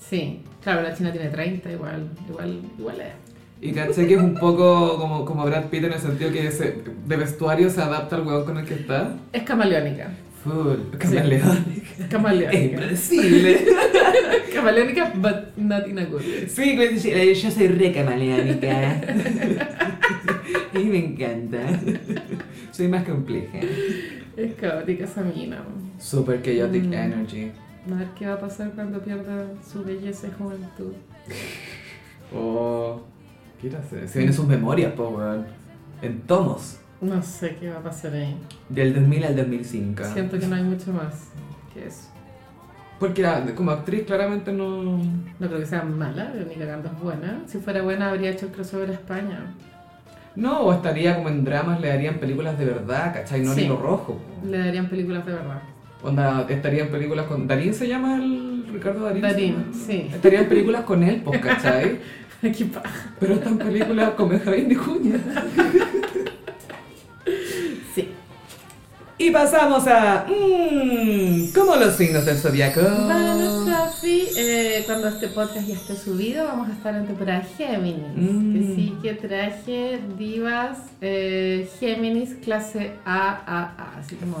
Speaker 2: Sí, claro, la China tiene 30, igual, igual, igual es.
Speaker 1: Y caché que es un poco como, como Brad Pitt en el sentido que se- de vestuario se adapta al weón con el que está.
Speaker 2: Es camaleónica.
Speaker 1: Full, camaleón. Es
Speaker 2: Camaleónica.
Speaker 1: impredecible.
Speaker 2: Camaleónica, but not in a good way.
Speaker 3: Sí, pues, eh, yo soy re camaleónica. y me encanta.
Speaker 1: Soy más compleja.
Speaker 2: Es caótica esa mina. weón.
Speaker 1: Super chaotic
Speaker 2: Mm.
Speaker 1: energy.
Speaker 2: A ver qué va a pasar cuando pierda su belleza y juventud.
Speaker 1: O. ¿Qué era hacer? Se vienen sus memorias, po, weón. En tomos.
Speaker 2: No sé qué va a pasar ahí.
Speaker 1: Del 2000 al 2005.
Speaker 2: Siento que no hay mucho más que eso.
Speaker 1: Porque ah, como actriz claramente no...
Speaker 2: No creo que sea mala, pero ni cagando es buena. Si fuera buena, habría hecho el crossover a España.
Speaker 1: No, o estaría como en dramas, le darían películas de verdad, ¿cachai? No
Speaker 2: Sí.
Speaker 1: hilo rojo. po.
Speaker 2: Le darían películas de verdad.
Speaker 1: Onda, estaría en películas con... ¿Darín se llama el Ricardo Darín? se
Speaker 2: Darín,
Speaker 1: llama?
Speaker 2: sí.
Speaker 1: Estaría en películas con él, pues, ¿cachai?
Speaker 2: Aquí paja.
Speaker 1: Pero estas películas con Benjamín Vicuña.
Speaker 2: Sí.
Speaker 1: Y pasamos a... Mmm, como los signos del zodiaco.
Speaker 2: Bueno, Sofi, eh, cuando este podcast ya esté subido, vamos a estar en temporada Géminis.
Speaker 1: Mm.
Speaker 2: Que sí que traje divas eh, Géminis clase AAA, así como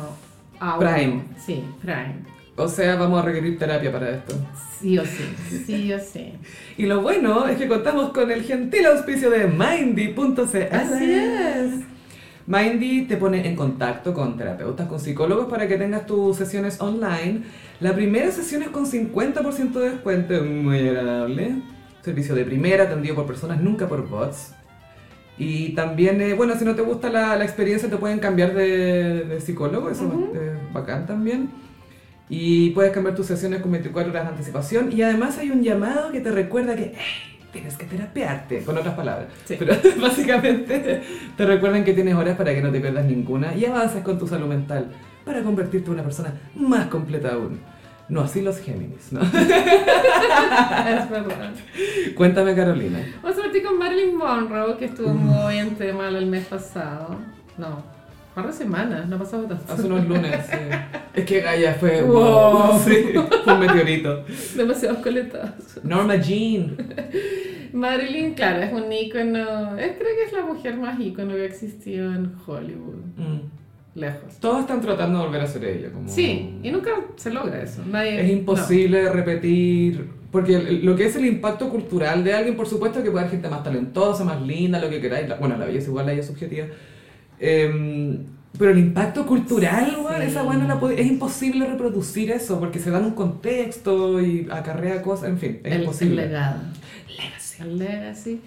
Speaker 2: A1.
Speaker 1: Prime.
Speaker 2: Sí, Prime.
Speaker 1: O sea, vamos a requerir terapia para esto.
Speaker 2: Sí o sí, sí o sí.
Speaker 1: Y lo bueno es que contamos con el gentil auspicio de Mindy.cl.
Speaker 2: Así es.
Speaker 1: Mindy te pone en contacto con terapeutas, con psicólogos para que tengas tus sesiones online. La primera sesión es con 50% de descuento, es muy agradable. Servicio de primera, atendido por personas, nunca por bots. Y también, eh, bueno, si no te gusta la, la experiencia, te pueden cambiar de, de psicólogo, eso es bacán también. Y puedes cambiar tus sesiones con 24 horas de anticipación. Y además hay un llamado que te recuerda que "Hey, tienes que terapearte, con otras palabras.
Speaker 2: Sí.
Speaker 1: Pero básicamente te recuerdan que tienes horas para que no te pierdas ninguna y avances con tu salud mental para convertirte en una persona más completa aún. No así los Géminis, ¿no?
Speaker 2: Es verdad.
Speaker 1: Cuéntame, Carolina.
Speaker 2: Vamos a partir con Marilyn Monroe, que estuvo
Speaker 1: Mm.
Speaker 2: muy en tema el mes pasado. No, par de semanas, no ha pasado tanto.
Speaker 1: Hace unos lunes. sí. Es que Gaia fue.
Speaker 2: Wow.
Speaker 1: sí, fue un meteorito.
Speaker 2: Demasiados coletazos.
Speaker 1: Norma Jean.
Speaker 2: Marilyn, claro, es un ícono. eh, creo que es la mujer más ícono que ha existido en Hollywood.
Speaker 1: Mm.
Speaker 2: Lejos.
Speaker 1: Todos están tratando de volver a ser ella. Como...
Speaker 2: Sí, y nunca se logra eso. Nadie,
Speaker 1: Es imposible repetir, porque el- lo que es el impacto cultural de alguien, por supuesto que puede haber gente más talentosa, más linda, lo que queráis, la- bueno, la belleza igual, la belleza es subjetiva, Em, pero el impacto cultural, weón,
Speaker 2: Sí.
Speaker 1: esa weá no la puede- es imposible reproducir eso, porque se da en un contexto y acarrea cosas, en fin,
Speaker 2: no.
Speaker 1: es
Speaker 2: el, el
Speaker 1: imposible.
Speaker 2: legado. El legacy.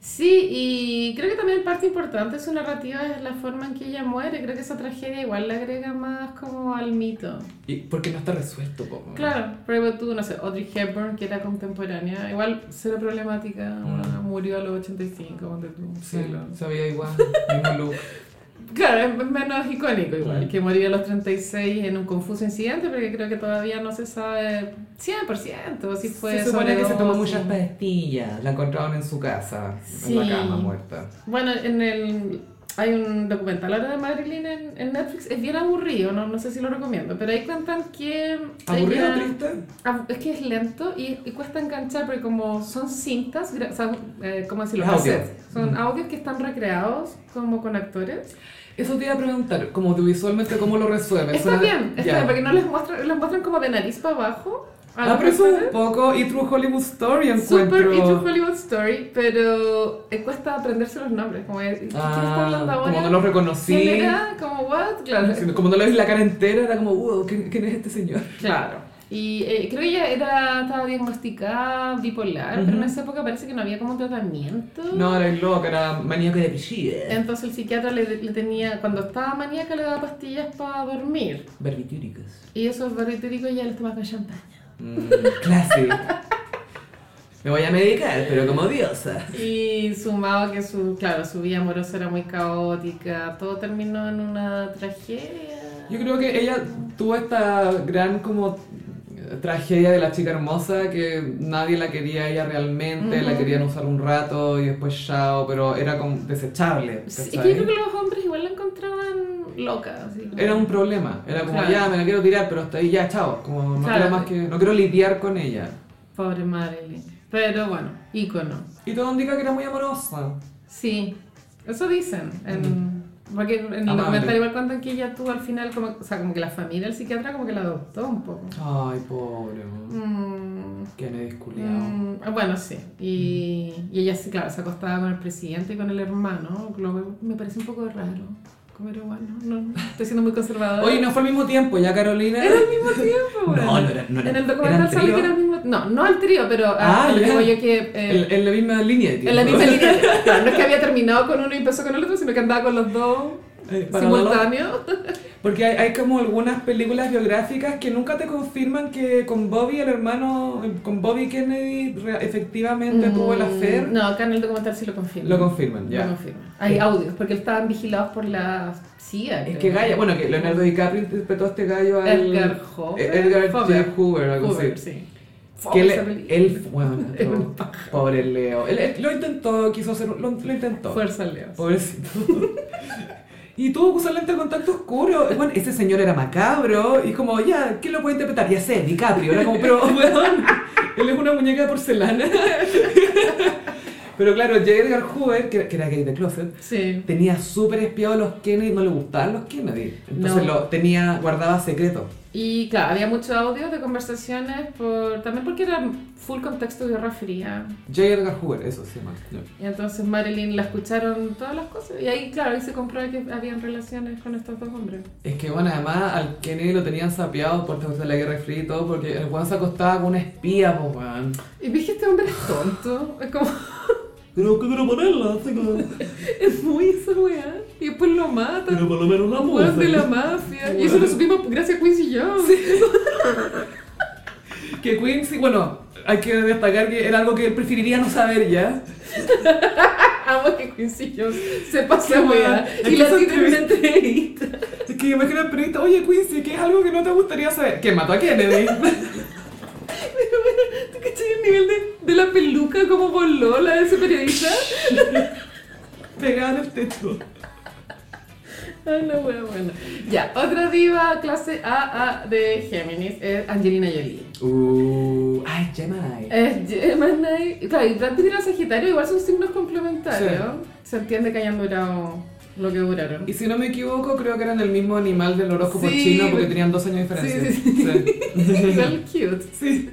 Speaker 2: Sí, y creo que también parte importante de su narrativa es la forma en que ella muere. Creo que esa tragedia igual le agrega más como al mito.
Speaker 1: Y porque no está resuelto, po, weón.
Speaker 2: Claro, pero tú, no sé, Audrey Hepburn, que era contemporánea, igual cero problemática, bueno, murió a los 85, ponte tú.
Speaker 1: Mm. Sí,
Speaker 2: Claro.
Speaker 1: sabía igual, mismo look.
Speaker 2: Claro, es menos icónico igual,
Speaker 1: Mm.
Speaker 2: que morir a los 36 en un confuso incidente, porque creo que todavía no se sabe 100% si fue
Speaker 1: se supone que se tomó
Speaker 2: sobredosis.
Speaker 1: muchas pastillas, la encontraron en su casa, en la
Speaker 2: Sí.
Speaker 1: cama, muerta.
Speaker 2: Bueno, en el... Hay un documental ahora de Marilyn en, en Netflix, es bien aburrido, no, no sé si lo recomiendo, pero ahí cuentan que...
Speaker 1: ¿Aburrido,
Speaker 2: ella-
Speaker 1: triste?
Speaker 2: Ah, Es que es lento y, y cuesta enganchar porque como son cintas, gra- o sea, eh, ¿cómo decirlo?
Speaker 1: Es audio. Mm.
Speaker 2: Cassettes. Son audios que están recreados como con actores.
Speaker 1: Eso te iba a preguntar, como audiovisualmente, ¿cómo lo resuelven?
Speaker 2: Está
Speaker 1: Suena-
Speaker 2: bien, está
Speaker 1: ya.
Speaker 2: bien, porque no les muestran, les muestran como de nariz para abajo. a
Speaker 1: Ah,
Speaker 2: los
Speaker 1: pero eso es un
Speaker 2: actores.
Speaker 1: poco y True Hollywood Story encuentro.
Speaker 2: Super y True Hollywood Story, pero eh, cuesta aprenderse los nombres. Como, eh, ¿qué está hablando
Speaker 1: Ah,
Speaker 2: ahora?
Speaker 1: como no lo reconocí.
Speaker 2: ¿Quién era? Como, what? Claro.
Speaker 1: sino Como no le vi la cara entera, era como, wow, ¿quién, quién es este señor?
Speaker 2: Claro. Y eh, creo que ella era, estaba diagnosticada bipolar, pero en esa época parece que no había como un tratamiento.
Speaker 1: No, era loca, era maníaco de pichilla.
Speaker 2: Entonces el psiquiatra le, le tenía, cuando estaba maníaca le daba pastillas para dormir.
Speaker 1: Barbitúricos.
Speaker 2: Y esos barbitúricos ya los tomaba con champaña.
Speaker 1: Mm, clase. Me voy a medicar, pero como diosa.
Speaker 2: Y sumado que su, claro, su vida amorosa era muy caótica, todo terminó en una tragedia.
Speaker 1: Yo creo que ella tuvo esta gran como tragedia de la chica hermosa que nadie la quería a ella realmente, la querían usar un rato y después chao, pero era como desechable.
Speaker 2: Sí,
Speaker 1: ¿cachai?
Speaker 2: es que yo creo que los hombres igual la encontraban loca. Así como-
Speaker 1: Era un problema, era como
Speaker 2: Claro.
Speaker 1: ya me la quiero tirar, pero hasta ahí ya chao, como no
Speaker 2: Claro.
Speaker 1: quiero más que no quiero lidiar con ella.
Speaker 2: Pobre Marilyn. Pero bueno, ícono.
Speaker 1: Y todo indica que era muy amorosa.
Speaker 2: Sí, eso dicen. En, Porque en el
Speaker 1: Amable.
Speaker 2: documental igual cuentan que ella tuvo al final, como, o sea, como que la familia del psiquiatra como que la adoptó un poco.
Speaker 1: Ay, pobre.
Speaker 2: Mm,
Speaker 1: Que me desculiado.
Speaker 2: mm, bueno, sí. Y,
Speaker 1: Mm.
Speaker 2: y ella, sí, claro, se acostaba con el presidente y con el hermano, lo que me parece un poco raro. Como bueno, no, estoy siendo muy conservadora.
Speaker 1: Oye, no fue al mismo tiempo, ya Carolina.
Speaker 2: Era al mismo tiempo,
Speaker 1: No,
Speaker 2: bueno.
Speaker 1: no era- no era-
Speaker 2: En el documental
Speaker 1: ¿eran
Speaker 2: sale que
Speaker 1: trío?
Speaker 2: era al mismo No, no al trío, pero
Speaker 1: Ah,
Speaker 2: ah, lo que
Speaker 1: ya.
Speaker 2: voy yo que. eh,
Speaker 1: En, en la misma línea de tiempo.
Speaker 2: en la misma línea. Claro, no es que había terminado con uno y empezó con el otro, sino que andaba con los dos
Speaker 1: Eh, para la-
Speaker 2: simultáneos.
Speaker 1: Porque hay, hay como algunas películas biográficas que nunca te confirman que con Bobby, el hermano, eh, con Bobby Kennedy, re- efectivamente tuvo el affair.
Speaker 2: Mm, No, acá en el documental sí lo confirma.
Speaker 1: Lo confirman, ya.
Speaker 2: Lo confirman. Hay audios, porque estaban vigilados por la CIA.
Speaker 1: Es
Speaker 2: creo.
Speaker 1: que Gaia, bueno, que Leonardo DiCaprio interpretó a este gallo al... E-,
Speaker 2: Edgar Hoover.
Speaker 1: Eh, Edgar J.
Speaker 2: Hoover.
Speaker 1: Hoover, algo así.
Speaker 2: Hoover, sí.
Speaker 1: Que
Speaker 2: Fue
Speaker 1: él,
Speaker 2: esa película.
Speaker 1: él- bueno, no, pobre Leo. Él, él lo intentó, quiso hacer, un- lo, lo intentó.
Speaker 2: Fuerza Leo.
Speaker 1: Pobrecito. Y tuvo que usar lente de contacto oscuro. Bueno, ese señor era macabro. Y como, ya, ¿quién lo puede interpretar? Ya sé, DiCaprio. Era como, pero, weón, él es una muñeca de porcelana. Pero claro, J. Edgar Hoover, que, que era gay de closet,
Speaker 2: Sí.
Speaker 1: tenía súper espiados los Kennedy, no le gustaban los Kennedy. Entonces
Speaker 2: No.
Speaker 1: lo tenía, guardaba secreto.
Speaker 2: Y claro, había mucho audio de conversaciones, por, también porque era full contexto de Guerra Fría.
Speaker 1: J. Edgar Hoover, eso se llama. Ya.
Speaker 2: Y entonces Marilyn la escucharon todas las cosas. Y ahí, claro, ahí se comprueba que habían relaciones con estos dos hombres.
Speaker 1: Es que bueno, además al Kennedy lo tenían sapeado por esta cuestión de la Guerra Fría y todo, porque el weón se acostaba con una espía, po, weón.
Speaker 2: Y vi que este hombre es tonto. Es como,
Speaker 1: Pero que quiero ponerla, así como,
Speaker 2: es muy esa weá. Y después lo matan.
Speaker 1: por lo menos una
Speaker 2: Weón de la mafia. Y eso lo supimos gracias a Quincy Jones.
Speaker 1: Que Quincy, bueno, hay que destacar que era algo que él preferiría no saber ya.
Speaker 2: Amo que Quincy Jones se pasa
Speaker 1: Qué
Speaker 2: weá.
Speaker 1: weá.
Speaker 2: Y la
Speaker 1: Aquí
Speaker 2: tiene en una
Speaker 1: son
Speaker 2: entrevista.
Speaker 1: Es que imagina el periodista, oye Quincy, que es algo que no te gustaría saber. Que mató a Kennedy.
Speaker 2: Pero bueno, ¿tú cachai el nivel de, de la peluca como voló la de ese periodista?
Speaker 1: pegado en el techo.
Speaker 2: Ay, Ah, no, bueno, bueno. Ya, otra diva clase AA de Géminis es Angelina Jolie.
Speaker 1: Uh, ay, Gemini.
Speaker 2: Es Gemini. Claro, y Brad Pitt era Sagitario, igual son signos complementarios. Se entiende que hayan durado lo que duraron.
Speaker 1: Y si no me equivoco, creo que eran el mismo animal del horóscopo
Speaker 2: Sí,
Speaker 1: chino porque
Speaker 2: porque-
Speaker 1: tenían dos años de diferencia.
Speaker 2: Sí, sí,
Speaker 1: pues. Sí.
Speaker 2: Igual cute.
Speaker 1: Sí.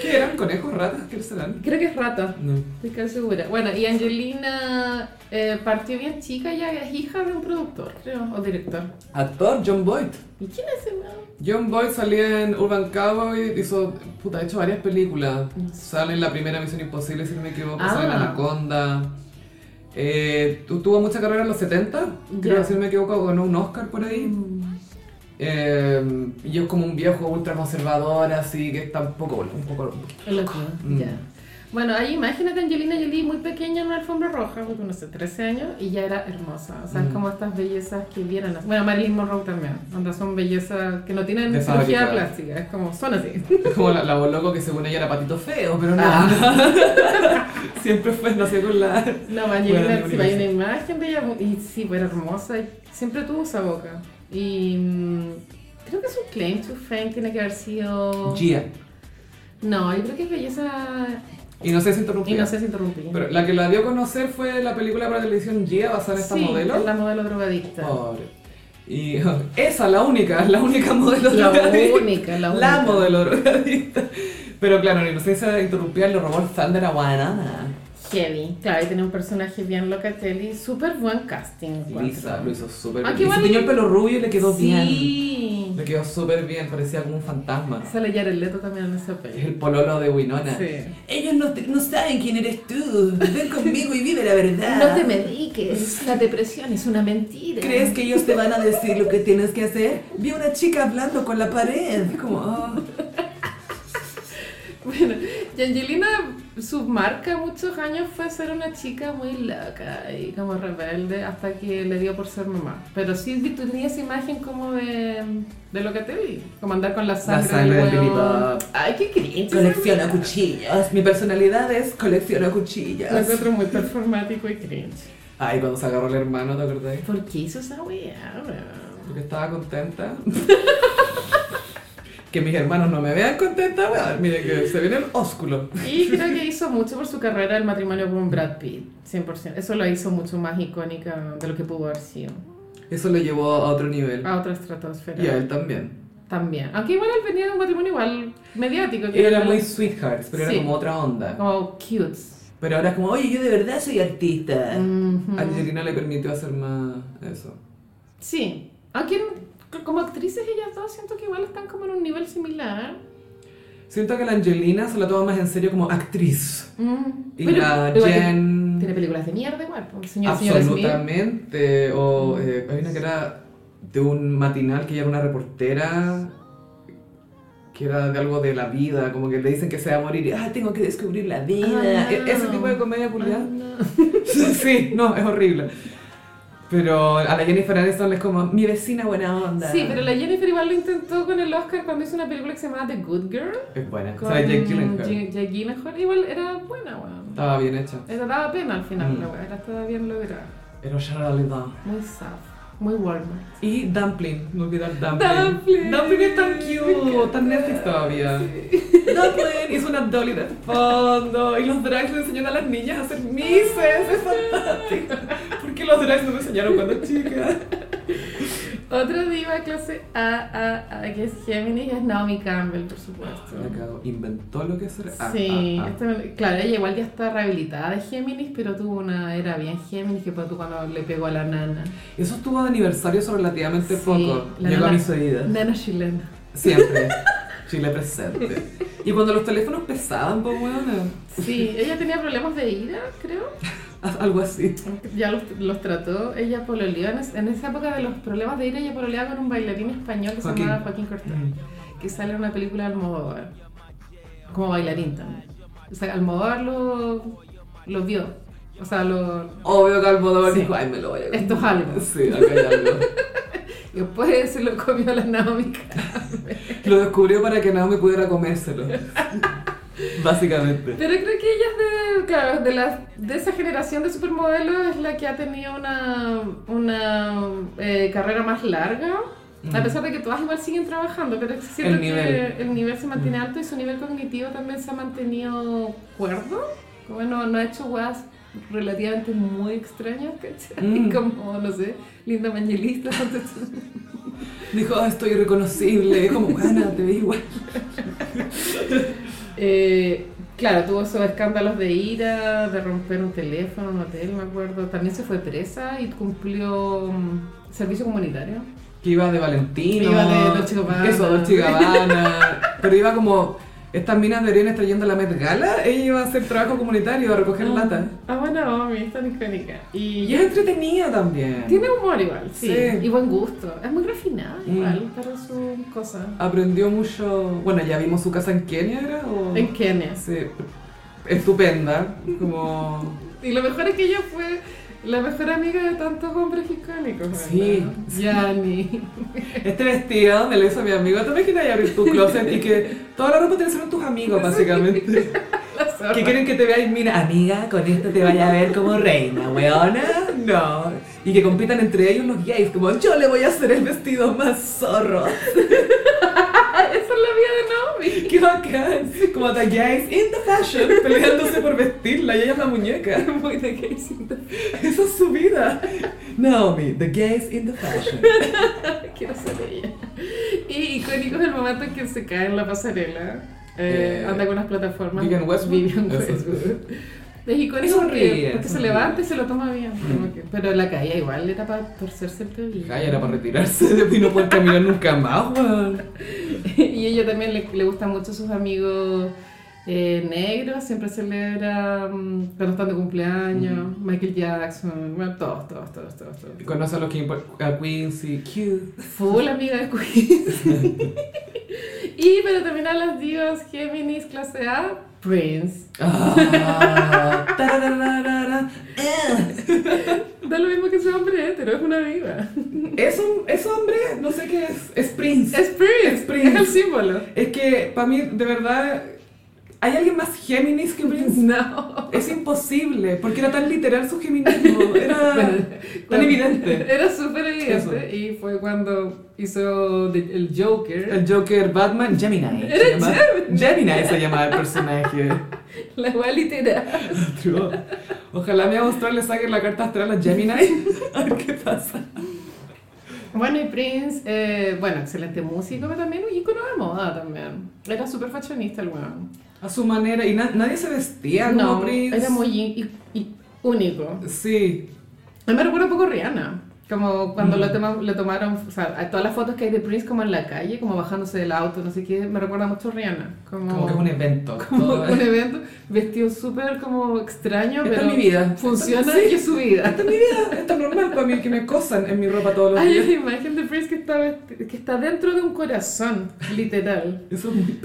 Speaker 1: ¿Qué eran? ¿Conejos, ratas? ¿Qué serán?
Speaker 2: Creo que es rata,
Speaker 1: No.
Speaker 2: estoy casi segura. Bueno, y Angelina eh, partió bien chica, ya es hija de un productor, creo, o director.
Speaker 1: Actor John Boyd.
Speaker 2: ¿Y quién es ese man?
Speaker 1: John Boyd salía en Urban Cowboy, hizo, puta, ha hecho varias películas. Sale en la primera Misión Imposible, si no me equivoco, sale en
Speaker 2: Ah.
Speaker 1: Anaconda. Eh, tu- tuvo mucha carrera en los 70, creo
Speaker 2: Ya.
Speaker 1: si no me equivoco, ganó un Oscar por ahí. Eh, y es como un viejo ultra conservador, así que está un poco, un poco
Speaker 2: El otro,
Speaker 1: Mm.
Speaker 2: ya. Bueno, ahí imagínate a Angelina Jolie muy pequeña en una alfombra roja, porque no sé, 13 años, y ya era hermosa. O sea, es
Speaker 1: Mm.
Speaker 2: como estas bellezas que vieran. Bueno, Marilyn Monroe también. Onda, son bellezas que no tienen
Speaker 1: De
Speaker 2: cirugía
Speaker 1: fábrica.
Speaker 2: plástica. Es como, son así.
Speaker 1: Es como la, la voz loco que según ella era patito feo, pero no.
Speaker 2: Ah.
Speaker 1: Siempre fue, no sé, con la...
Speaker 2: No, Angelina,
Speaker 1: Bueno,
Speaker 2: si hay
Speaker 1: universo.
Speaker 2: una imagen de ella, y sí, pues era hermosa. y siempre tuvo esa boca. Y mm, creo que su claim to fame tiene que haber sido.
Speaker 1: Gia.
Speaker 2: No, yo creo que es belleza.
Speaker 1: Y no sé si
Speaker 2: Y
Speaker 1: interrumpía.
Speaker 2: no sé si interrumpí.
Speaker 1: Pero la que la dio a conocer fue la película para televisión Gia basada en esta
Speaker 2: sí,
Speaker 1: modelo. Oh.
Speaker 2: es la modelo drogadicta.
Speaker 1: Pobre. Y esa, la única, la única modelo
Speaker 2: La
Speaker 1: drogadicta.
Speaker 2: única, la única.
Speaker 1: La modelo drogadicta. Pero claro, la inocencia de interrumpir le robó el Thunder a Guanana.
Speaker 2: Heavy. Claro, y tiene un personaje bien locatelli. Súper buen casting. encuentro.
Speaker 1: Lisa lo hizo súper
Speaker 2: Ah,
Speaker 1: bien.
Speaker 2: qué
Speaker 1: Y se
Speaker 2: bueno.
Speaker 1: teñió el pelo rubio y le quedó bien.
Speaker 2: Sí.
Speaker 1: Le quedó súper bien, parecía como un fantasma.
Speaker 2: Sale Jared Leto también en esa
Speaker 1: Es
Speaker 2: peli.
Speaker 1: el pololo de Winona.
Speaker 2: Sí.
Speaker 3: Ellos no, te- no saben quién eres tú. Ven conmigo y vive la verdad.
Speaker 2: mediques. La depresión es una mentira.
Speaker 3: ¿Crees que ellos te van a decir lo que tienes que hacer? Vi a una chica hablando con la pared. "Oh".
Speaker 1: Es como, ah.
Speaker 2: Bueno, y Angelina, su marca muchos años fue ser una chica muy loca y como rebelde hasta que le dio por ser mamá. Pero sí vi- tenía esa imagen como de, de lo que te vi, como andar con la sangre,
Speaker 1: sangre del Billy
Speaker 2: huevo.
Speaker 1: Bob.
Speaker 2: Ay, qué cringe.
Speaker 3: Colecciona
Speaker 2: esa
Speaker 3: cuchillas. Mi personalidad es colecciona cuchillas.
Speaker 2: Lo encuentro muy performático y cringe.
Speaker 1: Ay, cuando se agarró el hermano, ¿te acordás?
Speaker 2: ¿Por qué hizo esa weá, weón?
Speaker 1: Porque estaba contenta. que mis hermanos no me vean contenta, weón. Mire que se viene el ósculo.
Speaker 2: Y creo que hizo mucho por su carrera el matrimonio con Brad Pitt, 100%. Eso la hizo mucho más icónica de lo que pudo haber sido.
Speaker 1: Eso lo llevó a otro nivel.
Speaker 2: A otra estratosfera.
Speaker 1: Y a él también.
Speaker 2: También. Aunque igual él venía de un matrimonio igual mediático.
Speaker 1: Él era
Speaker 2: como-
Speaker 1: muy sweethearts, pero
Speaker 2: Sí.
Speaker 1: era como otra onda.
Speaker 2: Como cute.
Speaker 1: Pero ahora es como, oye,
Speaker 3: Oye, yo de verdad soy artista.
Speaker 2: Ujú.
Speaker 1: Angelina le permitió hacer más eso.
Speaker 2: Sí. Aunque en- como actrices ellas dos siento que igual están como en un nivel similar.
Speaker 1: Siento que la Angelina se la toma más en serio como actriz.
Speaker 2: Mm.
Speaker 1: Y
Speaker 2: Pero
Speaker 1: la
Speaker 2: igual
Speaker 1: Jen...
Speaker 2: pues, Tiene películas de mierda igual. po. Señor, señor Smith. Mm.
Speaker 1: Absolutamente. O eh, hay una que era de un matinal que ella era una reportera que era de algo de la vida, como que le dicen que se va a morir y ah, tengo que descubrir la vida.
Speaker 2: Ah,
Speaker 1: E- Ese tipo de comedia
Speaker 2: Ah,
Speaker 1: culiada.
Speaker 2: no.
Speaker 1: sí, no, es horrible. Pero a la Jennifer Aniston es como mi vecina buena onda.
Speaker 2: Sí, pero la Jennifer igual lo intentó con el Oscar cuando hizo una película que se llamaba The Good Girl.
Speaker 1: es buena.
Speaker 2: Con
Speaker 1: Sale Jake Gyllenhaal.
Speaker 2: Jake- Jake Gyllenhaal. Igual era buena, weón.
Speaker 1: Estaba bien hecha.
Speaker 2: Era daba pena al final,
Speaker 1: Mm.
Speaker 2: la weá. Era estaba bien lograda.
Speaker 1: Era realidad.
Speaker 2: Muy sad. Muy warm.
Speaker 1: Y Dumpling, no olvidar Dumpling.
Speaker 2: Dumpling.
Speaker 1: es tan
Speaker 2: Me
Speaker 1: cute,
Speaker 2: encanta.
Speaker 1: tan Netflix todavía. Dumpling hizo una dolly de fondo y los drags le enseñan a las niñas a hacer mises, es fantástico. ¿Por qué los drags no me enseñaron cuando chica?
Speaker 2: Otra diva clase A, A, A, que es Géminis, es Naomi Campbell, por supuesto.
Speaker 1: Me cago, inventó lo que es ser ah,
Speaker 2: Sí,
Speaker 1: ah, ah.
Speaker 2: esta- claro, ella igual ya está rehabilitada de Géminis, pero tuvo una era bien Géminis que fue cuando le pegó a la nana.
Speaker 1: Eso estuvo de aniversario hace relativamente
Speaker 2: Sí,
Speaker 1: poco.
Speaker 2: la
Speaker 1: Llegó a
Speaker 2: nana-
Speaker 1: mis oídos.
Speaker 2: Nana chilena.
Speaker 1: Siempre. Chile presente. Y cuando los teléfonos pesaban, pues bueno,
Speaker 2: Sí, ella tenía problemas de ira, creo.
Speaker 1: algo así.
Speaker 2: Ya los, los trató. Ella pololeó en, es- en esa época de los problemas de ira, ella pololeaba con un bailarín español que
Speaker 1: Joaquín.
Speaker 2: se llamaba Joaquín Cortés, que sale en una película de Almodóvar, como bailarín también. O sea, Almodóvar lo, lo vio. O sea, lo,
Speaker 1: Obvio que Almodóvar
Speaker 2: Sí.
Speaker 1: dijo, ay, me lo voy a
Speaker 2: Esto es algo.
Speaker 1: Sí, acá hay algo.
Speaker 2: después se lo comió la Naomi
Speaker 1: Lo descubrió para que Naomi pudiera comérselo. Básicamente.
Speaker 2: Pero creo que ella es de, claro, de, la, de esa generación de supermodelos, es la que ha tenido una, una eh, carrera más larga. A pesar de que todas igual siguen trabajando, pero siento
Speaker 1: El nivel.
Speaker 2: que el nivel se mantiene alto y su nivel cognitivo también se ha mantenido cuerdo. Como no, no ha hecho weas relativamente muy extrañas, ¿cachai?
Speaker 1: Mm.
Speaker 2: Como, no sé, Linda Evangelista.
Speaker 1: Dijo, "Ah, estoy irreconocible. Como, bueno, te ve igual.
Speaker 2: Eh, claro, tuvo esos escándalos de ira, de romper un teléfono, un hotel, me acuerdo. También se fue presa y cumplió mm, servicio comunitario.
Speaker 1: Que iba de Valentino.
Speaker 2: Iba de Dolce Gabbana.
Speaker 1: Eso, Dolce Gabbana. Pero iba como, estas minas de Irene trayendo la Met Gala. Ella iba a hacer trabajo comunitario, a recoger lata.
Speaker 2: Ah, bueno, mami, es tan icónica. Y
Speaker 1: Y es entretenida también.
Speaker 2: tiene humor igual, sí.
Speaker 1: Sí.
Speaker 2: Y buen gusto. Es muy refinada
Speaker 1: Mm.
Speaker 2: igual para su cosa.
Speaker 1: Aprendió mucho. Bueno, ya vimos su casa en Kenia, ¿era? O...
Speaker 2: En Kenia.
Speaker 1: Sí. Estupenda. Como.
Speaker 2: Y lo mejor es que ella fue la mejor amiga de tantos hombres icónicos.
Speaker 1: Sí.
Speaker 2: Yani.
Speaker 1: Este vestido me lo hizo mi amigo. ¿Te imaginas abrir tu closet y que toda la ropa te la hicieron tus amigos, básicamente?
Speaker 2: La zorra.
Speaker 1: Que quieren que te veáis, mira, amiga, con esto te vaya a ver como reina, weona. No. Y que compitan entre ellos los gays, como yo le voy a hacer el vestido más zorro.
Speaker 2: Ah, esa es la vida de Naomi.
Speaker 1: Qué bacán. Como the gays in the fashion, peleándose por vestirla y ella es la muñeca.
Speaker 2: Muy de Casey.
Speaker 1: Esa es su vida. Naomi, the gays in the fashion.
Speaker 2: Quiero ser ella. Y icónico es el momento en que se cae en la pasarela. Eh,
Speaker 1: Eh,
Speaker 2: anda con las plataformas.
Speaker 1: Vivian Westwood.
Speaker 2: Vivian
Speaker 1: Eso.
Speaker 2: Westwood. Es icónico
Speaker 1: Es horrible,
Speaker 2: porque, porque
Speaker 1: es Mm.
Speaker 2: se
Speaker 1: horrible.
Speaker 2: levanta y se lo toma bien. como que- pero la caída igual era para torcerse el tobillo.
Speaker 1: Ay, era para retirarse de y no poder caminar nunca más, weón.
Speaker 2: y ella también le, le gustan mucho sus amigos eh, negros. Siempre celebra mm, cuando están de cumpleaños.
Speaker 1: Mm.
Speaker 2: Michael Jackson. Bueno, todos, todos, todos, todos. todos.
Speaker 1: Conoce a los que impor- a Quincy, Q.
Speaker 2: Full amiga de Queen. y pero también a las divas Géminis clase A, Prince.
Speaker 1: Ah, tarararara, eh.
Speaker 2: Da lo mismo que sea hombre hetero, es una diva.
Speaker 1: ¿Es, un, es hombre, no sé qué es. Es Prince.
Speaker 2: Es Prince, es,
Speaker 1: Prince.
Speaker 2: el símbolo.
Speaker 1: Es que para mí, de verdad, ¿hay alguien más Géminis que Prince?
Speaker 2: No.
Speaker 1: Es imposible, porque era tan literal su geminismo.
Speaker 2: Ah,
Speaker 1: Era tan evidente.
Speaker 2: Era súper evidente y fue cuando hizo de- el Joker.
Speaker 1: El Joker Batman Gemini. se
Speaker 2: Era
Speaker 1: llama.
Speaker 2: Gemini.
Speaker 1: Gemini se llamaba el personaje.
Speaker 2: La cual literal.
Speaker 1: True. Ojalá mi Austral le saque la carta astral a Gemini. A ver qué pasa.
Speaker 2: Bueno, y Prince, eh, bueno, excelente músico, pero también un ícono de moda también. Era súper fashionista el weón.
Speaker 1: A su manera. Y na- nadie se vestía como
Speaker 2: No,
Speaker 1: Prince.
Speaker 2: era muy i- i- i- único.
Speaker 1: Sí.
Speaker 2: A mí me recuerda un poco a Rihanna. Como
Speaker 1: Mm.
Speaker 2: cuando lo toma- le tomaron, o sea, a todas las fotos que hay de Prince como en la calle, como bajándose del auto, no sé qué, me recuerda mucho a Rihanna.
Speaker 1: Como
Speaker 2: Como,
Speaker 1: que es un evento.
Speaker 2: como
Speaker 1: todo es-
Speaker 2: un evento vestido súper como extraño,
Speaker 1: Esta
Speaker 2: pero
Speaker 1: es mi vida.
Speaker 2: funciona
Speaker 1: Sí.
Speaker 2: y es su vida.
Speaker 1: Esta es mi vida, esto es normal para mí que me cosan en mi ropa todos los
Speaker 2: Hay
Speaker 1: días.
Speaker 2: una imagen de Prince que está, vesti- que está dentro de un corazón, literal.
Speaker 1: Eso es muy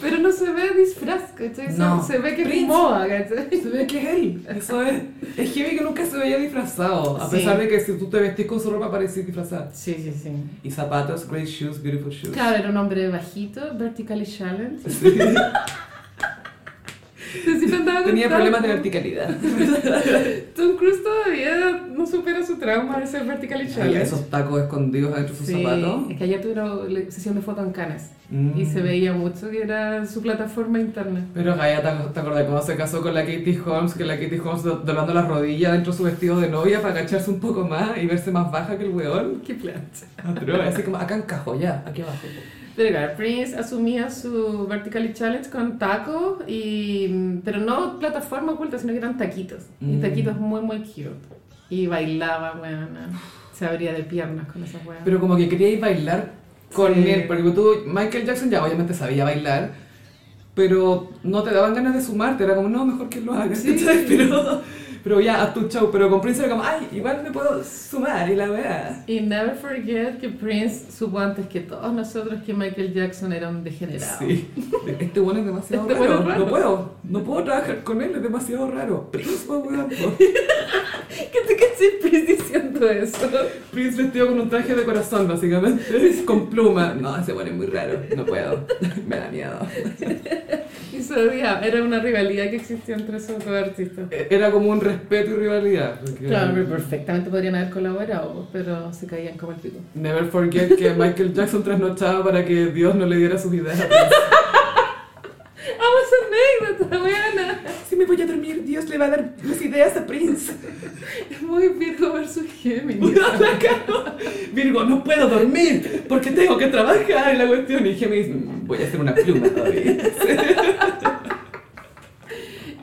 Speaker 2: Pero no se ve disfraz, ¿cachai? Se-
Speaker 1: No.
Speaker 2: Se, ve que es
Speaker 1: Prince.
Speaker 2: moda, ¿cachai?
Speaker 1: Se ve que es él. Eso es. Es heavy que nunca se veía disfrazado. A
Speaker 2: Sí.
Speaker 1: pesar de que si tú te vestís con su ropa parecís disfrazada.
Speaker 2: Sí, sí, sí.
Speaker 1: Y zapatos, great shoes, beautiful shoes.
Speaker 2: Claro, era un hombre bajito, vertically challenged.
Speaker 1: Sí.
Speaker 2: Entonces, andaba con
Speaker 1: Tenía
Speaker 2: tal-
Speaker 1: problemas de verticalidad.
Speaker 2: Tom Cruise todavía no supera su trauma de ser vertically challenged.
Speaker 1: Esos tacos escondidos adentro de sus
Speaker 2: Sí,
Speaker 1: zapatos.
Speaker 2: es que ayer tuvieron la sesión de fotos en Canes
Speaker 1: Mm.
Speaker 2: y se veía mucho que era su plataforma interna.
Speaker 1: Pero Gaia, ¿te ac- te acordás cuando se casó con la Katie Holmes? Que la Katie Holmes do- doblando las rodillas dentro de su vestido de novia para agacharse un poco más y verse más baja que el weón.
Speaker 2: ¡Qué plancha!
Speaker 1: Atroz. Así como acá encajo ya, aquí abajo.
Speaker 2: Pero claro, Prince asumía su Vertically Challenge con tacos, y, pero no plataforma oculta, sino que eran taquitos. Y
Speaker 1: Mm.
Speaker 2: taquitos muy, muy cute. Y bailaba, weona. Se abría de piernas con esas weonas.
Speaker 1: Pero como que quería ir bailar con
Speaker 2: Sí.
Speaker 1: él, porque tú, Michael Jackson ya obviamente sabía bailar, pero no te daban ganas de sumarte, era como, no, mejor que lo hagas,
Speaker 2: Sí.
Speaker 1: ¿cachai? pero, pero ya, haz tu show, pero con Prince era como, ay, igual me puedo sumar y la verdad.
Speaker 2: Y never forget que Prince supo antes que todos nosotros que Michael Jackson era un degenerado.
Speaker 1: Sí. Este bueno es demasiado
Speaker 2: Este
Speaker 1: raro.
Speaker 2: bueno es raro.
Speaker 1: No puedo. No puedo trabajar con él, es demasiado raro. Prince, po, weón, po.
Speaker 2: ¿Qué te caché Prince diciendo eso?
Speaker 1: Prince vestido con un traje de corazón, básicamente. Con pluma. No, ese bueno es muy raro. No puedo. Me da miedo.
Speaker 2: Y se odiaba. Era una rivalidad que existía entre esos dos artistas.
Speaker 1: E-, Era como un respeto y rivalidad. porque-
Speaker 2: Claro, pero perfectamente podrían haber colaborado, pero se caían como el pico.
Speaker 1: Never forget que Michael Jackson trasnochaba para que Dios no le diera sus ideas. a Prince.
Speaker 2: ¡Vamos anécdota, buena!
Speaker 1: si me voy a dormir, Dios le va a dar las ideas a Prince.
Speaker 2: Es muy Virgo versus Géminis.
Speaker 1: La cagó. Virgo, no puedo dormir porque tengo que trabajar en la cuestión. Y Géminis, "Mm, voy a hacer una pluma todavía.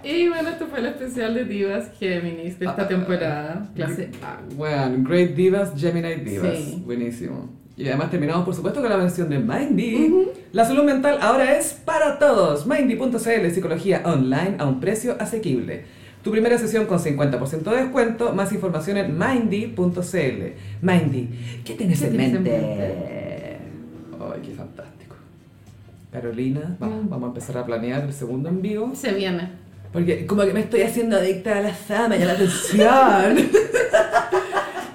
Speaker 2: Y bueno, esto fue el especial de Divas Géminis de esta
Speaker 1: Ah. Mm.
Speaker 2: temporada, clase A.
Speaker 1: Bueno, Great Divas, Gemini Divas.
Speaker 2: Sí.
Speaker 1: Buenísimo. Y además terminamos, por supuesto, con la mención de Mindy. La salud mental ahora es para todos. Mindy.cl, psicología online a un precio asequible. Tu primera sesión con 50% de descuento, más información en Mindy.cl. Mindy, ¿qué tienes,
Speaker 2: ¿Qué
Speaker 1: en,
Speaker 2: tienes en
Speaker 1: mente?
Speaker 2: mente?
Speaker 1: Ay, qué fantástico. Carolina, va-
Speaker 2: Mm.
Speaker 1: vamos a empezar a planear el segundo en vivo.
Speaker 2: Se viene.
Speaker 1: Porque como que me estoy haciendo adicta a la fama y a la atención.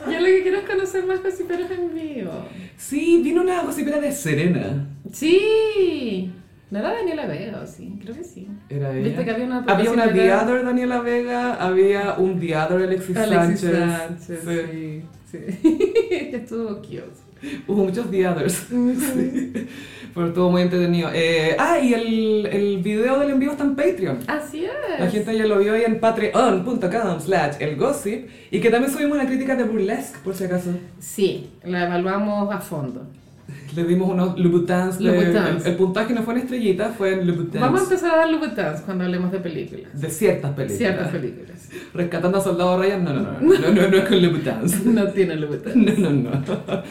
Speaker 2: Yo lo que quiero es conocer más gossiperos en vivo.
Speaker 1: sí, vino una gossipera de Serena.
Speaker 2: ¡Sí! No era Daniela Vega, ¿o sí? Creo que sí.
Speaker 1: Era ella.
Speaker 2: Viste que había una
Speaker 1: Había una The
Speaker 2: diada
Speaker 1: Other Daniela Vega, había un The Other Alexis,
Speaker 2: Alexis
Speaker 1: Sánchez.
Speaker 2: Sánchez,
Speaker 1: Sí.
Speaker 2: sí. sí. Estuvo cute.
Speaker 1: Hubo muchos The Others. Sí. Pero estuvo muy entretenido. Eh, ah, y el, el video del en vivo está en Patreon.
Speaker 2: Así es.
Speaker 1: La gente ya lo vio ahí en patreon.com slash el gossip y que también subimos una crítica de burlesque por si acaso.
Speaker 2: Sí, la evaluamos a fondo.
Speaker 1: Le dimos unos Louboutins. le-
Speaker 2: Louboutins.
Speaker 1: El, el puntaje no fue en estrellita, fue en Louboutins.
Speaker 2: Vamos a empezar a dar Louboutins cuando hablemos de películas.
Speaker 1: De ciertas películas.
Speaker 2: Ciertas películas.
Speaker 1: Rescatando a Soldado Ryan, no, no, no, no, no, no, no es con Louboutins.
Speaker 2: No tiene Louboutins.
Speaker 1: No, no, no.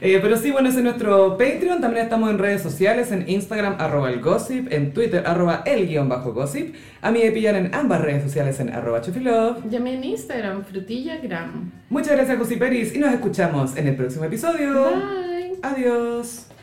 Speaker 1: Eh, pero sí, bueno, ese es nuestro Patreon. También estamos en redes sociales, en Instagram, arroba el gossip, en Twitter, arroba el guión bajo gossip. A mí me pillan en ambas redes sociales en arroba chufilove.
Speaker 2: Llame en Instagram, frutillagram.
Speaker 1: Muchas gracias, Gossiperis, y nos escuchamos en el próximo episodio.
Speaker 2: Bye.
Speaker 1: Adiós.